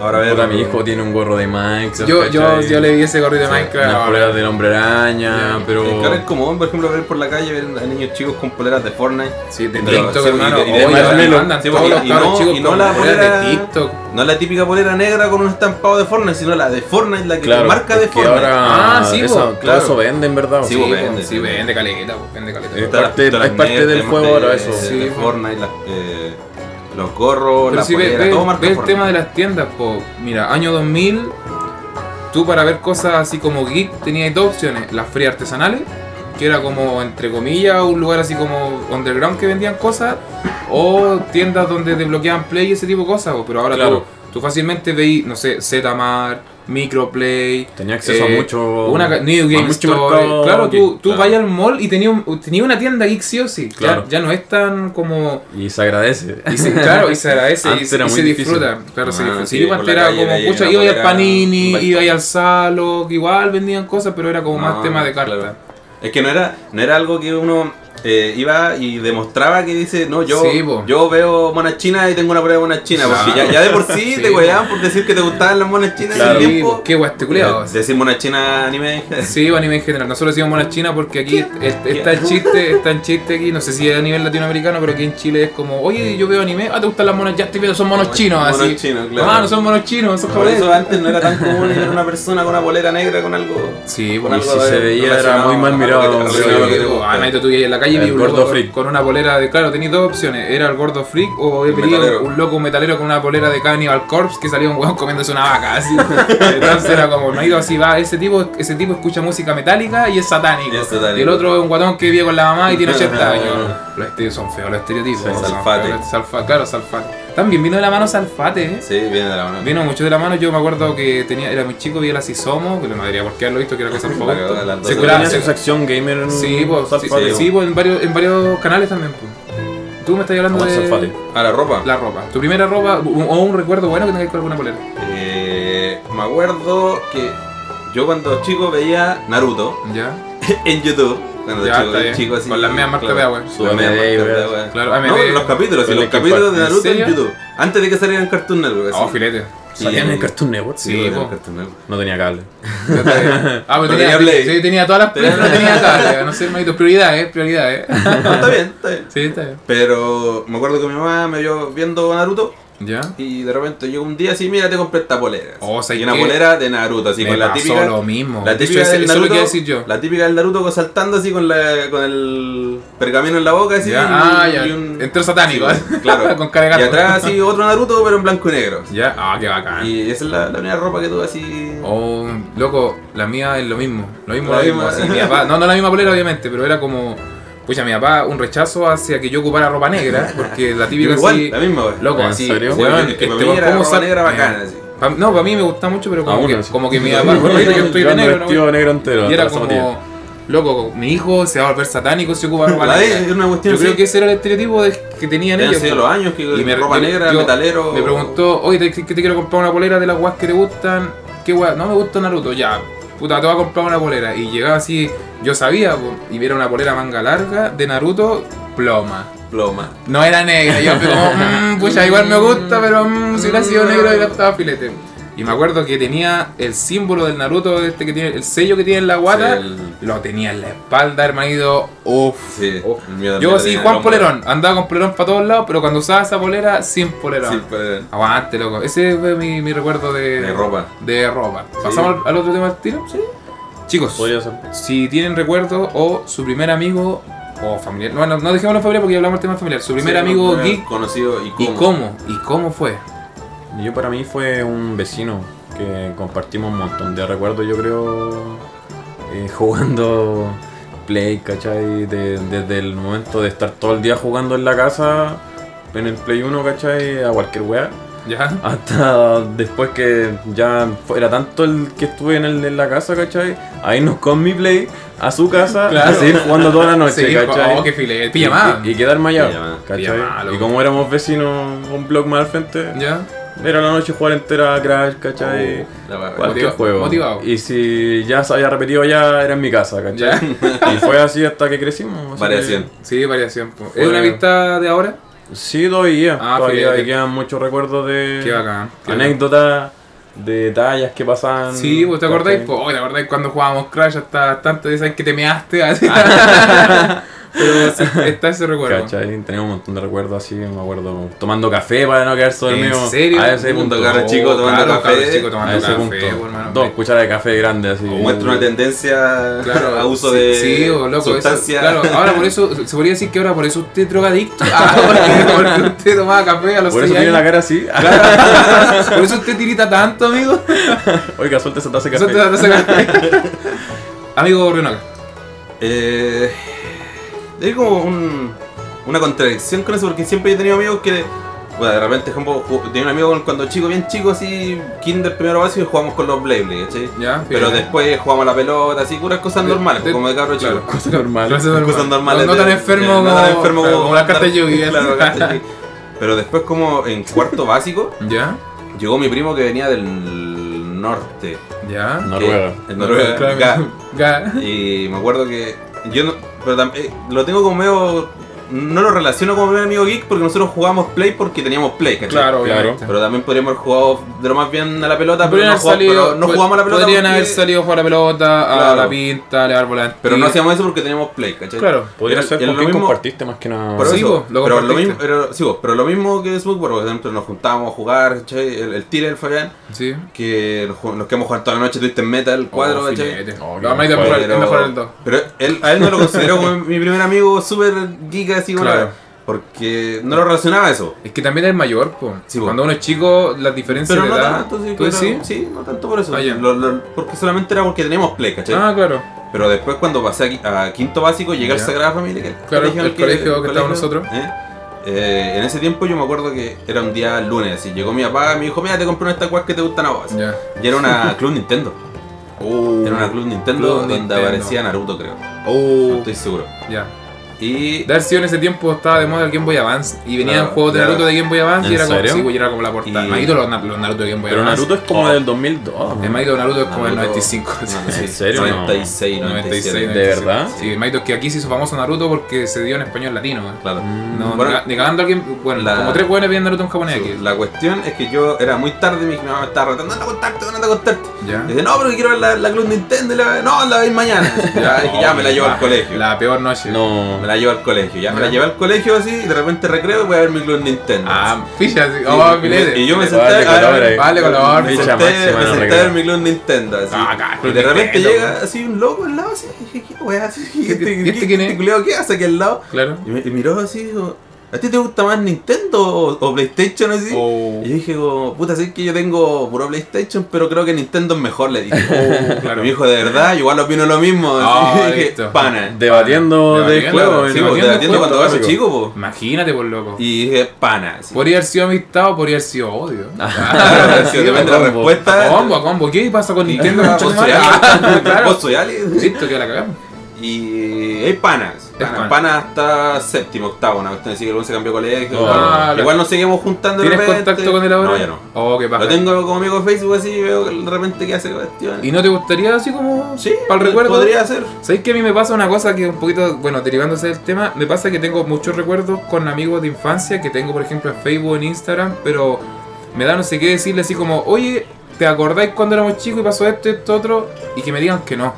Speaker 2: Ahora veo-
Speaker 3: puta, mi hijo tiene un gorro de Minecraft.
Speaker 1: Yo, yo,
Speaker 3: ¿cachai?
Speaker 1: yo le vi ese gorrito de
Speaker 3: Sí,
Speaker 1: Minecraft.
Speaker 3: Unas
Speaker 1: ah,
Speaker 3: poleras del hombre araña,
Speaker 1: Ya.
Speaker 3: pero.
Speaker 2: Es que ahora es común, por ejemplo, ver por la calle ver a niños chicos con poleras de Fortnite.
Speaker 1: Sí, de
Speaker 2: Pero,
Speaker 1: TikTok,
Speaker 2: sí,
Speaker 1: hermano.
Speaker 2: y de- y de
Speaker 1: Oye, ahora
Speaker 3: Marshmello.
Speaker 1: mandan
Speaker 2: Sí,
Speaker 1: todos
Speaker 2: porque-
Speaker 1: los
Speaker 2: y
Speaker 1: cabros
Speaker 2: no-
Speaker 1: chicos
Speaker 2: y no
Speaker 1: con
Speaker 2: la
Speaker 1: poleras de
Speaker 2: polera-
Speaker 1: TikTok.
Speaker 2: No la típica polera negra con un estampado de Fortnite, sino la de Fortnite, la que
Speaker 3: Claro,
Speaker 2: te marca de
Speaker 3: es que
Speaker 2: Fortnite.
Speaker 3: ahora
Speaker 1: Ah, sí,
Speaker 3: esa-
Speaker 1: po,
Speaker 3: todo
Speaker 2: claro.
Speaker 3: eso vende en verdad.
Speaker 2: Sí,
Speaker 1: Sí,
Speaker 3: po.
Speaker 2: pues,
Speaker 1: vende,
Speaker 2: vende,
Speaker 1: sí,
Speaker 2: vende.
Speaker 1: vende caleta, pues, vende caleta.
Speaker 3: Eh,
Speaker 2: Está la-
Speaker 3: parte-
Speaker 2: está la
Speaker 3: es parte
Speaker 2: net,
Speaker 3: del
Speaker 2: tema
Speaker 3: juego
Speaker 2: de-
Speaker 3: ahora eso.
Speaker 1: Sí,
Speaker 2: de
Speaker 1: po.
Speaker 2: Fortnite, las, eh, los gorros,
Speaker 1: Pero
Speaker 2: la
Speaker 1: si ve,
Speaker 2: polera,
Speaker 1: ve-
Speaker 2: todo marca
Speaker 1: ve el
Speaker 2: Fortnite.
Speaker 1: tema de las tiendas, po. Mira, año 2000, tú para ver cosas así como geek tenías dos opciones. Las frías artesanales, que era como, entre comillas, un lugar así como underground que vendían cosas. O tiendas donde desbloqueaban play y ese tipo de cosas, po. Pero ahora
Speaker 3: Claro.
Speaker 1: tú, tú fácilmente veis, no sé, Zmart, Microplay.
Speaker 3: Tenía acceso
Speaker 1: eh,
Speaker 3: a mucho.
Speaker 1: Una ca- New
Speaker 3: a
Speaker 1: Game
Speaker 3: mucho
Speaker 1: Store.
Speaker 3: mercado
Speaker 1: claro, tú,
Speaker 3: geek,
Speaker 1: tú
Speaker 3: claro.
Speaker 1: vas al mall y tenías un- tenías una tienda geek sí o sí. Ya-
Speaker 3: Claro.
Speaker 1: ya no es tan como...
Speaker 3: Y se agradece.
Speaker 1: Y se, claro, y se agradece y,
Speaker 3: Antes era
Speaker 1: y
Speaker 3: muy
Speaker 1: se
Speaker 3: difícil.
Speaker 1: disfruta. Claro, se
Speaker 2: Ah,
Speaker 1: disfruta.
Speaker 2: sí,
Speaker 1: Sí, yo
Speaker 2: por
Speaker 1: antes
Speaker 2: la
Speaker 1: era
Speaker 2: calle
Speaker 1: como,
Speaker 2: veía
Speaker 1: pucha,
Speaker 2: una
Speaker 1: iba ahí al
Speaker 2: polera,
Speaker 1: Panini,
Speaker 2: un
Speaker 1: iba ahí al Salo, que igual vendían cosas, pero era como más
Speaker 2: No,
Speaker 1: tema de carta.
Speaker 2: claro. Es que no era, no era algo que uno eh, iba y demostraba que dice, no, yo,
Speaker 1: Sí, po.
Speaker 2: yo veo monas chinas y tengo una prueba de monas chinas.
Speaker 1: Claro.
Speaker 2: Porque ya, ya de por sí
Speaker 1: Sí,
Speaker 2: te
Speaker 1: po.
Speaker 2: weaban por decir que te gustaban las monas chinas
Speaker 3: Claro.
Speaker 2: en el
Speaker 1: Sí,
Speaker 2: tiempo.
Speaker 1: qué guay, este culiao.
Speaker 2: Eh, Decir monas chinas anime.
Speaker 1: Sí, pues, anime en general. Nosotros decimos monas chinas porque aquí es- está el chiste, está el chiste aquí, no sé si a nivel latinoamericano, pero aquí en Chile es como, oye, yo veo anime, ah, te gustan las monas, ya estoy viendo, son monos chinos,
Speaker 2: Monos
Speaker 1: así.
Speaker 2: chinos, claro.
Speaker 1: Ah, no son monos chinos, son
Speaker 2: Por eso
Speaker 1: japoneses.
Speaker 2: antes no era tan común ver una persona con una bolera negra con algo.
Speaker 1: Sí,
Speaker 2: con
Speaker 1: pues.
Speaker 3: Y si se
Speaker 2: de-
Speaker 3: veía era
Speaker 2: relacionado
Speaker 3: muy mal
Speaker 2: a lo
Speaker 3: mirado,
Speaker 2: que-
Speaker 3: sí,
Speaker 1: Sí,
Speaker 2: relacionado a lo que te
Speaker 1: digo,
Speaker 2: gusta.
Speaker 1: ah, Maito, tú ibas en la calle y
Speaker 3: El
Speaker 1: vi un
Speaker 3: gordo
Speaker 1: loco con-
Speaker 3: freak.
Speaker 1: con una polera de. Claro, tenías dos opciones. Era el gordo freak o he
Speaker 2: Un
Speaker 1: pedido
Speaker 2: metalero.
Speaker 1: un loco metalero con una polera de Cannibal Corpse que salía un hueón comiéndose una vaca. Así. Entonces era como, no ido así, va, ese tipo, ese tipo escucha música metálica y es satánico.
Speaker 2: Y es satánico.
Speaker 1: Y el otro es un guatón que vive con la mamá y tiene 80 años. Los estereotipos son feos, los estereotipos.
Speaker 2: Sí,
Speaker 1: son
Speaker 2: Salfate.
Speaker 1: feos, los- Salfa- claro, Salfate. También vino de la mano Salfate, eh.
Speaker 2: Sí, viene de la mano.
Speaker 1: Vino mucho de la mano, yo me acuerdo que tenía, era muy chico, vi el Asisomo, que no debería por qué haberlo visto, que era cosa
Speaker 2: La cagó de las
Speaker 1: favorita.
Speaker 2: dos.
Speaker 1: Se
Speaker 3: Tenía
Speaker 1: curaba,
Speaker 2: Claro,
Speaker 3: su
Speaker 1: se,
Speaker 3: sección gamer en
Speaker 1: Sí, pues, sí,
Speaker 3: Salfate.
Speaker 1: sí, pues, en, varios, en varios canales también. Pues. Tú me estás hablando
Speaker 3: Aguante
Speaker 1: de
Speaker 3: Salfate.
Speaker 2: A la ropa.
Speaker 1: la ropa. Tu primera ropa u- o un recuerdo bueno que tengas con alguna polera.
Speaker 2: Eh, me acuerdo que yo cuando chico veía Naruto
Speaker 1: Ya.
Speaker 2: en YouTube. Cuando
Speaker 1: Ya,
Speaker 2: chico,
Speaker 1: está bien.
Speaker 2: chico así.
Speaker 1: Con las mismas marcas de agua.
Speaker 2: Las
Speaker 3: Su
Speaker 2: mismas
Speaker 3: MD,
Speaker 2: marcas de
Speaker 3: ¿verdad?
Speaker 2: agua.
Speaker 1: Claro, AMD.
Speaker 2: No, los capítulos, sí,
Speaker 3: Con
Speaker 2: los
Speaker 3: Linkin
Speaker 2: capítulos
Speaker 3: Park.
Speaker 2: de Naruto
Speaker 1: ¿En
Speaker 2: en,
Speaker 1: serio?
Speaker 2: YouTube. Antes de que salieran Cartoon Network.
Speaker 1: Oh,
Speaker 2: así.
Speaker 1: filete.
Speaker 2: Pues Sí.
Speaker 3: Salían en el Cartoon Network.
Speaker 1: Sí,
Speaker 2: Sí,
Speaker 1: po.
Speaker 2: en Cartoon Network.
Speaker 3: No tenía cable.
Speaker 1: Ya está bien. Ah, pero
Speaker 2: No
Speaker 1: tenía,
Speaker 2: tenía Play.
Speaker 1: sí, tenía todas las
Speaker 2: Tenía-
Speaker 1: prendas, no tenía carga. No sé, hermanito, prioridades, prioridades.
Speaker 2: No, está bien, está bien.
Speaker 1: Sí, está bien.
Speaker 2: Pero me acuerdo que mi mamá me vio viendo Naruto
Speaker 1: Ya.
Speaker 2: y de repente llegó un día así, mira, te compré esta polera.
Speaker 1: Oh, ¿sabes
Speaker 2: y una
Speaker 1: qué?
Speaker 2: polera de Naruto, así
Speaker 1: Me
Speaker 2: con la
Speaker 1: pasó
Speaker 2: típica.
Speaker 1: lo mismo.
Speaker 2: La
Speaker 1: De hecho,
Speaker 2: típica
Speaker 1: ese-
Speaker 2: del
Speaker 1: eso es lo que
Speaker 2: Naruto,
Speaker 1: iba a decir yo.
Speaker 2: La típica del Naruto saltando así con, la, con el pergamino en la boca. Así,
Speaker 1: Ya,
Speaker 2: y-
Speaker 1: ah, ya.
Speaker 2: y un-
Speaker 1: Entró satánico,
Speaker 2: Sí, claro.
Speaker 1: Con cara de gato.
Speaker 2: Y atrás así otro Naruto, pero en blanco y negro.
Speaker 1: Ya. Ah, qué bacán.
Speaker 2: Y esa es la, la única ropa que tuve así.
Speaker 1: Oh, loco, la mía es lo mismo. Lo mismo,
Speaker 2: La
Speaker 1: lo mismo.
Speaker 2: misma.
Speaker 1: así, mi papá- no, no la misma polera, obviamente, pero era como. Pucha, mi papá, un rechazo hacia que yo ocupara ropa negra, porque la
Speaker 2: Yo
Speaker 1: típica
Speaker 2: igual,
Speaker 1: así.
Speaker 2: la misma, güey.
Speaker 1: Loco,
Speaker 3: ¿En
Speaker 1: así.
Speaker 3: serio?
Speaker 1: weón,
Speaker 2: Weón, que
Speaker 1: este,
Speaker 2: para mí era
Speaker 1: ¿cómo
Speaker 2: ropa
Speaker 1: sal-
Speaker 2: negra
Speaker 1: eh,
Speaker 2: bacana, Ah, así.
Speaker 1: pa- no, para mí me gusta mucho, pero como,
Speaker 3: Aún
Speaker 1: que,
Speaker 3: así.
Speaker 1: como que mi papá, correcto, yo estoy
Speaker 3: Yo
Speaker 1: de
Speaker 3: ando
Speaker 1: negro, ¿no?
Speaker 3: vestido de negro entero.
Speaker 1: Y era
Speaker 3: hasta las
Speaker 1: como.
Speaker 3: zapatillas.
Speaker 1: Loco, mi hijo se va a volver satánico si ocupa ropa
Speaker 2: La es es
Speaker 1: negra.
Speaker 2: una cuestión
Speaker 1: Yo creo
Speaker 2: así.
Speaker 1: que ese era el estereotipo de- que tenían
Speaker 2: han
Speaker 1: ellos.
Speaker 2: sido
Speaker 1: po.
Speaker 2: los años que
Speaker 1: Y me-
Speaker 2: ropa
Speaker 1: yo-
Speaker 2: negra,
Speaker 1: yo-
Speaker 2: metalero.
Speaker 1: Me preguntó, oye, te, que te quiero comprar una polera de las guas que te gustan. ¿Qué guas? No me gusta Naruto, ya. Puta, te voy a comprar una polera. Y llegaba así, yo sabía, po, y viera una polera manga larga de Naruto, ploma.
Speaker 2: Ploma.
Speaker 1: No era negra, yo fui como, mmm, pucha, igual me gusta, pero mm, si hubiera sido negro, hubiera estado filete. Y me acuerdo que tenía el símbolo del Naruto, este que tiene, el sello que tiene en la guata,
Speaker 2: Sí, el-
Speaker 1: lo tenía en la espalda, hermanito. Uff.
Speaker 2: Sí,
Speaker 1: Oh.
Speaker 2: el mío también
Speaker 1: Yo
Speaker 2: lo
Speaker 1: sí,
Speaker 2: tenía
Speaker 1: Juan
Speaker 2: en el hombro.
Speaker 1: Polerón. Andaba con polerón para todos lados, pero cuando usaba esa polera, sin polerón.
Speaker 2: Sí, polerón.
Speaker 1: Aguante, loco. Ese fue mi, mi recuerdo de,
Speaker 2: De ropa.
Speaker 1: de ropa. ¿Pasamos al, al otro tema del tiro? Sí. Chicos,
Speaker 3: Podría ser.
Speaker 1: si tienen recuerdo o su primer amigo o familiar. Bueno, no dejémoslo en familiar porque ya hablamos del tema familiar. Su primer
Speaker 2: Sí,
Speaker 1: amigo
Speaker 2: no,
Speaker 1: geek.
Speaker 2: Conocido y
Speaker 1: ¿Y cómo? ¿Y cómo fue?
Speaker 3: Y Yo para mí fue un vecino que compartimos un montón de recuerdos, yo creo, eh, jugando Play, ¿cachai? De- desde el momento de estar todo el día jugando en la casa, en el Play 1, ¿cachai? A cualquier weá.
Speaker 2: Ah,
Speaker 1: ¿Ya?
Speaker 3: Hasta después que ya fue- era tanto el que estuve en, el, en la casa, ¿cachai? A irnos con mi play a su casa
Speaker 1: Claro.
Speaker 3: a seguir jugando toda la noche,
Speaker 1: Sí,
Speaker 3: ¿cachai?
Speaker 1: oh, qué filete.
Speaker 3: Y-
Speaker 1: Pijamada.
Speaker 3: Y, y quedar mallado,
Speaker 2: Pijamada.
Speaker 3: ¿cachai?
Speaker 1: Pijamada, loco.
Speaker 3: y como éramos vecinos, un blog más al frente,
Speaker 1: ¿Ya?
Speaker 3: era la noche jugar entera a Crash, ¿cachai?
Speaker 2: La wea-
Speaker 3: Cualquier
Speaker 1: Motiva-
Speaker 3: juego.
Speaker 1: Oh. motivado.
Speaker 3: Y si ya se había repetido ya, era en mi casa,
Speaker 1: ¿Ya?
Speaker 3: ¿cachai? Y fue así hasta que crecimos. así
Speaker 2: Variación.
Speaker 1: Sí, variación. po. ¿Es
Speaker 3: Fue-
Speaker 1: una amistad de ahora?
Speaker 3: que- Sí, todavía.
Speaker 1: Ah,
Speaker 3: todavía
Speaker 1: fíjate.
Speaker 3: me quedan muchos recuerdos de
Speaker 1: Qué bacán. qué bacán.
Speaker 3: anécdotas, de tallas que pasaban.
Speaker 1: Sí, pues te acordáis,
Speaker 3: ¿cachai?
Speaker 1: pues, oh, te acordáis cuando jugábamos Crash hasta tantas veces que te measte. Así.
Speaker 3: Ah.
Speaker 1: Pero sí, está ese recuerdo.
Speaker 3: ¿Cachai? Tenía un montón de recuerdos así, me acuerdo. Tomando café para no quedarse
Speaker 1: ¿En
Speaker 3: dormido.
Speaker 1: serio? Oh,
Speaker 3: A ese
Speaker 2: Mundo
Speaker 3: punto.
Speaker 2: Garra chico tomando
Speaker 1: claro,
Speaker 2: café.
Speaker 1: cabros chicos tomando
Speaker 3: a ese
Speaker 1: café,
Speaker 3: punto.
Speaker 1: pues, hermano.
Speaker 3: Dos cucharas de café grandes así.
Speaker 2: Muestra una tendencia
Speaker 1: Claro,
Speaker 2: a uso
Speaker 1: sí,
Speaker 2: de
Speaker 1: sí, o loco, eso-
Speaker 2: sustancia.
Speaker 1: claro, ahora por eso se podría decir que ahora por eso usted es drogadicto. Ah, porque, porque usted tomaba café a los
Speaker 3: Por eso
Speaker 1: seis
Speaker 3: tiene la
Speaker 1: años.
Speaker 3: cara así.
Speaker 1: Claro, por eso usted tirita tanto, amigo.
Speaker 3: Oiga, suelta esa taza de
Speaker 1: Eso te
Speaker 3: café.
Speaker 1: da ese café. Amigo Rionaga.
Speaker 2: Eh, hay como un- una contradicción con eso porque siempre he tenido amigos que. Bueno, de repente, ejemplo, ju- tenía un amigo cuando chico, bien chico, así, kinder primero básico, y jugamos con los Beyblade, ¿cachai?
Speaker 1: Ya,
Speaker 2: Pero
Speaker 1: fíjate.
Speaker 2: después jugamos a la pelota, así, puras cosas
Speaker 1: De-
Speaker 2: normales,
Speaker 1: de-
Speaker 2: como de cabro chico.
Speaker 1: claro.
Speaker 3: Cosa normal.
Speaker 1: Clase normal.
Speaker 2: Cosas normales.
Speaker 1: No, no tan
Speaker 2: de-
Speaker 1: enfermo
Speaker 2: de-
Speaker 1: como,
Speaker 2: no tan enfermo
Speaker 1: claro, como las
Speaker 2: andar-
Speaker 1: cartas de ¿eh? lluvia.
Speaker 2: claro, cartas de lluvia. Pero después, como en cuarto básico,
Speaker 1: Ya,
Speaker 2: llegó mi primo que venía del norte.
Speaker 1: ya.
Speaker 3: Noruega.
Speaker 2: que- en Noruega.
Speaker 1: Claro.
Speaker 2: acá.
Speaker 1: Ga-
Speaker 2: Y me acuerdo que yo no, pero tam- eh, lo tengo como medio no lo relaciono como medio amigo geek porque nosotros jugamos Play porque teníamos Play, ¿cachai?
Speaker 1: Claro,
Speaker 3: Claro.
Speaker 1: obviamente.
Speaker 2: Pero también podríamos haber jugado de lo más bien a la pelota, pero
Speaker 1: Podrían
Speaker 2: no,
Speaker 1: haber
Speaker 2: jugamos,
Speaker 1: salido-
Speaker 2: pero no
Speaker 1: pod-
Speaker 2: jugamos a la pelota.
Speaker 1: Podrían
Speaker 2: porque-
Speaker 1: haber salido a jugar a la pelota, a
Speaker 2: Claro.
Speaker 1: la pinta, a árbol volante.
Speaker 2: Pero no hacíamos eso porque teníamos Play, ¿cachai?
Speaker 1: Claro.
Speaker 3: Podría
Speaker 2: Era-
Speaker 3: ser
Speaker 2: era
Speaker 3: con
Speaker 2: lo
Speaker 3: quien
Speaker 2: mismo-
Speaker 3: compartiste más que nada.
Speaker 2: Por
Speaker 1: Sí,
Speaker 2: eso,
Speaker 1: vos, lo
Speaker 2: pero, lo
Speaker 1: compartiste.
Speaker 2: mismo, pero, sí, vos, pero lo mismo que Smoke, por ejemplo, nos juntábamos a jugar, ¿cachai? El, el Tire, el Fabián,
Speaker 1: Sí.
Speaker 2: que nos, ju- nos quedamos jugando toda la noche Twisted Metal 4,
Speaker 1: Oh,
Speaker 2: ¿cachai?
Speaker 1: filete.
Speaker 3: Oh, qué
Speaker 1: No, Maiden
Speaker 3: buen
Speaker 1: Pearl,
Speaker 2: Pero-
Speaker 1: es mejor el 2.
Speaker 2: Pero él, a él no lo consideró como mi primer amigo súper geek así como
Speaker 1: Claro.
Speaker 2: la- Porque no lo relacionaba a eso.
Speaker 1: Es que también es mayor, po.
Speaker 2: Sí, po.
Speaker 1: Cuando uno es chico, las diferencias de
Speaker 2: Pero no
Speaker 1: edad.
Speaker 2: tanto, sí,
Speaker 1: ¿Tú
Speaker 2: claro,
Speaker 1: decís?
Speaker 2: sí, no tanto por eso.
Speaker 1: Ah, ya.
Speaker 2: Lo- lo- porque solamente era porque teníamos play, ¿cachai?
Speaker 1: Ah, claro.
Speaker 2: Pero después cuando pasé a qui- a, quinto básico, llegué al
Speaker 1: Ya.
Speaker 2: Sagrada Familia, que el
Speaker 1: Claro,
Speaker 2: colegio en
Speaker 1: el colegio que estábamos nosotros.
Speaker 2: ¿eh? Eh, en ese tiempo yo me acuerdo que era un día lunes, así llegó mi papá y me dijo, mira, te compré una de estas guas que te gustan a vos.
Speaker 1: Ya.
Speaker 2: Y era una Club Nintendo. Era una Club Nintendo
Speaker 1: Club
Speaker 2: donde
Speaker 1: Nintendo.
Speaker 2: aparecía Naruto, creo. No
Speaker 1: Oh.
Speaker 2: estoy seguro.
Speaker 1: Ya.
Speaker 2: Y
Speaker 1: De haber sido en ese tiempo estaba de moda el Game Boy Advance y venían
Speaker 2: Claro,
Speaker 1: juegos de
Speaker 2: claro.
Speaker 1: Naruto de Game Boy Advance y
Speaker 3: ¿En
Speaker 1: era como,
Speaker 3: serio?
Speaker 1: sí, pues, y era como la portada.
Speaker 2: Y-
Speaker 1: Maguito los, na- los Naruto de Game Boy
Speaker 3: Pero
Speaker 1: Advance.
Speaker 3: Naruto es como
Speaker 2: Oh.
Speaker 3: del 2002. ¿no?
Speaker 1: El Maguito de Naruto es como el
Speaker 2: Naruto-
Speaker 1: 95. sí.
Speaker 2: No, no sé,
Speaker 3: ¿En serio?
Speaker 2: 96, 97.
Speaker 1: 96,
Speaker 3: ¿De verdad?
Speaker 1: Sí, el Maguito es que aquí se hizo famoso Naruto porque se dio en español latino. güey.
Speaker 2: Claro.
Speaker 1: Mm, No,
Speaker 2: Bueno,
Speaker 1: ni, cagando alguien. Bueno,
Speaker 2: la-
Speaker 1: como tres hueones viendo Naruto en japonés
Speaker 2: Sí,
Speaker 1: aquí.
Speaker 2: La cuestión es que yo era muy tarde y mi mamá me estaba retando, anda a contarte, anda a contarte.
Speaker 1: Ya.
Speaker 2: Y dice, no, pero que quiero ver la, la Club Nintendo y la no, la veis mañana. Ya, dije, ya me la llevo al colegio.
Speaker 1: Ah, La Ah. peor noche.
Speaker 3: No.
Speaker 2: Me la llevo al colegio, ya me la
Speaker 1: Ya.
Speaker 2: llevo al colegio así y de repente recreo y voy a ver mi Club Nintendo.
Speaker 1: Ah, ficha, sí.
Speaker 2: Sí,
Speaker 1: Oh,
Speaker 2: y-
Speaker 1: filete.
Speaker 2: Y yo me
Speaker 3: Vale
Speaker 2: senté a
Speaker 3: color,
Speaker 2: ver-
Speaker 3: eh.
Speaker 1: Vale, color.
Speaker 2: Me senté,
Speaker 3: Ficha máxima
Speaker 2: me
Speaker 3: no
Speaker 2: senté a
Speaker 3: recreo.
Speaker 2: ver mi Club Nintendo así.
Speaker 1: Ah, acá,
Speaker 2: y
Speaker 1: Club
Speaker 2: de repente
Speaker 1: Nintendo,
Speaker 2: llega así un loco al lado así, dije, ¿qué weá? así? ¿Y este,
Speaker 1: ¿Y este
Speaker 2: qué-
Speaker 1: quién es?
Speaker 2: este culeo qué hace aquí al lado?
Speaker 1: Claro.
Speaker 2: Y, me, y miró así, dijo, ¿a ti te gusta más Nintendo o, o PlayStation así?
Speaker 1: Oh,
Speaker 2: Y yo dije, como, puta, sé que yo tengo puro PlayStation, pero creo que Nintendo es mejor, le dije.
Speaker 1: Oh, claro.
Speaker 2: Y me dijo, de verdad, yo igual opino lo mismo. así.
Speaker 1: Ah,
Speaker 2: Y dije,
Speaker 1: listo.
Speaker 2: pana.
Speaker 3: Debatiendo de
Speaker 1: Debatiendo,
Speaker 3: juego.
Speaker 1: sí,
Speaker 2: Sí,
Speaker 1: debatiendo
Speaker 2: po, te
Speaker 1: de
Speaker 2: atiendo
Speaker 1: juego,
Speaker 2: cuando
Speaker 3: básico.
Speaker 2: vas chico, po.
Speaker 1: Imagínate, por loco.
Speaker 2: Y dije, pana. así.
Speaker 1: Podría haber sido amistad o podría haber sido odio.
Speaker 2: Claro,
Speaker 1: Sí,
Speaker 2: sí, depende de la
Speaker 3: combo.
Speaker 1: A
Speaker 2: respuesta.
Speaker 1: combo, a combo. ¿Qué pasa con Nintendo?
Speaker 2: Vos
Speaker 1: concha de
Speaker 2: soy
Speaker 1: madre?
Speaker 2: Ali.
Speaker 1: claro.
Speaker 2: Vos soy Ali.
Speaker 1: Listo, que la cagamos.
Speaker 2: Y hay panas. Pana,
Speaker 1: pana.
Speaker 2: pana hasta séptimo, octavo, una cuestión así que luego se cambió de colegio.
Speaker 1: Ah,
Speaker 2: bueno,
Speaker 1: la-
Speaker 2: igual nos seguimos juntando de
Speaker 1: ¿Tienes
Speaker 2: repente.
Speaker 1: contacto con él ahora?
Speaker 2: No, ya no.
Speaker 1: Oh, qué paja.
Speaker 2: Lo tengo como amigo en Facebook así y veo que de repente que hace cuestiones.
Speaker 1: ¿Y no te gustaría así como
Speaker 2: Sí,
Speaker 1: para el recuerdo?
Speaker 2: Podría ser.
Speaker 1: ¿Sabéis que a mí me pasa una cosa que un poquito, bueno, derivándose del tema, me pasa que tengo muchos recuerdos con amigos de infancia que tengo, por ejemplo, en Facebook, en Instagram, pero me da no sé qué decirle así como, oye, ¿te acordáis cuando éramos chicos y pasó esto, esto, otro? Y que me digan que no.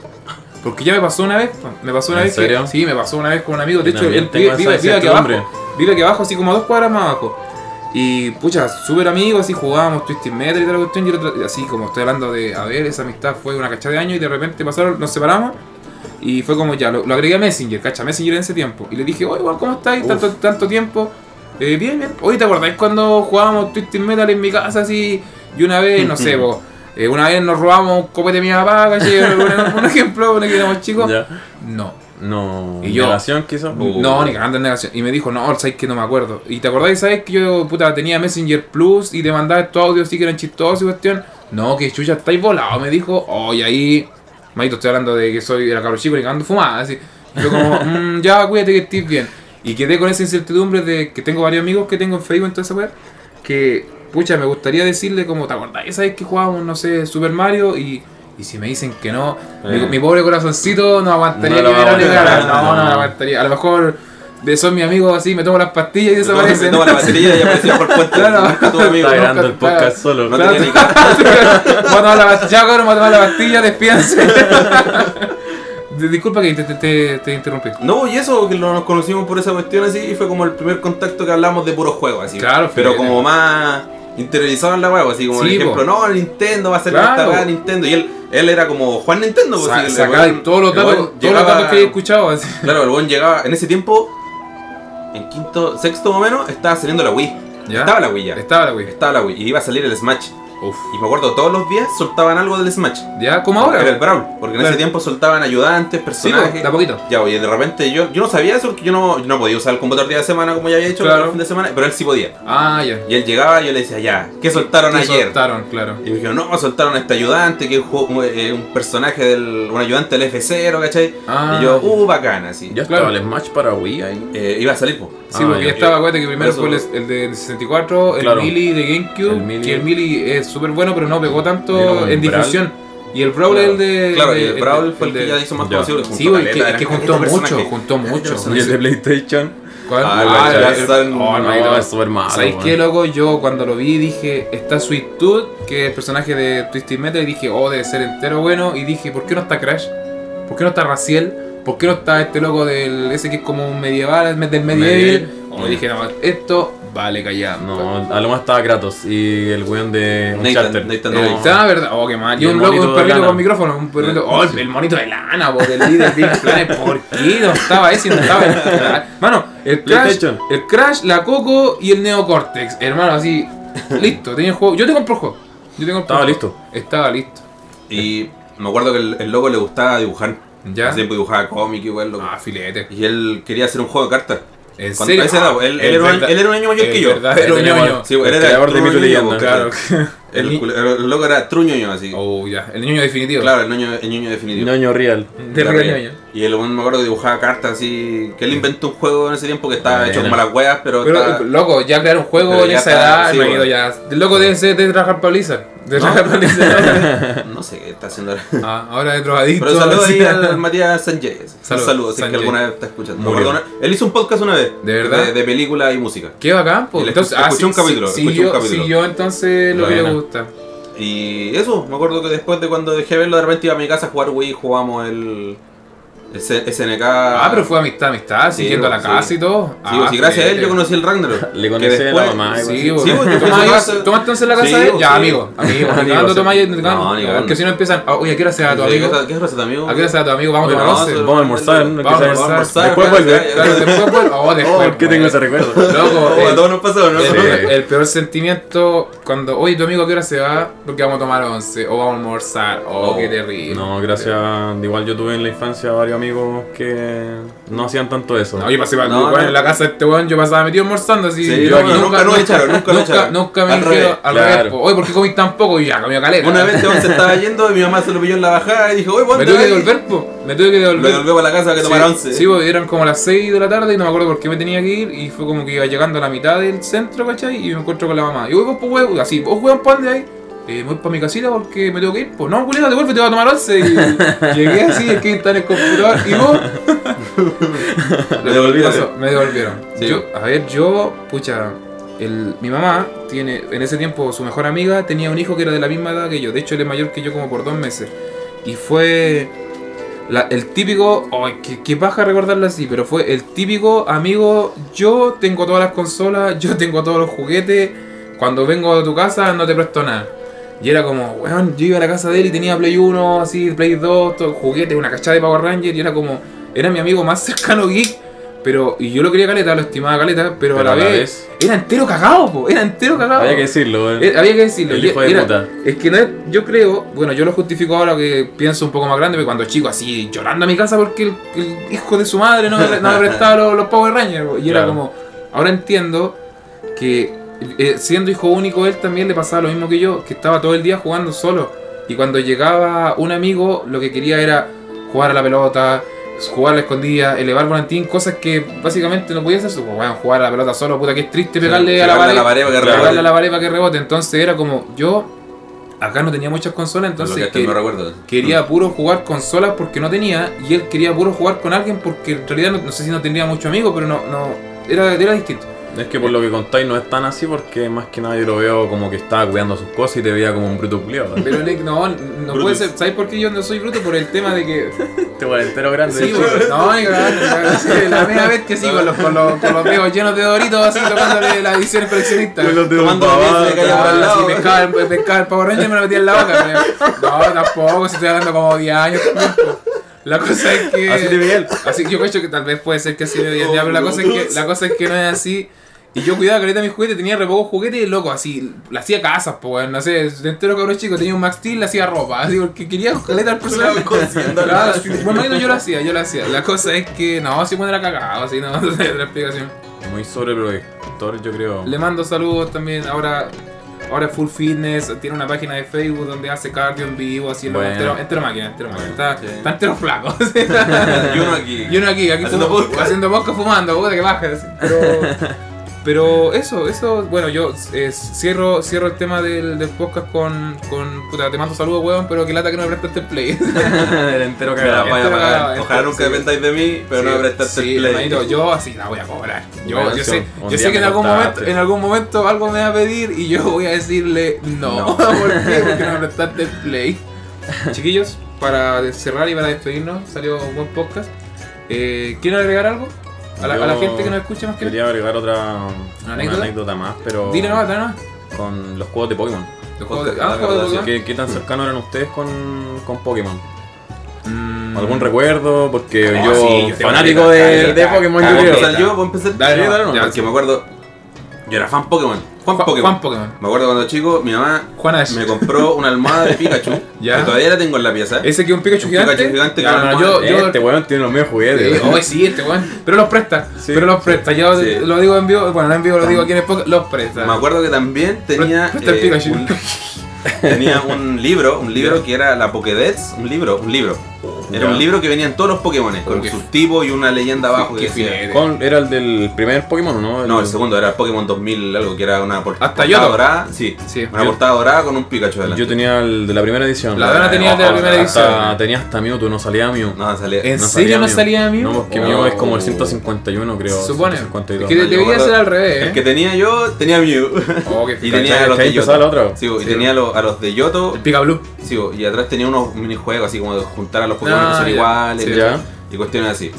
Speaker 1: Porque ya me pasó una vez, me pasó una
Speaker 3: ¿En
Speaker 1: vez
Speaker 3: serio?
Speaker 1: que, sí, me pasó una vez con un amigo, de
Speaker 3: Yo
Speaker 1: hecho,
Speaker 3: también
Speaker 1: él
Speaker 3: tengo
Speaker 1: vive,
Speaker 3: esa
Speaker 1: vive- vive aquí abajo,
Speaker 3: incertidumbre.
Speaker 1: vive aquí abajo, así como a dos cuadras más abajo. Y pucha, súper amigos, así jugábamos Twisted Metal y toda la cuestión. Y el otro- así como estoy hablando de, a ver, esa amistad fue una cachada de años y de repente pasaron, nos separamos. Y fue como ya, lo, lo agregué a Messenger, cacha, Messenger en ese tiempo. Y le dije, oye, weón, ¿cómo estáis? Tanto, tanto tiempo. Eh, bien, bien. Oye, ¿te acordáis cuando jugábamos Twisted Metal en mi casa así? Y una vez, no sé, vos. eh, una vez nos robamos un copete de mi papá, caché, un, un ejemplo, cuando éramos chicos.
Speaker 3: Ya.
Speaker 1: No.
Speaker 3: No.
Speaker 1: Y yo-
Speaker 3: Negación, quizás.
Speaker 2: Uh.
Speaker 1: No, ni cagando en negación. Y me dijo, no, sabes que no me acuerdo. Y te acordás, sabes que yo, puta, tenía Messenger Plus y te mandaba estos audios sí que eran chistosos y cuestión. No, que chucha, estáis volado, me dijo. Oh, y ahí, Maito, estoy hablando de que soy era cabro chico y cagando fumada. Así. Y Yo como, "Mm, ya, cuídate que estés bien. Y quedé con esa incertidumbre de que tengo varios amigos que tengo en Facebook, entonces, weá, que, pucha, me gustaría decirle como, ¿te acordás? Esa vez que jugábamos, no sé, Super Mario y... Y si me dicen que no, mi-
Speaker 3: Eh.
Speaker 1: mi, pobre corazoncito no aguantaría
Speaker 3: No
Speaker 1: que
Speaker 3: lo
Speaker 1: me lo
Speaker 3: aguantaría.
Speaker 1: negaran. No, no,
Speaker 3: No.
Speaker 1: lo aguantaría. A lo mejor de son mis amigos así, me tomo las pastillas y
Speaker 2: Me tomo- me
Speaker 1: desaparecen.
Speaker 2: tomo la batería y apareció por puente.
Speaker 1: Claro.
Speaker 2: Nunca tuve amigo.
Speaker 3: Está grabando el
Speaker 1: Claro.
Speaker 3: podcast solo.
Speaker 2: No
Speaker 1: Claro.
Speaker 2: tenía ni cara.
Speaker 1: Voy a tomar la pastilla, ya, cabrón, voy a tomar la pastilla, despídanse. Di- Disculpa que te, te, te- te interrumpí.
Speaker 2: No, y eso, que lo- nos conocimos por esa cuestión así, y fue como el primer contacto que hablamos de puro juego, así.
Speaker 1: Claro,
Speaker 2: Pero
Speaker 1: fíjate.
Speaker 2: como más interiorizado en la hueá, así como
Speaker 1: Sí,
Speaker 2: el ejemplo,
Speaker 1: po.
Speaker 2: no, el Nintendo va a ser
Speaker 1: Claro.
Speaker 2: esta hueá, Nintendo. Y él, él era como Juan Nintendo, pues,
Speaker 1: Sa-
Speaker 2: así, el
Speaker 1: Sacáis
Speaker 2: weón-
Speaker 1: todos los
Speaker 2: el
Speaker 1: datos,
Speaker 2: weón
Speaker 1: todos los
Speaker 2: llegaba-
Speaker 1: datos que he escuchado. así.
Speaker 2: Claro, el buen llegaba, en ese tiempo, en quinto, sexto más o menos, estaba saliendo la Wii.
Speaker 1: Ya.
Speaker 2: Estaba la Wii ya.
Speaker 1: Estaba la Wii.
Speaker 2: Estaba la Wii, y iba a salir el Smash.
Speaker 1: Uf.
Speaker 2: Y me acuerdo, todos los días soltaban algo del Smash.
Speaker 1: Ya, como
Speaker 2: Era el
Speaker 1: ahora.
Speaker 2: Brawl, porque en
Speaker 1: Claro.
Speaker 2: ese tiempo soltaban ayudantes,
Speaker 1: Sí, pues,
Speaker 2: personajes.
Speaker 1: de a poquito.
Speaker 2: Ya, oye, de repente yo, yo no sabía eso porque yo no, yo no podía usar el computador día de semana como ya había hecho
Speaker 1: Claro.
Speaker 2: el fin de semana, pero él sí podía.
Speaker 1: Ah, ya.
Speaker 2: Y él llegaba y yo le decía, ya, ¿qué soltaron
Speaker 1: Te
Speaker 2: ayer?
Speaker 1: soltaron, claro.
Speaker 2: Y me dijeron, no, soltaron a este ayudante, que es un, juego- eh, un personaje del. un ayudante del F0, ¿cachai?
Speaker 1: Ah,
Speaker 2: y yo, uh, bacán, así.
Speaker 3: Ya estaba
Speaker 1: Claro.
Speaker 3: el Smash para Wii ahí.
Speaker 2: Eh, iba a salir, po.
Speaker 1: Sí,
Speaker 3: Ah,
Speaker 1: porque
Speaker 3: ya.
Speaker 1: ya estaba, acuérdate que primero
Speaker 2: Eso-
Speaker 1: fue el, el de 64, el
Speaker 3: Claro.
Speaker 1: Mili de GameCube,
Speaker 3: El Melee.
Speaker 1: que el Mili es súper bueno, pero no pegó
Speaker 3: Era
Speaker 1: tanto
Speaker 3: como
Speaker 1: en
Speaker 3: el Brawl.
Speaker 1: difusión. Y el Brawl es el de...
Speaker 2: Claro,
Speaker 1: de-
Speaker 2: y el Brawl
Speaker 1: de-
Speaker 2: fue el,
Speaker 1: de-
Speaker 2: que ya hizo más
Speaker 3: ya.
Speaker 2: conocido. que
Speaker 1: Sí,
Speaker 2: juntó
Speaker 1: güey, que,
Speaker 2: caleta, este
Speaker 1: es que
Speaker 2: eran
Speaker 1: juntó
Speaker 2: caleta de
Speaker 1: mucho,
Speaker 2: personajes.
Speaker 1: juntó mucho.
Speaker 2: personajes.
Speaker 3: Y el de PlayStation.
Speaker 1: ¿Cuál?
Speaker 2: Ah,
Speaker 1: Ah,
Speaker 2: el
Speaker 1: el-
Speaker 2: Blaster.
Speaker 1: el-
Speaker 3: Oh,
Speaker 1: no,
Speaker 3: hermanito, es súper malo.
Speaker 1: ¿Sabéis
Speaker 3: weón.
Speaker 1: qué, loco? Yo cuando lo vi dije, está Sweet Tooth, que es el personaje de Twisted Metal, y dije, oh, debe ser entero bueno. Y dije, ¿por qué no está Crash? ¿Por qué no está Raciel? ¿Por qué no está este loco del ese que es como un medieval, del medieval?
Speaker 3: Medieval.
Speaker 1: Y dije, no, esto vale callar.
Speaker 3: No, a lo más estaba Kratos y el weón de
Speaker 2: Nathan, Nathan
Speaker 1: Ahí
Speaker 2: Drake.
Speaker 1: está, ¿verdad? Oh, qué mal.
Speaker 3: Y
Speaker 1: Y un
Speaker 3: el
Speaker 1: loco,
Speaker 3: monito
Speaker 1: un
Speaker 3: de
Speaker 1: perrito
Speaker 3: lana.
Speaker 1: con micrófono. Un perrito. Oh, el, el monito de lana, po, del líder de Pink Planet. ¿Por qué no estaba ese? No estaba. Mano, el Crash,
Speaker 3: PlayStation.
Speaker 1: el Crash, la Coco y el Neocortex. Hermano, así. Listo, tenía el juego. Yo te compro el juego. Yo te compro el
Speaker 3: Estaba
Speaker 1: juego.
Speaker 3: listo.
Speaker 1: Estaba listo.
Speaker 2: Y me acuerdo que el, el loco le gustaba dibujar.
Speaker 1: Ya.
Speaker 2: Siempre dibujaba cómic igual, loco.
Speaker 1: Ah, filete.
Speaker 2: Y él quería hacer un juego de cartas.
Speaker 1: En
Speaker 2: Cuando-
Speaker 1: serio.
Speaker 2: a esa edad, él, él
Speaker 1: El
Speaker 2: era un,
Speaker 1: verdad-
Speaker 2: él era un año mayor
Speaker 1: el
Speaker 2: que yo.
Speaker 1: verdadero
Speaker 2: Era un
Speaker 1: ñoño.
Speaker 2: mayor. Sí, él
Speaker 3: El
Speaker 2: era
Speaker 3: creador de
Speaker 2: truñoño,
Speaker 3: Mito Leyenda,
Speaker 2: claro.
Speaker 1: Claro.
Speaker 2: El, culo- el- el loco era truñoño así.
Speaker 1: Oh, ya. El niño definitivo.
Speaker 2: Claro, el niño, el niño definitivo.
Speaker 3: Ñoño Real.
Speaker 1: Del
Speaker 2: La
Speaker 1: real
Speaker 2: raya.
Speaker 1: ñoño.
Speaker 2: Y el weón me acuerdo que dibujaba cartas así. Que él inventó un juego en ese tiempo que estaba
Speaker 3: Buena.
Speaker 2: hecho con malas weas, pero.
Speaker 1: Pero,
Speaker 2: estaba-
Speaker 1: loco, ya crear un juego
Speaker 2: Pero
Speaker 1: en
Speaker 2: ya
Speaker 1: esa
Speaker 2: está-
Speaker 1: edad,
Speaker 2: sí,
Speaker 1: me he ido
Speaker 2: bueno.
Speaker 1: ya. El loco debe ser de trabajar para Blizzard. De trabajar para Blizzard.
Speaker 2: No sé qué está haciendo ahora.
Speaker 1: Ah, ahora de drogadicto.
Speaker 2: Pero saludos
Speaker 1: así.
Speaker 2: ahí al Matías Sánchez. Un
Speaker 1: Saludos,
Speaker 2: saludo, si es que
Speaker 1: Sánchez.
Speaker 2: alguna vez está escuchando. Me
Speaker 3: Murió.
Speaker 2: acuerdo una- él hizo un podcast una vez.
Speaker 1: ¿De verdad?
Speaker 2: De, de película y música.
Speaker 1: Qué bacán, pues.
Speaker 2: Y le escuché- escuché un capítulo, escuché un
Speaker 1: yo,
Speaker 2: capítulo.
Speaker 1: siguió entonces lo que le
Speaker 3: Buena.
Speaker 1: gusta.
Speaker 2: Y eso, me acuerdo que después de cuando dejé verlo, de repente iba a mi casa a jugar Wii, jugamos el. el S- SNK.
Speaker 1: Ah, pero fue amistad, amistad,
Speaker 2: Sí,
Speaker 1: siguiendo a la
Speaker 2: sí.
Speaker 1: casa y todo.
Speaker 2: Sí,
Speaker 1: ah,
Speaker 2: pues, y gracias a él
Speaker 1: filete.
Speaker 2: yo conocí el Ragnarok.
Speaker 3: Le
Speaker 2: que
Speaker 3: conocí a la
Speaker 2: después-
Speaker 3: mamá. algo así.
Speaker 1: Sí, pues.
Speaker 2: Sí, pues, yo
Speaker 1: toma,
Speaker 2: fui a
Speaker 1: ahí-
Speaker 2: casa-
Speaker 1: toma entonces la casa
Speaker 2: Sí,
Speaker 1: de él.
Speaker 2: pues,
Speaker 1: Ya,
Speaker 2: sí.
Speaker 1: amigo. Amigo,
Speaker 3: Amigo,
Speaker 1: amigo.
Speaker 3: sí.
Speaker 1: toma ahí.
Speaker 2: No, ni
Speaker 1: Porque
Speaker 2: cagando.
Speaker 1: si no empiezan. ah, Oye, ¿a qué hora se va tu
Speaker 2: Sí, ¿Qué
Speaker 1: amigo?
Speaker 2: hora- qué hora se tu amigo?
Speaker 1: ¿A qué hora se va tu amigo? Vamos a
Speaker 2: Oye,
Speaker 1: tomar
Speaker 2: no,
Speaker 1: once.
Speaker 2: se-
Speaker 3: Vamos a almorzar. ¿no?
Speaker 1: Vamos a
Speaker 3: Que sea-
Speaker 1: almorzar.
Speaker 3: Después
Speaker 2: claro,
Speaker 3: vuelve.
Speaker 2: claro,
Speaker 1: Claro, después, bueno, oh,
Speaker 3: Oh,
Speaker 1: después.
Speaker 3: ¿Por qué tengo ese recuerdo?
Speaker 1: Loco,
Speaker 2: Oh,
Speaker 1: el-
Speaker 2: a todos nos pasó, ¿no?
Speaker 1: El,
Speaker 3: Sí.
Speaker 1: el peor sentimiento cuando, oye, tu amigo, ¿a qué hora se va? Porque vamos a tomar once, o vamos a almorzar, oh,
Speaker 2: Oh,
Speaker 1: qué terrible.
Speaker 3: No, gracias. Igual yo tuve en la infancia varios amigos que no hacían tanto eso.
Speaker 1: No, yo pasé para el
Speaker 2: No,
Speaker 1: grupo,
Speaker 2: no.
Speaker 1: en la casa de este weón, yo pasaba metido almorzando así.
Speaker 2: Sí,
Speaker 1: yo
Speaker 2: no, no, nunca nos echaron, nunca nos echaron.
Speaker 1: nunca me
Speaker 2: Al
Speaker 1: dijeron
Speaker 2: revés,
Speaker 1: al
Speaker 3: claro.
Speaker 1: revés. po. Oye, ¿por qué comí tan poco? Y ya, comió caleta.
Speaker 2: Una vez Esteban se estaba yendo y mi mamá se lo pilló en la bajada y dijo, oye,
Speaker 1: Me
Speaker 2: ponte
Speaker 1: tuve que
Speaker 2: ahí".
Speaker 1: devolver, po. Me tuve que
Speaker 2: Lo
Speaker 1: devolver.
Speaker 2: devolvió para la casa que tomara
Speaker 1: sí,
Speaker 2: once.
Speaker 1: sí, pues, po, eran como las 6 de la tarde y no me acuerdo por qué me tenía que ir. Y fue como que iba llegando a la mitad del centro, ¿cachai? Y me encuentro con la mamá. Y voy, vos, pues, weón, así, vos, weón, pan de ahí. Eh, me voy para mi casita porque me tengo que ir. Pues no, culero, devuelve, te voy a tomar once. Y llegué así, es que está en el computador. Y vos,
Speaker 2: Me devolvieron.
Speaker 1: Pasó, me devolvieron.
Speaker 2: Sí.
Speaker 1: Yo, a ver, yo, pucha, el, mi mamá tiene, en ese tiempo su mejor amiga tenía un hijo que era de la misma edad que yo. De hecho, él es mayor que yo como por dos meses. Y fue la- el típico, ay, que, que baja recordarlo así, pero fue el típico amigo, yo tengo todas las consolas, yo tengo todos los juguetes, cuando vengo a tu casa no te presto nada. Y era como, weón, yo iba a la casa de él y tenía Play 1, así, Play 2, todo, juguetes, una cachada de Power Ranger, y era como, era mi amigo más cercano geek, Pero, y yo lo quería caleta, lo estimaba caleta, pero,
Speaker 3: Pero
Speaker 1: a la vez, Era entero cagado, po. Era entero cagado.
Speaker 3: Había que decirlo,
Speaker 1: Eh,
Speaker 3: eh.
Speaker 1: había que decirlo.
Speaker 3: El hijo de
Speaker 1: Era-
Speaker 3: puta.
Speaker 1: Es que no es- yo creo, bueno, yo lo justifico ahora que pienso un poco más grande, pero cuando chico así llorando a mi casa porque el, el hijo de su madre no me, pre- no me prestaba los, los Power Rangers. po. Y era
Speaker 3: Claro.
Speaker 1: como, ahora entiendo que eh, siendo hijo único él también le pasaba lo mismo que yo, que estaba todo el día jugando solo. Y cuando llegaba un amigo, lo que quería era jugar a la pelota, jugar a la escondida, elevar volantín, cosas que básicamente no podía hacer. Pues, bueno, jugar a la pelota solo, puta, que es triste pegarle a la
Speaker 2: Pegarle
Speaker 1: pared
Speaker 2: para que
Speaker 1: para
Speaker 2: rebote.
Speaker 1: pegarle a la pared para que rebote. Entonces era como, yo acá no tenía muchas consolas,
Speaker 2: Lo que
Speaker 1: entonces
Speaker 2: hasta
Speaker 1: que-
Speaker 2: no recuerdo.
Speaker 1: quería puro jugar consolas porque no tenía, y él quería puro jugar con alguien porque en realidad no, no sé si no tenía muchos amigos, pero no, no era, era distinto.
Speaker 3: Es que por lo que contáis no es tan así porque más que nada yo lo veo como que estaba cuidando sus cosas y te veía como un bruto culiado.
Speaker 1: Pero Link, no, no puede
Speaker 3: Brutus.
Speaker 1: ser. ¿Sabes por qué yo no soy bruto? Por el tema de que.
Speaker 3: Este weón entero grande.
Speaker 1: Sí, porque- no, ni cagar, ni cagar. Sí, la primera vez que sí, con los, con los, con los dedos llenos de doritos, así tocándole la edición coleccionista.
Speaker 3: Con los dedos
Speaker 2: Tomando
Speaker 3: pa'
Speaker 2: la
Speaker 3: abajo.
Speaker 2: mesa, calla. por el
Speaker 1: Ah,
Speaker 2: lado.
Speaker 1: Si pescaba, el- pescaba el Power Ranger y me lo metía en la boca. pero- No, tampoco, si estoy hablando como 10 años. La cosa es que.
Speaker 3: Así te veía él.
Speaker 1: Así que yo creo que tal vez puede ser que así me veía,
Speaker 2: Oh,
Speaker 1: pero la cosa, es que,
Speaker 2: Dios.
Speaker 1: la cosa es que no es así. Y yo cuidaba caleta mis juguetes, tenía re pocos juguetes, loco, así, le hacía casas, pues, no sé, de entero cabrón chico, tenía un Max Steel, le hacía ropa, así, porque quería caleta al personaje. Claro, sí, bueno, yo lo hacía, yo lo hacía. La cosa es que, no, si cuando era cagado, así, no, no sé, la explicación.
Speaker 3: Muy sobreprotector, yo creo.
Speaker 1: Le mando saludos también. Ahora, ahora es Full Fitness tiene una página de Facebook donde hace cardio en vivo, así
Speaker 3: Bueno.
Speaker 1: lo entero, entero máquina, entero máquina. Está,
Speaker 2: sí.
Speaker 1: está entero flaco.
Speaker 2: Y uno aquí.
Speaker 1: Ah. y uno aquí, aquí
Speaker 2: Haciendo
Speaker 1: fumo-
Speaker 2: podcast.
Speaker 1: haciendo bosca fumando, puta que baja. así. Pero, pero eso, eso, bueno, yo eh, cierro, cierro el tema del, del podcast con, con puta, te mando saludos, weón, pero que lata que no me prestaste el play.
Speaker 3: el entero
Speaker 2: Me la
Speaker 3: cagado.
Speaker 2: voy a
Speaker 1: Este
Speaker 2: pagar.
Speaker 1: era- este-
Speaker 2: Ojalá nunca
Speaker 1: sí.
Speaker 2: dependáis de mí, pero no me prestaste
Speaker 1: sí,
Speaker 2: el play.
Speaker 1: hermanito, yo así la voy a cobrar. Yo,
Speaker 3: Bueno,
Speaker 1: yo
Speaker 3: sí,
Speaker 1: sé,
Speaker 3: un
Speaker 1: yo
Speaker 3: día
Speaker 1: sé que
Speaker 3: me
Speaker 1: en algún,
Speaker 3: contaste.
Speaker 1: momento, en algún momento algo me va a pedir y yo voy a decirle no.
Speaker 2: No.
Speaker 1: ¿Por qué? Porque no prestaste el play. Chiquillos, para cerrar y para despedirnos, salió un buen podcast. Eh, ¿Quieren agregar algo? A la, a la
Speaker 3: Yo
Speaker 1: gente que nos escucha más que nada.
Speaker 3: Quería agregar otra una
Speaker 1: anécdota?
Speaker 3: anécdota? más, pero
Speaker 1: Dile nomás, dale nomás.
Speaker 3: con los juegos de Pokémon.
Speaker 1: Los
Speaker 2: Podcast,
Speaker 1: juegos de-
Speaker 2: la
Speaker 1: ah, los juegos de
Speaker 2: verdad,
Speaker 3: ¿Qué, qué tan cercanos eran ustedes con, con Pokémon?
Speaker 1: Mm,
Speaker 3: ¿Algún recuerdo? Porque
Speaker 1: No,
Speaker 3: Ah, yo, Este
Speaker 1: sí, yo tengo
Speaker 3: fanático
Speaker 1: caleta,
Speaker 3: de,
Speaker 1: caleta,
Speaker 3: de Pokémon,
Speaker 2: ¿Puedo
Speaker 3: yo creo.
Speaker 2: empezar yo? ¿Puedo empezar?
Speaker 3: Dale, dale,
Speaker 2: no,
Speaker 3: no.
Speaker 2: que me acuerdo. Yo era fan Pokémon. Fan
Speaker 1: Juan
Speaker 2: Pokémon.
Speaker 1: Juan Pokémon.
Speaker 2: Me acuerdo cuando chico, mi mamá
Speaker 1: Juan Ash.
Speaker 2: me compró una almohada de Pikachu.
Speaker 1: Ya.
Speaker 2: Que todavía la tengo en la pieza.
Speaker 1: Ese que es un Pikachu
Speaker 2: Un
Speaker 1: gigante.
Speaker 2: Pikachu gigante
Speaker 1: Ya,
Speaker 2: con
Speaker 1: no,
Speaker 2: la
Speaker 1: yo, yo-
Speaker 3: Este weón tiene los mismos
Speaker 1: Sí,
Speaker 3: juguetes.
Speaker 1: hoy sí, este weón. Pero los presta.
Speaker 3: Sí,
Speaker 1: pero los presta. Yo
Speaker 2: sí.
Speaker 1: lo digo en vivo. Bueno, no en vivo lo digo aquí en el podcast. Los presta.
Speaker 2: Me acuerdo que también tenía. eh,
Speaker 1: Presta el Pikachu.
Speaker 2: un, tenía un libro, un libro que era la Pokédex. Un libro, un libro. Era
Speaker 3: Ya.
Speaker 2: un libro que venían todos los Pokémon, con
Speaker 1: Uy, qué-
Speaker 2: sus tipos y una leyenda abajo que
Speaker 1: Qué
Speaker 2: decía.
Speaker 1: filete.
Speaker 3: Con- era el del primer Pokémon, ¿no?
Speaker 2: No, el segundo era el Pokémon 2000, algo que era una por-
Speaker 1: Hasta
Speaker 2: portada
Speaker 1: Ah, Yoto.
Speaker 2: dorada. Sí,
Speaker 1: Sí.
Speaker 2: una
Speaker 1: Yo-
Speaker 2: portada dorada con un Pikachu adelante.
Speaker 3: Yo tenía el de la primera edición.
Speaker 1: La Dana tenía el de la primera edición.
Speaker 3: Hasta, tenía hasta Mewtwo, no salía Mew.
Speaker 2: No, salía.
Speaker 1: ¿En
Speaker 3: no
Speaker 1: serio
Speaker 3: salía
Speaker 1: no
Speaker 3: Mew.
Speaker 1: salía Mew?
Speaker 3: No, porque
Speaker 1: Oh.
Speaker 3: Mew es como el 151, creo.
Speaker 1: Se supone. Es
Speaker 3: 152.
Speaker 1: que
Speaker 2: Ah, yo me
Speaker 1: debería
Speaker 2: acuerdo-
Speaker 1: ser al revés. ¿eh?
Speaker 2: El que tenía yo, tenía Mew.
Speaker 1: Oh, qué
Speaker 2: y
Speaker 1: filete.
Speaker 2: tenía
Speaker 3: ¿Cachai?
Speaker 2: a los de
Speaker 3: ¿Cachai? Empezaba la
Speaker 2: Yoto.
Speaker 3: otra.
Speaker 2: Sí, y
Speaker 1: Sí.
Speaker 2: tenía a los, a los de Yoto.
Speaker 1: El Pika Blue.
Speaker 2: Sí, bo, y atrás tenía unos minijuegos así como de juntar a los Pokémon
Speaker 1: Ah,
Speaker 2: que son
Speaker 1: ya.
Speaker 2: iguales
Speaker 1: Sí,
Speaker 3: ya.
Speaker 2: y cuestiones así.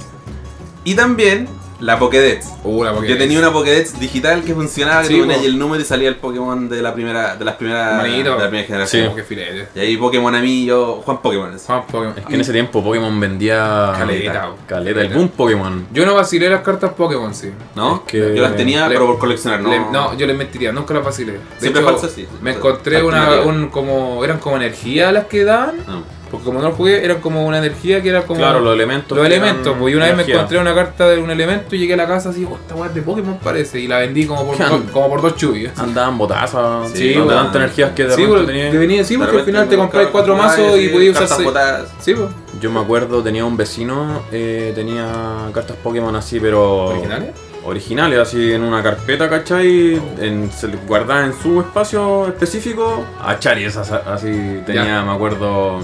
Speaker 2: Y también la Pokédex.
Speaker 1: Uh, la
Speaker 2: Yo tenía una Pokédex digital que funcionaba, que
Speaker 1: Sí,
Speaker 2: tú
Speaker 1: bo.
Speaker 2: ponías ahí el número y salía el Pokémon de la primera, de las primeras, de
Speaker 1: Manito.
Speaker 2: la primera
Speaker 1: Sí.
Speaker 2: generación.
Speaker 1: Oh, qué filete.
Speaker 2: Y ahí Pokémon a mí, yo, Juan Pokémon. así.
Speaker 1: Juan Pokémon.
Speaker 3: Es que en ese tiempo Pokémon vendía.
Speaker 1: Caleta, bo.
Speaker 3: Caleta, el boom Pokémon.
Speaker 1: Yo no vacilé las cartas Pokémon, sí.
Speaker 2: ¿No?
Speaker 3: Es que-
Speaker 2: Yo las tenía,
Speaker 1: Le-
Speaker 2: pero por coleccionar, ¿no?
Speaker 1: Le- no, yo les mentiría, nunca las vacilé. De
Speaker 2: Siempre
Speaker 1: hecho,
Speaker 2: falso, sí.
Speaker 1: Me encontré una,
Speaker 2: Alternativa.
Speaker 1: un, como, eran como energía las que daban,
Speaker 2: No.
Speaker 1: porque como no lo jugué, eran como una energía que era como...
Speaker 3: Claro, los elementos.
Speaker 1: Los
Speaker 3: que eran
Speaker 1: elementos, pues y una vez me
Speaker 3: energía.
Speaker 1: encontré una carta de un elemento y llegué a la casa así, oh, esta weá es de Pokémon parece, y la vendí como por,
Speaker 3: ¿Qué
Speaker 1: do-
Speaker 3: onda?
Speaker 1: como por dos chubillas.
Speaker 3: Andaban botazas.
Speaker 1: Sí,
Speaker 3: Sí, no
Speaker 1: bo.
Speaker 3: de tantas energías que de
Speaker 1: Sí,
Speaker 3: repente
Speaker 1: pues,
Speaker 3: tenía.
Speaker 1: te venía, sí,
Speaker 2: De
Speaker 1: porque al
Speaker 2: repente
Speaker 1: final te
Speaker 2: me
Speaker 1: compráis
Speaker 2: buscaba
Speaker 1: cuatro
Speaker 2: cartas
Speaker 1: mazos y
Speaker 2: botadas,
Speaker 1: podías usar
Speaker 2: cartas
Speaker 1: seis.
Speaker 2: botadas.
Speaker 1: Sí, pues.
Speaker 3: Yo me acuerdo, tenía un vecino, eh, tenía cartas Pokémon así, pero.
Speaker 1: ¿Originales?
Speaker 3: Originales, así en una carpeta, ¿cachai? En, se le guardaba en su espacio específico. A Charis, así tenía,
Speaker 1: Ya.
Speaker 3: me acuerdo.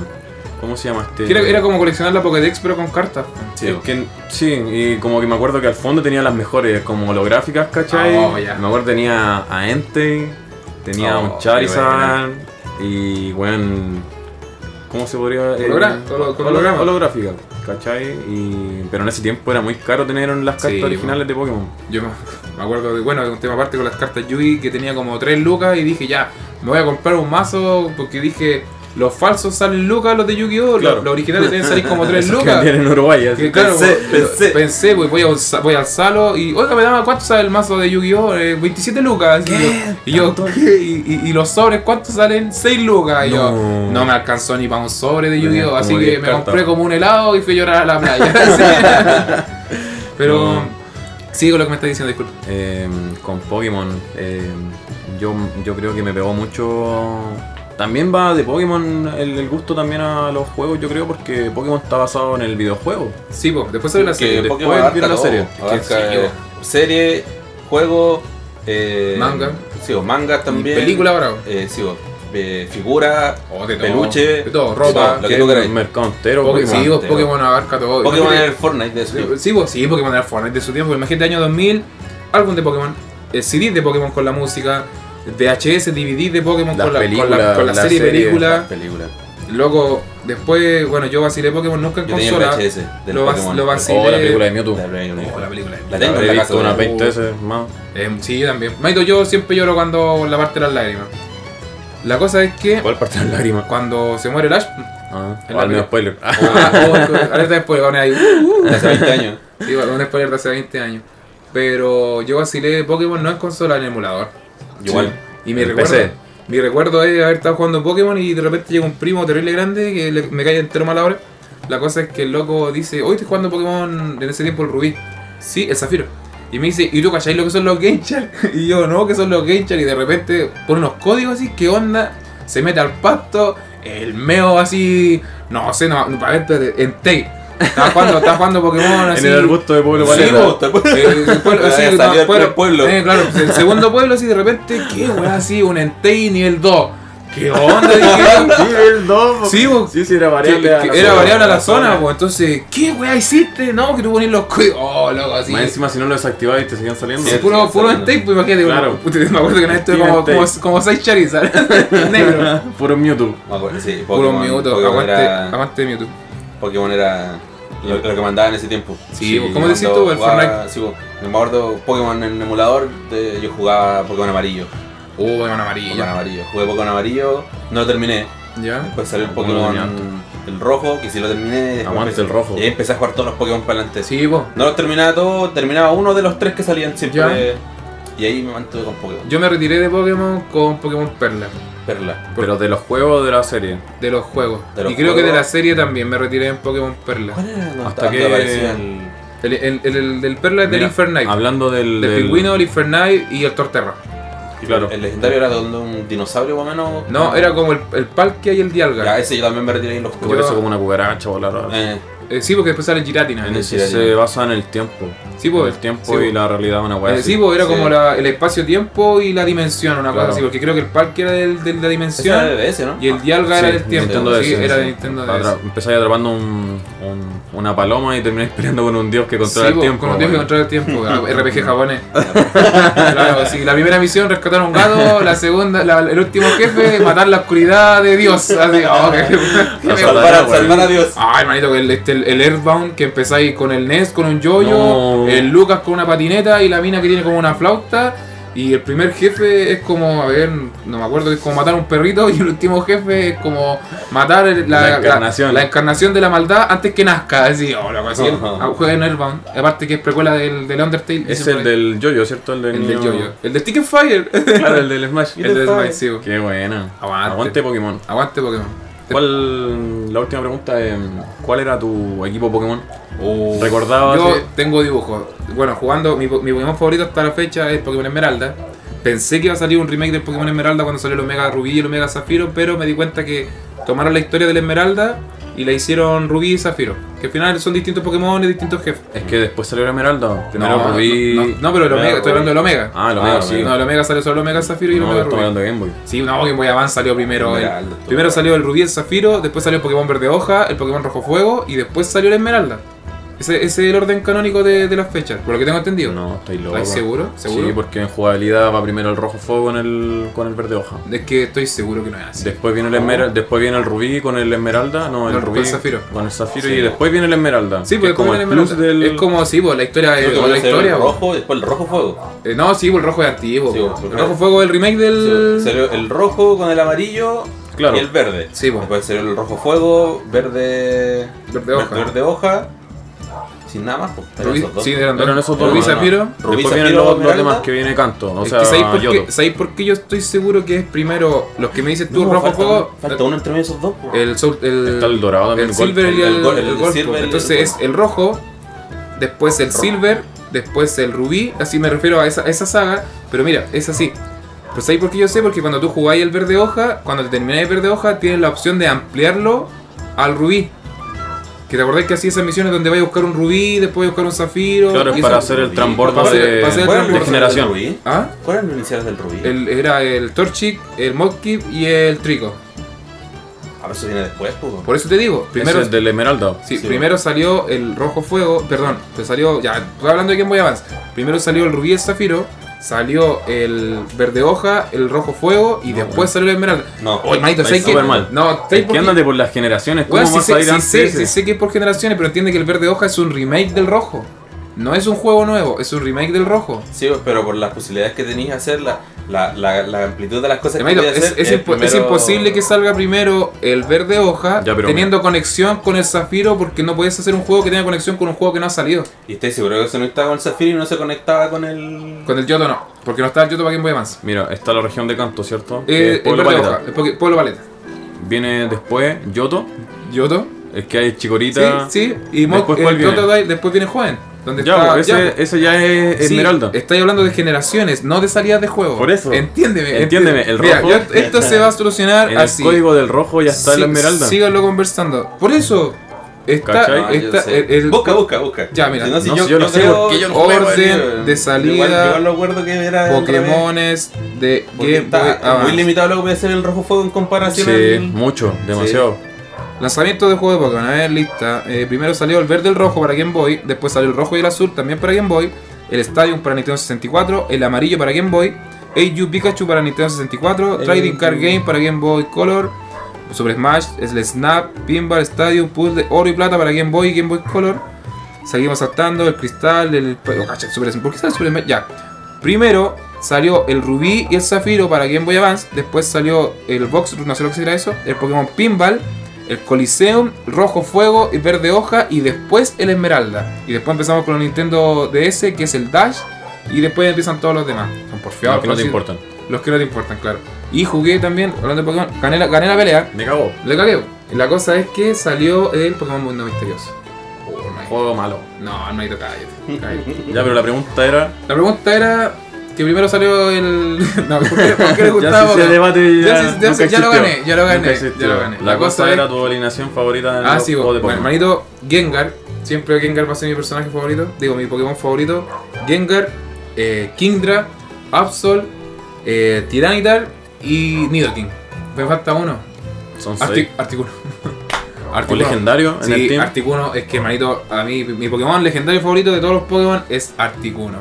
Speaker 3: ¿Cómo se llama este?
Speaker 1: Que Era, era como coleccionar la Pokédex, pero con cartas.
Speaker 3: Sí, es que- sí, y como que me acuerdo que al fondo tenía las mejores, como holográficas, ¿cachai?
Speaker 1: Oh, ya.
Speaker 3: Me acuerdo tenía a Entei, tenía
Speaker 2: Oh,
Speaker 3: un Charizard y, bueno, ¿cómo se podría...? eh,
Speaker 1: Hologra- holo-
Speaker 3: holo-
Speaker 1: holograma.
Speaker 3: Holográfica, ¿cachai? Y, pero en ese tiempo era muy caro tener las cartas
Speaker 1: Sí,
Speaker 3: originales de Pokémon.
Speaker 1: Yo me me acuerdo de, bueno, de un tema aparte con las cartas Yugi que tenía como tres lucas y dije, ya, me voy a comprar un mazo porque dije, Los falsos salen lucas, los de Yu-Gi-Oh! Los-
Speaker 3: Claro.
Speaker 1: Los, originales deben salir como 3
Speaker 3: Esos que
Speaker 1: lucas.
Speaker 3: vendían en Uruguay, así.
Speaker 1: Que claro,
Speaker 2: Pensé,
Speaker 1: pues,
Speaker 2: pensé.
Speaker 1: pensé, pues, voy, a, alza- voy a alzarlo y, oiga, me daba cuánto sale el mazo de Yu-Gi-Oh! Eh, 27 lucas. Y yo- Y yo, ¿qué? Y, y- y los sobres, ¿cuánto salen? 6 lucas. Y yo,
Speaker 3: No.
Speaker 1: no me alcanzó ni para un sobre de
Speaker 3: Tenías
Speaker 1: Yu-Gi-Oh!
Speaker 3: como
Speaker 1: Así
Speaker 3: 10
Speaker 1: que me
Speaker 3: cartas.
Speaker 1: compré como un helado y fui a llorar a la playa. Sí. Pero,
Speaker 3: No.
Speaker 1: sigo lo que me estás diciendo, disculpa.
Speaker 3: Eh, con Pokémon, eh, yo, yo creo que me pegó mucho. También va de Pokémon el, el gusto también a los juegos, yo creo, porque Pokémon está basado en el videojuego.
Speaker 1: Sí, pues, después sale la
Speaker 2: Que
Speaker 1: serie.
Speaker 3: después
Speaker 2: Pokémon abarca
Speaker 3: viene la
Speaker 2: todo.
Speaker 3: serie.
Speaker 2: Abarca,
Speaker 1: Sí, yo-
Speaker 2: eh, serie, juego, eh,
Speaker 1: Manga.
Speaker 2: Sí, o manga también.
Speaker 1: Película ahora.
Speaker 2: Eh, sí, o, eh, figura,
Speaker 1: Oh, de todo.
Speaker 2: peluche.
Speaker 1: De todo, ropa.
Speaker 2: Lo que
Speaker 3: Que
Speaker 2: tú
Speaker 3: es
Speaker 2: queráis.
Speaker 3: un mercado entero,
Speaker 1: Poké-
Speaker 3: Pokémon.
Speaker 1: sí, vos,
Speaker 2: te-
Speaker 1: Pokémon abarca todo.
Speaker 2: Pokémon
Speaker 1: Imagínate-
Speaker 2: era el Fortnite de eso.
Speaker 1: Sí, vos, sí, Pokémon era Fortnite de su tiempo. Imagínate, año 2000, álbum de Pokémon, eh, CD de Pokémon con la música, VHS, DVD de Pokémon
Speaker 3: Las
Speaker 1: con, la, con, la,
Speaker 3: películas,
Speaker 1: con la
Speaker 3: las Oh,
Speaker 1: serie y
Speaker 3: series,
Speaker 1: película.
Speaker 2: Película.
Speaker 1: Luego, después, bueno, yo vacilé Pokémon nunca en
Speaker 2: Yo tenía el
Speaker 1: consola.
Speaker 2: VHS del
Speaker 1: lo vas-
Speaker 2: Pokémon.
Speaker 1: lo vas-
Speaker 3: Oh, la película de Mewtwo.
Speaker 2: La película.
Speaker 1: Oh, la película. de-
Speaker 2: La
Speaker 3: La
Speaker 2: tengo en
Speaker 3: habré
Speaker 2: la
Speaker 3: visto
Speaker 2: casa.
Speaker 3: unas
Speaker 2: weón.
Speaker 3: 20 veces más.
Speaker 1: Eh, sí, yo también. Maito, yo siempre lloro cuando la parte de las lágrimas. La cosa es que
Speaker 3: ¿Cuál parte de las lágrimas?
Speaker 1: cuando se muere Lash.
Speaker 3: Ah,
Speaker 1: En
Speaker 3: o
Speaker 1: la
Speaker 3: al menos spoiler. Ah,
Speaker 1: Ah, oh, alerta de spoiler, bueno, ahí.
Speaker 2: Hace 20 años.
Speaker 1: uh, Sí, bueno, un spoiler de hace 20 años. Pero yo vacilé Pokémon no en consola, en emulador.
Speaker 2: Igual.
Speaker 1: Y mi
Speaker 3: En
Speaker 1: recuerdo,
Speaker 3: PC.
Speaker 1: mi recuerdo es haber estado jugando Pokémon y de repente llega un primo terrible grande que le- me cae entero mal ahora. La cosa es que el loco dice, hoy estoy jugando Pokémon en ese tiempo el Rubí. Sí, el Zafiro. Y me dice, ¿y tú cacháis lo que son los Genchar? Y yo, no, que son los Genchar. Y de repente pone unos códigos así, ¿qué onda? Se mete al pasto, el meo así, no sé, no, para verte en Tay. Estaba jugando, estaba jugando Pokémon
Speaker 3: en
Speaker 1: así.
Speaker 3: el arbusto de Pueblo
Speaker 1: Sí,
Speaker 3: Valera.
Speaker 1: vos. Eh, el pueblo,
Speaker 2: Ah,
Speaker 1: así,
Speaker 2: ya
Speaker 1: no,
Speaker 2: salió
Speaker 1: pueblo-
Speaker 2: el primer pueblo.
Speaker 1: eh, claro, el segundo pueblo así de repente, qué weá así, un Entei nivel 2. ¿Qué onda? Dije,
Speaker 3: Sí, el 2.
Speaker 1: Sí, vos.
Speaker 3: sí, sí, era
Speaker 1: que-
Speaker 3: variable.
Speaker 1: que
Speaker 3: a la
Speaker 1: era
Speaker 3: zona.
Speaker 1: variable a la zona, pues. Entonces, ¿qué weá hiciste? No, que tú ponías los códigos. Oh, loco, así.
Speaker 3: Más encima, si no lo desactivabas y te seguían saliendo.
Speaker 1: Sí, puro, puro
Speaker 2: saliendo.
Speaker 1: Entei, pues imagínate.
Speaker 3: Claro.
Speaker 1: bueno, puta, me acuerdo que en esto
Speaker 3: Team
Speaker 1: como,
Speaker 3: Entei.
Speaker 1: como, como 6 Charizard. Negro.
Speaker 3: Puro Mewtwo.
Speaker 2: Me acuerdo, sí,
Speaker 1: Puro
Speaker 2: Pokémon,
Speaker 1: Mewtwo,
Speaker 2: Pokémon
Speaker 1: aguante,
Speaker 2: era,
Speaker 1: aguante Mewtwo.
Speaker 2: Pokémon era lo, lo que mandaba en ese tiempo.
Speaker 1: Sí, pues,
Speaker 3: Sí,
Speaker 1: ¿cómo decís
Speaker 2: Cuando
Speaker 1: tú? El
Speaker 2: jugaba-
Speaker 1: Fortnite.
Speaker 2: Sí, vos. me acuerdo Pokémon en emulador, de- yo jugaba Pokémon amarillo.
Speaker 1: Oh, era una
Speaker 2: Pokémon
Speaker 1: amarilla.
Speaker 2: amarillo. Jugué Pokémon amarillo, no lo terminé.
Speaker 1: ¿Ya?
Speaker 2: Después salió el
Speaker 3: Alguno lo
Speaker 2: Pokémon
Speaker 3: tenía
Speaker 2: el rojo, que si lo terminé. después
Speaker 3: Aguante
Speaker 2: empecé-
Speaker 3: el rojo.
Speaker 2: Y ahí empecé a jugar todos los Pokémon para adelante.
Speaker 1: Sí, pues, vos.
Speaker 2: No los terminaba todos, terminaba uno de los tres que salían siempre. Y ahí me mantuve con Pokémon.
Speaker 1: Yo me retiré de Pokémon con Pokémon Perla.
Speaker 2: Perla.
Speaker 3: Pero de los juegos de la serie.
Speaker 1: De los juegos.
Speaker 2: De los
Speaker 1: y creo que de
Speaker 2: juegos.
Speaker 1: la serie también me retiré en Pokémon Perla.
Speaker 2: ¿Cuál era?
Speaker 3: Hasta
Speaker 2: Hasta
Speaker 3: que-
Speaker 2: que aparecía el.
Speaker 1: El, el- el- el del Perla es del
Speaker 3: Mira,
Speaker 1: Infernape.
Speaker 3: Hablando del.
Speaker 1: Del pingüino, el Infernape y el Torterra.
Speaker 3: Claro.
Speaker 2: El legendario era donde un dinosaurio más o menos.
Speaker 1: No, era como el, el Palkia y el
Speaker 2: Ya,
Speaker 1: Dialga.
Speaker 2: ese yo también me retiré y los
Speaker 3: Que
Speaker 2: jugué.
Speaker 1: Yo-
Speaker 3: parece como una cucaracha volar. ahora.
Speaker 2: Eh,
Speaker 1: Eh, sí, porque después sale Giratina.
Speaker 3: En
Speaker 2: el-
Speaker 3: ese se basa en el tiempo.
Speaker 1: Sí,
Speaker 3: En
Speaker 1: pues.
Speaker 3: el tiempo
Speaker 1: sí, pues.
Speaker 3: y la realidad de una weá.
Speaker 1: Eh,
Speaker 3: así.
Speaker 1: sí, pues, era
Speaker 2: Sí.
Speaker 1: como la- el espacio-tiempo y la dimensión, una
Speaker 3: Claro.
Speaker 1: cosa así. Porque creo que el Palkia era del- del- de la
Speaker 2: ese era de
Speaker 1: dimensión
Speaker 2: BBS, ¿no? Ah,
Speaker 1: y el Dialga
Speaker 3: Sí,
Speaker 1: era del tiempo.
Speaker 3: Nintendo
Speaker 1: sí,
Speaker 3: DS,
Speaker 1: era de
Speaker 3: sí.
Speaker 1: Nintendo
Speaker 3: Atra-
Speaker 1: DS.
Speaker 3: Empezáis atrapando un, un- una paloma y termináis peleando con un dios que
Speaker 1: Sí,
Speaker 3: controla el
Speaker 1: pues,
Speaker 3: tiempo.
Speaker 1: con los dioses que
Speaker 3: weón.
Speaker 1: controlan el tiempo, ah, RPG japonés. Claro, sí, la primera misión rescatar a un gato, la segunda, la- el último jefe, matar la oscuridad de Dios. Así, oh, qué- qué me-
Speaker 2: Salvar, a- salvar a Dios.
Speaker 1: Ah, hermanito, que el, este, el, el Earthbound que empezáis con el NES, con un yoyo,
Speaker 3: No.
Speaker 1: el Lucas con una patineta y la mina que tiene como una flauta. Y el primer jefe es como, a ver, no me acuerdo, que es como matar a un perrito. Y el último jefe es como matar el- la,
Speaker 3: La encarnación.
Speaker 1: la encarnación de la maldad antes que nazca. Así, oh, loco, así.
Speaker 2: Ajá.
Speaker 1: ah, Juega en Earthbound. Aparte que es precuela del, del Undertale.
Speaker 3: Es
Speaker 1: dicen
Speaker 3: el
Speaker 1: por ahí.
Speaker 3: del yoyo, ¿cierto? El del,
Speaker 1: El del
Speaker 3: niño-
Speaker 1: yoyo. El de Stick and Fire.
Speaker 3: Claro, el del Smash.
Speaker 1: el de Smite, sí, bo.
Speaker 3: Qué buena.
Speaker 1: Aguante.
Speaker 3: Aguante Pokémon.
Speaker 1: Aguante Pokémon.
Speaker 3: ¿Cuál, la última pregunta, eh, ¿cuál era tu equipo Pokémon? ¿Recordabas?
Speaker 1: Yo
Speaker 3: eh,
Speaker 1: tengo dibujos. Bueno, jugando, mi, po- mi Pokémon favorito hasta la fecha es Pokémon Esmeralda. Pensé que iba a salir un remake del Pokémon Esmeralda cuando salió el Omega Rubí y el Omega Zafiro, pero me di cuenta que tomaron la historia del Esmeralda y la hicieron Rubí y Zafiro. Que al final son distintos Pokémon y distintos jefes.
Speaker 3: Es que después salió el Esmeralda. Primero Rubí.
Speaker 1: No, no, pero el
Speaker 2: Omega
Speaker 1: Omega, estoy hablando del Omega.
Speaker 3: Ah, el Omega,
Speaker 2: Ah,
Speaker 3: sí.
Speaker 1: No, el Omega salió solo el Omega Zafiro y el
Speaker 3: No,
Speaker 1: Omega
Speaker 3: estamos
Speaker 1: Rubí.
Speaker 3: hablando de Game Boy.
Speaker 1: Sí, no, Game Boy Advance salió primero. el-
Speaker 2: Esmeralda, todo.
Speaker 1: primero salió el rubí, el zafiro, después salió el Pokémon verde hoja, el Pokémon rojo fuego y después salió el esmeralda. Ese, ese es el orden canónico de, de las fechas, por lo que tengo entendido.
Speaker 3: No, estoy loco.
Speaker 1: ¿Estás seguro? ¿Seguro?
Speaker 3: Sí, porque en jugabilidad va primero el rojo fuego con el, con el verde hoja.
Speaker 1: Es que estoy seguro que no es así.
Speaker 3: Después viene el esmeralda, después viene el rubí con el esmeralda, no, el
Speaker 1: Oh. No, con
Speaker 3: rubí
Speaker 1: el zafiro.
Speaker 3: con el zafiro
Speaker 2: Sí.
Speaker 3: y después viene el esmeralda.
Speaker 1: Sí,
Speaker 3: que
Speaker 1: porque
Speaker 3: es como
Speaker 1: después
Speaker 3: el
Speaker 1: viene
Speaker 3: plus
Speaker 1: Esmeralda.
Speaker 3: del
Speaker 1: Es como, sí, pues la historia
Speaker 2: Creo
Speaker 1: es o
Speaker 2: que
Speaker 1: la
Speaker 2: volvió a ser
Speaker 1: historia.
Speaker 2: el
Speaker 1: po.
Speaker 2: rojo y después el rojo fuego.
Speaker 1: Eh, no, sí, pues el rojo es antiguo.
Speaker 2: Sí,
Speaker 1: po.
Speaker 2: porque-
Speaker 1: el rojo fuego es el remake
Speaker 2: Sí,
Speaker 1: del.
Speaker 2: salió el rojo con el amarillo
Speaker 3: Claro.
Speaker 2: Y el verde.
Speaker 1: Sí, po.
Speaker 2: Puede ser el rojo fuego, verde.
Speaker 1: Verde hoja.
Speaker 2: Verde hoja. Sin nada más, pues. eran
Speaker 1: Rubí-
Speaker 2: esos dos.
Speaker 1: sí, eran
Speaker 3: Eran esos dos.
Speaker 1: Rubí
Speaker 3: no, no, no.
Speaker 1: Zafiro.
Speaker 2: Rubí
Speaker 3: Después vienen
Speaker 2: Zafiro,
Speaker 3: los, los
Speaker 2: Esmeralda.
Speaker 3: demás que viene Canto. O
Speaker 1: Es
Speaker 3: sea,
Speaker 1: que ¿sabéis por,
Speaker 3: Yoto.
Speaker 1: qué, ¿sabéis por qué yo estoy seguro que es primero los que me dices tú,
Speaker 2: No,
Speaker 1: rojo
Speaker 2: falta
Speaker 1: fuego? eh,
Speaker 2: uno- Falta uno entre medio de esos dos, pues. po.
Speaker 1: El, sol- el,
Speaker 3: Está el dorado también.
Speaker 1: el
Speaker 3: Gold.
Speaker 1: silver y
Speaker 2: el
Speaker 1: el,
Speaker 2: gol- el
Speaker 1: el gold,
Speaker 2: silver y el
Speaker 1: Entonces
Speaker 2: gold.
Speaker 1: es el rojo, después el
Speaker 2: Rojo.
Speaker 1: silver, después el rubí. Así me refiero a esa, a esa saga. Pero mira, es así. Pues ahí porque yo sé, porque cuando tú jugáis el verde hoja, cuando te termináis el verde hoja, tienes la opción de ampliarlo al rubí. Que te acordáis que así esas misiones donde vais a buscar un rubí, después vais a buscar un zafiro.
Speaker 3: Claro, es
Speaker 1: y
Speaker 3: para
Speaker 1: eso-
Speaker 3: hacer el
Speaker 2: Sí,
Speaker 3: transbordo
Speaker 1: para hacer-
Speaker 3: de,
Speaker 1: para hacer el
Speaker 3: de
Speaker 1: transbordo.
Speaker 3: generación.
Speaker 2: Rubí?
Speaker 1: ¿Ah?
Speaker 2: ¿Cuáles eran los iniciales del rubí?
Speaker 1: El- era el Torchic, el Mudkip y el Trico.
Speaker 2: A ver, eso viene después, pues, po.
Speaker 1: Por eso te digo,
Speaker 3: Primero
Speaker 1: primero,
Speaker 3: es del Esmeralda.
Speaker 1: sí,
Speaker 2: sí,
Speaker 1: primero salió el Rojo Fuego, perdón, te salió, ya, estoy hablando de Game Boy Advance. Primero salió el Rubí y el Zafiro, salió el Verde Hoja, el Rojo Fuego y
Speaker 3: No,
Speaker 1: después
Speaker 3: bueno.
Speaker 1: salió el Esmeralda.
Speaker 2: No.
Speaker 1: Oye, manito,
Speaker 3: estáis
Speaker 1: ¿sabes qué?
Speaker 3: súper mal.
Speaker 1: No,
Speaker 3: Es
Speaker 1: ¿sabes por
Speaker 3: que
Speaker 1: qué?
Speaker 3: ándate por las generaciones. ¿Cómo
Speaker 1: Weón, sí
Speaker 3: vas
Speaker 1: sé,
Speaker 3: a ir
Speaker 1: sí
Speaker 3: antes?
Speaker 1: sé,
Speaker 3: ese?
Speaker 1: sí sé que es por generaciones, pero entiende que el Verde Hoja es un remake del Rojo. No es un juego nuevo, es un remake del Rojo.
Speaker 2: Sí, pero por las posibilidades que tenéis de hacer, la, la, la, la amplitud de las cosas
Speaker 1: Hermanito,
Speaker 2: que podéis
Speaker 1: es,
Speaker 2: hacer.
Speaker 1: es
Speaker 3: Eh,
Speaker 2: el
Speaker 1: impo- es
Speaker 2: primero-
Speaker 1: imposible que salga primero el verde hoja
Speaker 3: Ya, pero
Speaker 1: teniendo conexión con el zafiro porque no puedes hacer un juego que tenga conexión con un juego que no ha salido.
Speaker 2: ¿Y estáis seguro que eso no estaba con Zafiro y no se conectaba con el.
Speaker 1: Con el Yoto no, porque no está el Yoto para Game Boy Advance.
Speaker 3: Mira, está la región de Canto, ¿cierto? Que
Speaker 1: Eh,
Speaker 3: es
Speaker 1: el
Speaker 3: Pueblo
Speaker 1: verde
Speaker 3: Paleta.
Speaker 1: hoja, es porque- Pueblo Paleta.
Speaker 3: Viene después Yoto.
Speaker 1: Yoto,
Speaker 3: Es que hay
Speaker 1: sí,
Speaker 3: Chicorita.
Speaker 1: sí, y Mo-
Speaker 3: Después,
Speaker 1: el
Speaker 3: ¿cuál viene?
Speaker 1: Yoto Dai- después viene Joven, donde
Speaker 3: Ya,
Speaker 1: está
Speaker 3: pues, ese,
Speaker 1: ya, pues.
Speaker 3: ese ya es
Speaker 1: Sí,
Speaker 3: Esmeralda.
Speaker 1: estáis hablando de generaciones, no de salidas de juego.
Speaker 3: Por eso.
Speaker 1: Entiéndeme.
Speaker 3: Entiéndeme, el
Speaker 1: Mira,
Speaker 3: rojo-
Speaker 1: yo- esto se va a solucionar
Speaker 3: en
Speaker 1: así.
Speaker 3: el código del rojo ya está
Speaker 1: Sí,
Speaker 3: la Esmeralda.
Speaker 1: Síganlo conversando. Por eso está,
Speaker 2: Ah, yo
Speaker 1: está
Speaker 2: sé.
Speaker 1: el- el-
Speaker 2: busca, busca, busca.
Speaker 1: Ya, mira.
Speaker 3: No, si yo lo sé,
Speaker 2: creo-
Speaker 3: porque yo
Speaker 1: lo juego, Orden
Speaker 2: yo-
Speaker 1: de salida,
Speaker 2: Igual, igual lo acuerdo que era. al revés,
Speaker 1: Pokémones de
Speaker 2: porque
Speaker 1: Game
Speaker 2: está
Speaker 1: Boy ah.
Speaker 2: muy
Speaker 1: Advance.
Speaker 2: limitado lo que puede hacer el rojo fuego en comparación
Speaker 3: Sí,
Speaker 2: al.
Speaker 3: mucho, demasiado.
Speaker 1: Lanzamiento de juego de Pokémon, a ver, lista. Eh, primero salió el verde y el rojo para Game Boy, después salió el rojo y el azul también para Game Boy, el Stadium para Nintendo 64, el amarillo para Game Boy, AU Pikachu para Nintendo 64, Trading Card Game para Game Boy Color, Super Smash, el Snap, Pinball, Stadium, Puzzle, Oro y Plata para Game Boy y Game Boy Color. Seguimos saltando, el cristal, el. oh, cacha, Super Smash. ¿Por qué sale Super Smash? Ya. Primero salió el rubí y el zafiro para Game Boy Advance. Después salió el Box, no sé lo que será eso. El Pokémon Pinball, el Coliseum, Rojo Fuego y Verde Hoja. Y después el Esmeralda. Y después empezamos con el Nintendo DS, que es el Dash. Y después empiezan todos los demás. Son por
Speaker 3: Los
Speaker 1: fiados,
Speaker 3: que no te
Speaker 1: por si-
Speaker 3: importan.
Speaker 1: Los que no te importan, claro. Y jugué también, hablando de Pokémon, gané la, gané la pelea.
Speaker 3: Me cago.
Speaker 1: Le cagué. La cosa es que salió el Pokémon Mundo Misterioso. Oh, hermanito.
Speaker 3: Juego malo.
Speaker 1: No, hermanito, cállate. cállate.
Speaker 3: Ya, pero la pregunta era.
Speaker 1: La pregunta era que primero salió el. No, ¿por qué, por qué le gustaba?
Speaker 3: ya si se debate ya,
Speaker 1: Ya se- ya
Speaker 3: nunca
Speaker 1: se- ya lo
Speaker 3: existió.
Speaker 1: gané, ya lo
Speaker 3: Nunca
Speaker 1: gané,
Speaker 3: existió.
Speaker 1: ya lo gané.
Speaker 3: La, cosa, era tu alineación favorita en
Speaker 1: ah,
Speaker 3: los
Speaker 1: sí,
Speaker 3: juegos
Speaker 1: bueno,
Speaker 3: de Pokémon.
Speaker 1: hermanito, Gengar. Siempre Gengar va a ser mi personaje favorito. Digo, mi Pokémon favorito. Gengar, eh, Kingdra, Absol, eh, Tyranitar y Nidoking. Me falta uno.
Speaker 3: Son seis.
Speaker 1: Artic Articuno.
Speaker 3: Un legendario en el
Speaker 1: Sí,
Speaker 3: team.
Speaker 1: Articuno es que, hermanito, a mí mi Pokémon legendario favorito de todos los Pokémon es Articuno.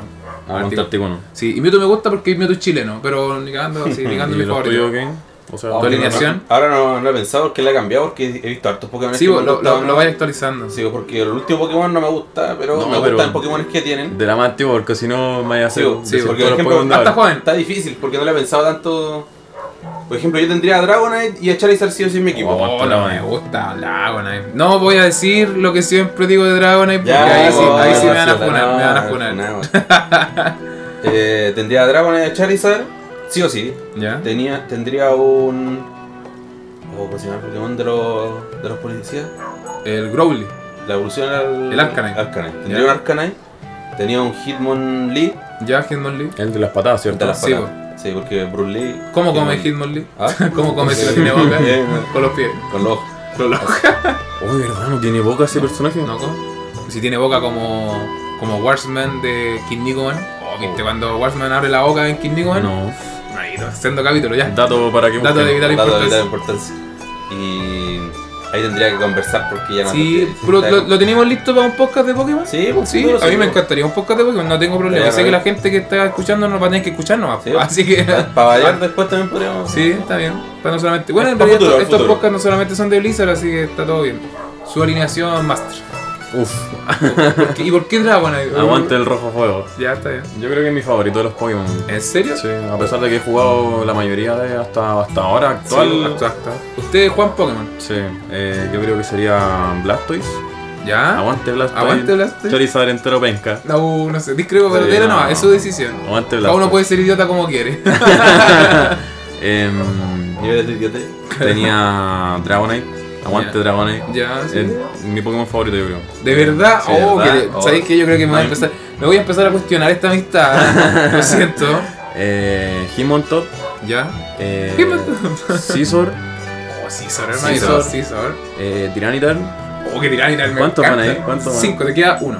Speaker 3: Ah, un Articuno.
Speaker 1: Sí, y Mewtwo me gusta porque Mewtwo es chileno, pero ni cagando, sí, ni cagando
Speaker 3: ¿Y
Speaker 1: mi
Speaker 3: los
Speaker 1: favorito.
Speaker 3: tuyos, quién? O sea,
Speaker 1: Tu
Speaker 3: ¿quién
Speaker 1: alineación.
Speaker 2: Ahora no, no he pensado porque la he cambiado porque he visto hartos Pokémon.
Speaker 1: Sí,
Speaker 2: que
Speaker 1: vos
Speaker 2: me
Speaker 1: lo, lo,
Speaker 2: gustaban.
Speaker 1: lo vais actualizando.
Speaker 2: Sí, porque el último Pokémon no me gusta, pero
Speaker 3: No,
Speaker 2: me
Speaker 3: pero-
Speaker 2: gustan los Pokémon que tienen.
Speaker 3: De la más antigua, porque si no me vaya a hacer.
Speaker 2: Sí,
Speaker 1: sí,
Speaker 3: decir
Speaker 1: porque,
Speaker 3: todos
Speaker 2: por
Speaker 3: los
Speaker 2: ejemplo,
Speaker 3: Pokémon de
Speaker 1: Hasta
Speaker 3: ahora.
Speaker 1: joven.
Speaker 2: Está difícil porque no le he pensado tanto. Por ejemplo, yo tendría a Dragonite y a Charizard sí o sí en mi equipo.
Speaker 3: Oh,
Speaker 1: Oh, no me gusta Dragonite. No voy a decir lo que siempre digo de Dragonite porque
Speaker 2: Ya,
Speaker 1: ahí, sí,
Speaker 2: oh,
Speaker 1: ahí sí me van a
Speaker 2: no,
Speaker 1: funar, me van a funar.
Speaker 2: no, no. Eh, tendría a Dragonite y a Charizard sí o sí.
Speaker 1: ¿Ya?
Speaker 2: Tenía, tendría un. Oh, ¿Cómo se llama el Pokémon de los, de los policías?
Speaker 1: El Growly.
Speaker 2: La evolución al.
Speaker 1: El Arcanine.
Speaker 2: Tendría
Speaker 1: Ya.
Speaker 2: un Arcanine. Tenía un Hitmonlee.
Speaker 1: ¿Ya Hitmonlee?
Speaker 3: El de las patadas, ¿cierto?
Speaker 2: De las
Speaker 1: Sí,
Speaker 2: patas. Sí, porque Bruce Lee.
Speaker 1: ¿Cómo come
Speaker 2: Hitmon-
Speaker 1: Hitmonlee?
Speaker 2: ¿Ah?
Speaker 1: ¿Cómo come si no
Speaker 2: Eh,
Speaker 1: tiene boca?
Speaker 2: eh,
Speaker 1: Con los pies.
Speaker 2: Con los ojos.
Speaker 1: Con los ojos.
Speaker 3: Uy, ¿verdad? ¿No tiene boca ese personaje?
Speaker 1: ¿No? ¿cómo? Si tiene boca como, como Warsman de Kid Nicoman. Oh, ¿viste cuando Warsman abre la boca en Kid Nicoman?
Speaker 3: No.
Speaker 1: Ahí, sendo capítulo ya.
Speaker 3: Dato para que
Speaker 1: Dato de
Speaker 3: busquen.
Speaker 1: vital
Speaker 2: Dato de
Speaker 1: importancia.
Speaker 2: vital importancia. Y ahí tendría que conversar porque ya no.
Speaker 1: Sí,
Speaker 2: no-
Speaker 1: pero
Speaker 2: está-
Speaker 1: lo, lo tenemos listo para un podcast de Pokémon.
Speaker 2: Sí, pues,
Speaker 1: Sí,
Speaker 2: seguro,
Speaker 1: a mí me
Speaker 2: seguro.
Speaker 1: encantaría un podcast de Pokémon, no tengo problema.
Speaker 2: Ya,
Speaker 1: sé que
Speaker 2: a ver.
Speaker 1: la gente que está escuchando no va a tener que escucharnos.
Speaker 2: Sí.
Speaker 1: así que. Ah,
Speaker 2: Pa- Para variar Ah, después también podríamos.
Speaker 1: sí, está bien. Está no solamente. Bueno, en
Speaker 2: Para
Speaker 1: realidad
Speaker 2: futuro,
Speaker 1: estos
Speaker 2: futuro.
Speaker 1: podcasts no solamente son de Blizzard, así que está todo bien. Su alineación master.
Speaker 3: Uf,
Speaker 1: ¿Por qué- ¿Y por qué Dragon Age?
Speaker 3: aguante el rojo fuego.
Speaker 1: Ya está bien.
Speaker 3: Yo creo que es mi favorito de los Pokémon.
Speaker 1: ¿En serio?
Speaker 3: Sí, a pesar de que he jugado la mayoría de hasta, hasta ahora actual.
Speaker 1: Sí, hasta- Ustedes juegan Pokémon.
Speaker 3: Sí, eh, yo creo que sería Blastoise.
Speaker 1: ¿Ya?
Speaker 3: Aguante Blastoise.
Speaker 1: ¿Ah? Aguante Blastoise.
Speaker 3: Charizard entero penca.
Speaker 1: No, no sé. Discrepo
Speaker 3: Sí,
Speaker 1: verdadero no,
Speaker 3: no.
Speaker 1: es su decisión.
Speaker 3: Aguante
Speaker 1: Cada
Speaker 3: Blastoise.
Speaker 1: uno puede ser idiota como quiere.
Speaker 3: Em,
Speaker 2: Niveles de idiotez.
Speaker 3: tenía Dragonite. Aguante
Speaker 1: Ya.
Speaker 3: Dragonite.
Speaker 1: ya, sí.
Speaker 3: Es mi Pokémon favorito, yo creo.
Speaker 1: De verdad,
Speaker 3: Sí,
Speaker 1: oh,
Speaker 3: ¿verdad?
Speaker 1: que-
Speaker 3: Oh.
Speaker 1: ¿sabéis que Yo creo que me voy a
Speaker 3: Ay.
Speaker 1: empezar, me voy a empezar a cuestionar esta amistad. Lo siento.
Speaker 3: Eh, Hitmontop.
Speaker 1: Ya.
Speaker 3: Eh,
Speaker 1: Hitmontop.
Speaker 3: Scizor.
Speaker 1: Oh, Caesar,
Speaker 3: hermano.
Speaker 1: hermano.
Speaker 3: Scizor.
Speaker 1: Caesar.
Speaker 3: Eh, Tiranitar.
Speaker 1: Oh, que tiran y tal. me
Speaker 3: ¿Cuántos van
Speaker 1: encanta.
Speaker 3: ahí? ¿Cuántos van?
Speaker 1: Cinco, te queda uno.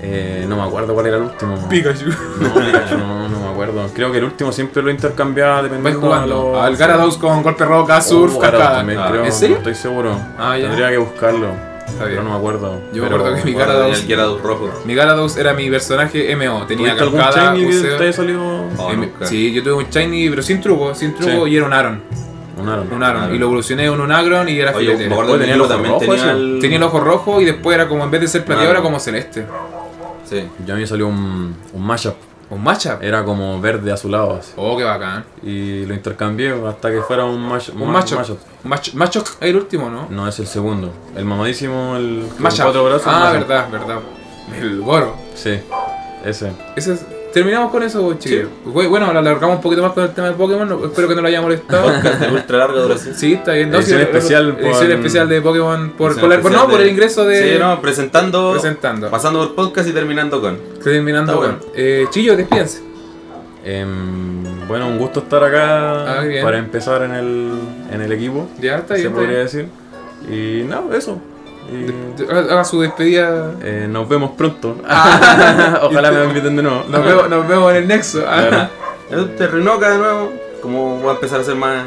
Speaker 3: Eh, no me acuerdo cuál era el último.
Speaker 1: Pikachu.
Speaker 3: No, Pikachu, no, no me acuerdo. Creo que el último siempre lo intercambiaba
Speaker 1: Vais
Speaker 3: dependiendo
Speaker 1: jugando.
Speaker 3: a los-
Speaker 1: Al Garados con golpe roca,
Speaker 3: Oh,
Speaker 1: surf,
Speaker 3: Garados
Speaker 1: cascada.
Speaker 3: también,
Speaker 2: Ah,
Speaker 3: creo,
Speaker 1: ¿En serio?
Speaker 3: No estoy seguro.
Speaker 1: Ah, ya.
Speaker 3: Tendría que buscarlo.
Speaker 1: Está
Speaker 3: Pero
Speaker 1: bien.
Speaker 3: no me acuerdo.
Speaker 1: Yo me
Speaker 3: Pero-
Speaker 1: acuerdo que mi
Speaker 2: Bueno,
Speaker 1: Gyarados.
Speaker 2: tenía el Gyarados rojo.
Speaker 1: Mi Garados era mi personaje MO. Tenía
Speaker 3: ¿Tuviste algún
Speaker 1: cascada,
Speaker 3: shiny que
Speaker 1: buceo.
Speaker 3: te haya salido?
Speaker 2: Oh,
Speaker 1: Eh,
Speaker 2: nunca.
Speaker 1: Sí, yo tuve un Shiny, pero sin truco, sin truco,
Speaker 3: Sí.
Speaker 1: y era un Aron.
Speaker 3: Un aro.
Speaker 1: Un Aron.
Speaker 2: Aron.
Speaker 1: Y lo evolucioné en un Agron y era
Speaker 2: Oye,
Speaker 1: filetero.
Speaker 2: me acuerdo que tenía
Speaker 3: Tenía el ojo
Speaker 2: también
Speaker 3: rojo
Speaker 2: tenía
Speaker 3: ese.
Speaker 2: el...
Speaker 1: Tenía el ojo rojo y después era como en vez de ser plateado
Speaker 2: Claro.
Speaker 1: era como celeste.
Speaker 2: Sí.
Speaker 3: Ya me salió un, un mashup.
Speaker 1: Un matchup.
Speaker 3: Era como verde azulado así.
Speaker 1: Oh, qué bacán.
Speaker 3: Y lo intercambié hasta que fuera un mashup.
Speaker 1: Un macho. Macho macho es el último, ¿no?
Speaker 3: No, es el segundo. El mamadísimo, el con
Speaker 1: Mashup.
Speaker 3: cuatro brazos.
Speaker 1: Ah,
Speaker 3: mashup.
Speaker 1: verdad, verdad. El goro.
Speaker 3: Sí, ese.
Speaker 1: Ese es- Terminamos con eso, chicos. Bueno, lo alargamos un poquito más con el tema de Pokémon. no- Espero que no lo haya molestado.
Speaker 2: Podcast de ultra larga duración.
Speaker 1: Sí, está bien. No,
Speaker 3: Edición
Speaker 1: sí, lo-
Speaker 3: especial por-
Speaker 1: edición especial de Pokémon. Por,
Speaker 2: Edición
Speaker 1: por la- por- no,
Speaker 2: especial
Speaker 1: por el
Speaker 2: de-
Speaker 1: ingreso de.
Speaker 2: Sí, no, presentando,
Speaker 1: Presentando.
Speaker 2: pasando por podcast y terminando con.
Speaker 1: Terminando,
Speaker 2: Está
Speaker 1: bueno.
Speaker 2: bueno.
Speaker 1: Eh, Chillo, despídense.
Speaker 3: Em, bueno, un gusto estar acá
Speaker 1: Ah, bien.
Speaker 3: para empezar en el, en el equipo.
Speaker 1: Ya está
Speaker 3: se
Speaker 1: bien. está
Speaker 3: podría
Speaker 1: bien.
Speaker 3: decir. Y nada, eso. Y,
Speaker 1: Haga haga su despedida.
Speaker 3: eh, nos vemos pronto. Ojalá me inviten de nuevo.
Speaker 1: Ah. Nos vemos, nos vemos en el Nexo.
Speaker 3: Claro.
Speaker 2: Eh, Te renoca de nuevo. Como va a empezar a ser más,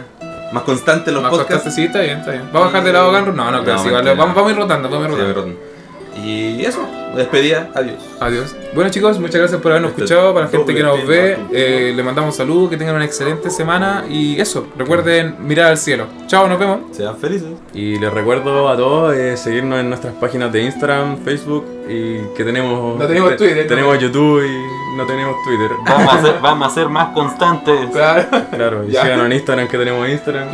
Speaker 2: más constante en los
Speaker 1: Más
Speaker 2: podcasts.
Speaker 1: constante, sí, está bien, está bien. ¿Vamos a dejar de lado Ganro? No, no, creo.
Speaker 2: No,
Speaker 1: sí, igual,
Speaker 2: mentira.
Speaker 1: vamos, vamos a ir rotando, vamos a ir
Speaker 2: Sí,
Speaker 1: rotando.
Speaker 2: perdón. Y eso, despedida, adiós.
Speaker 1: Adiós. Bueno chicos, muchas gracias por habernos
Speaker 2: Este
Speaker 1: escuchado. Para la gente
Speaker 2: doble
Speaker 1: que nos
Speaker 2: tema,
Speaker 1: ve,
Speaker 2: tú.
Speaker 1: eh, le mandamos saludos, que tengan una excelente semana y eso, recuerden mirar al cielo. Chao, nos vemos.
Speaker 2: Sean felices.
Speaker 3: Y les recuerdo a todos eh, seguirnos en nuestras páginas de Instagram, Facebook y que tenemos.
Speaker 1: No Ah, tenemos
Speaker 3: te-
Speaker 1: Twitter,
Speaker 3: Tenemos YouTube y no tenemos Twitter.
Speaker 2: Vamos a ser, vamos a ser más constantes.
Speaker 1: Claro.
Speaker 3: Claro, y
Speaker 1: Ya.
Speaker 3: síganos en Instagram que tenemos Instagram.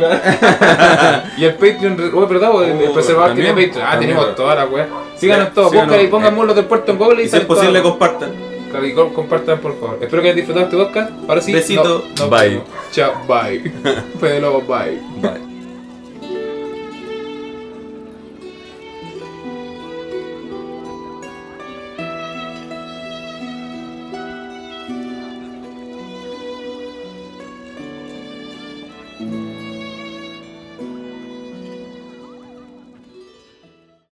Speaker 1: y el Patreon, re- oh, perdón, el, el
Speaker 2: Oh,
Speaker 1: preservador tiene
Speaker 3: también,
Speaker 1: Patreon. Ah,
Speaker 3: también.
Speaker 1: tenemos toda la wea. Síganos
Speaker 3: Sí,
Speaker 1: todos,
Speaker 3: síganos.
Speaker 1: busquen y pongan muros del puerto en Google y,
Speaker 2: Y si es
Speaker 1: salen todas
Speaker 2: posible,
Speaker 1: las-
Speaker 2: compartan.
Speaker 1: Claro, y co- compartan por favor. Espero que hayan disfrutado este podcast. Ahora sí.
Speaker 2: Besito.
Speaker 1: no- nos
Speaker 3: Bye.
Speaker 1: vemos. Chao, bye. Fede Lobo, bye.
Speaker 2: Bye.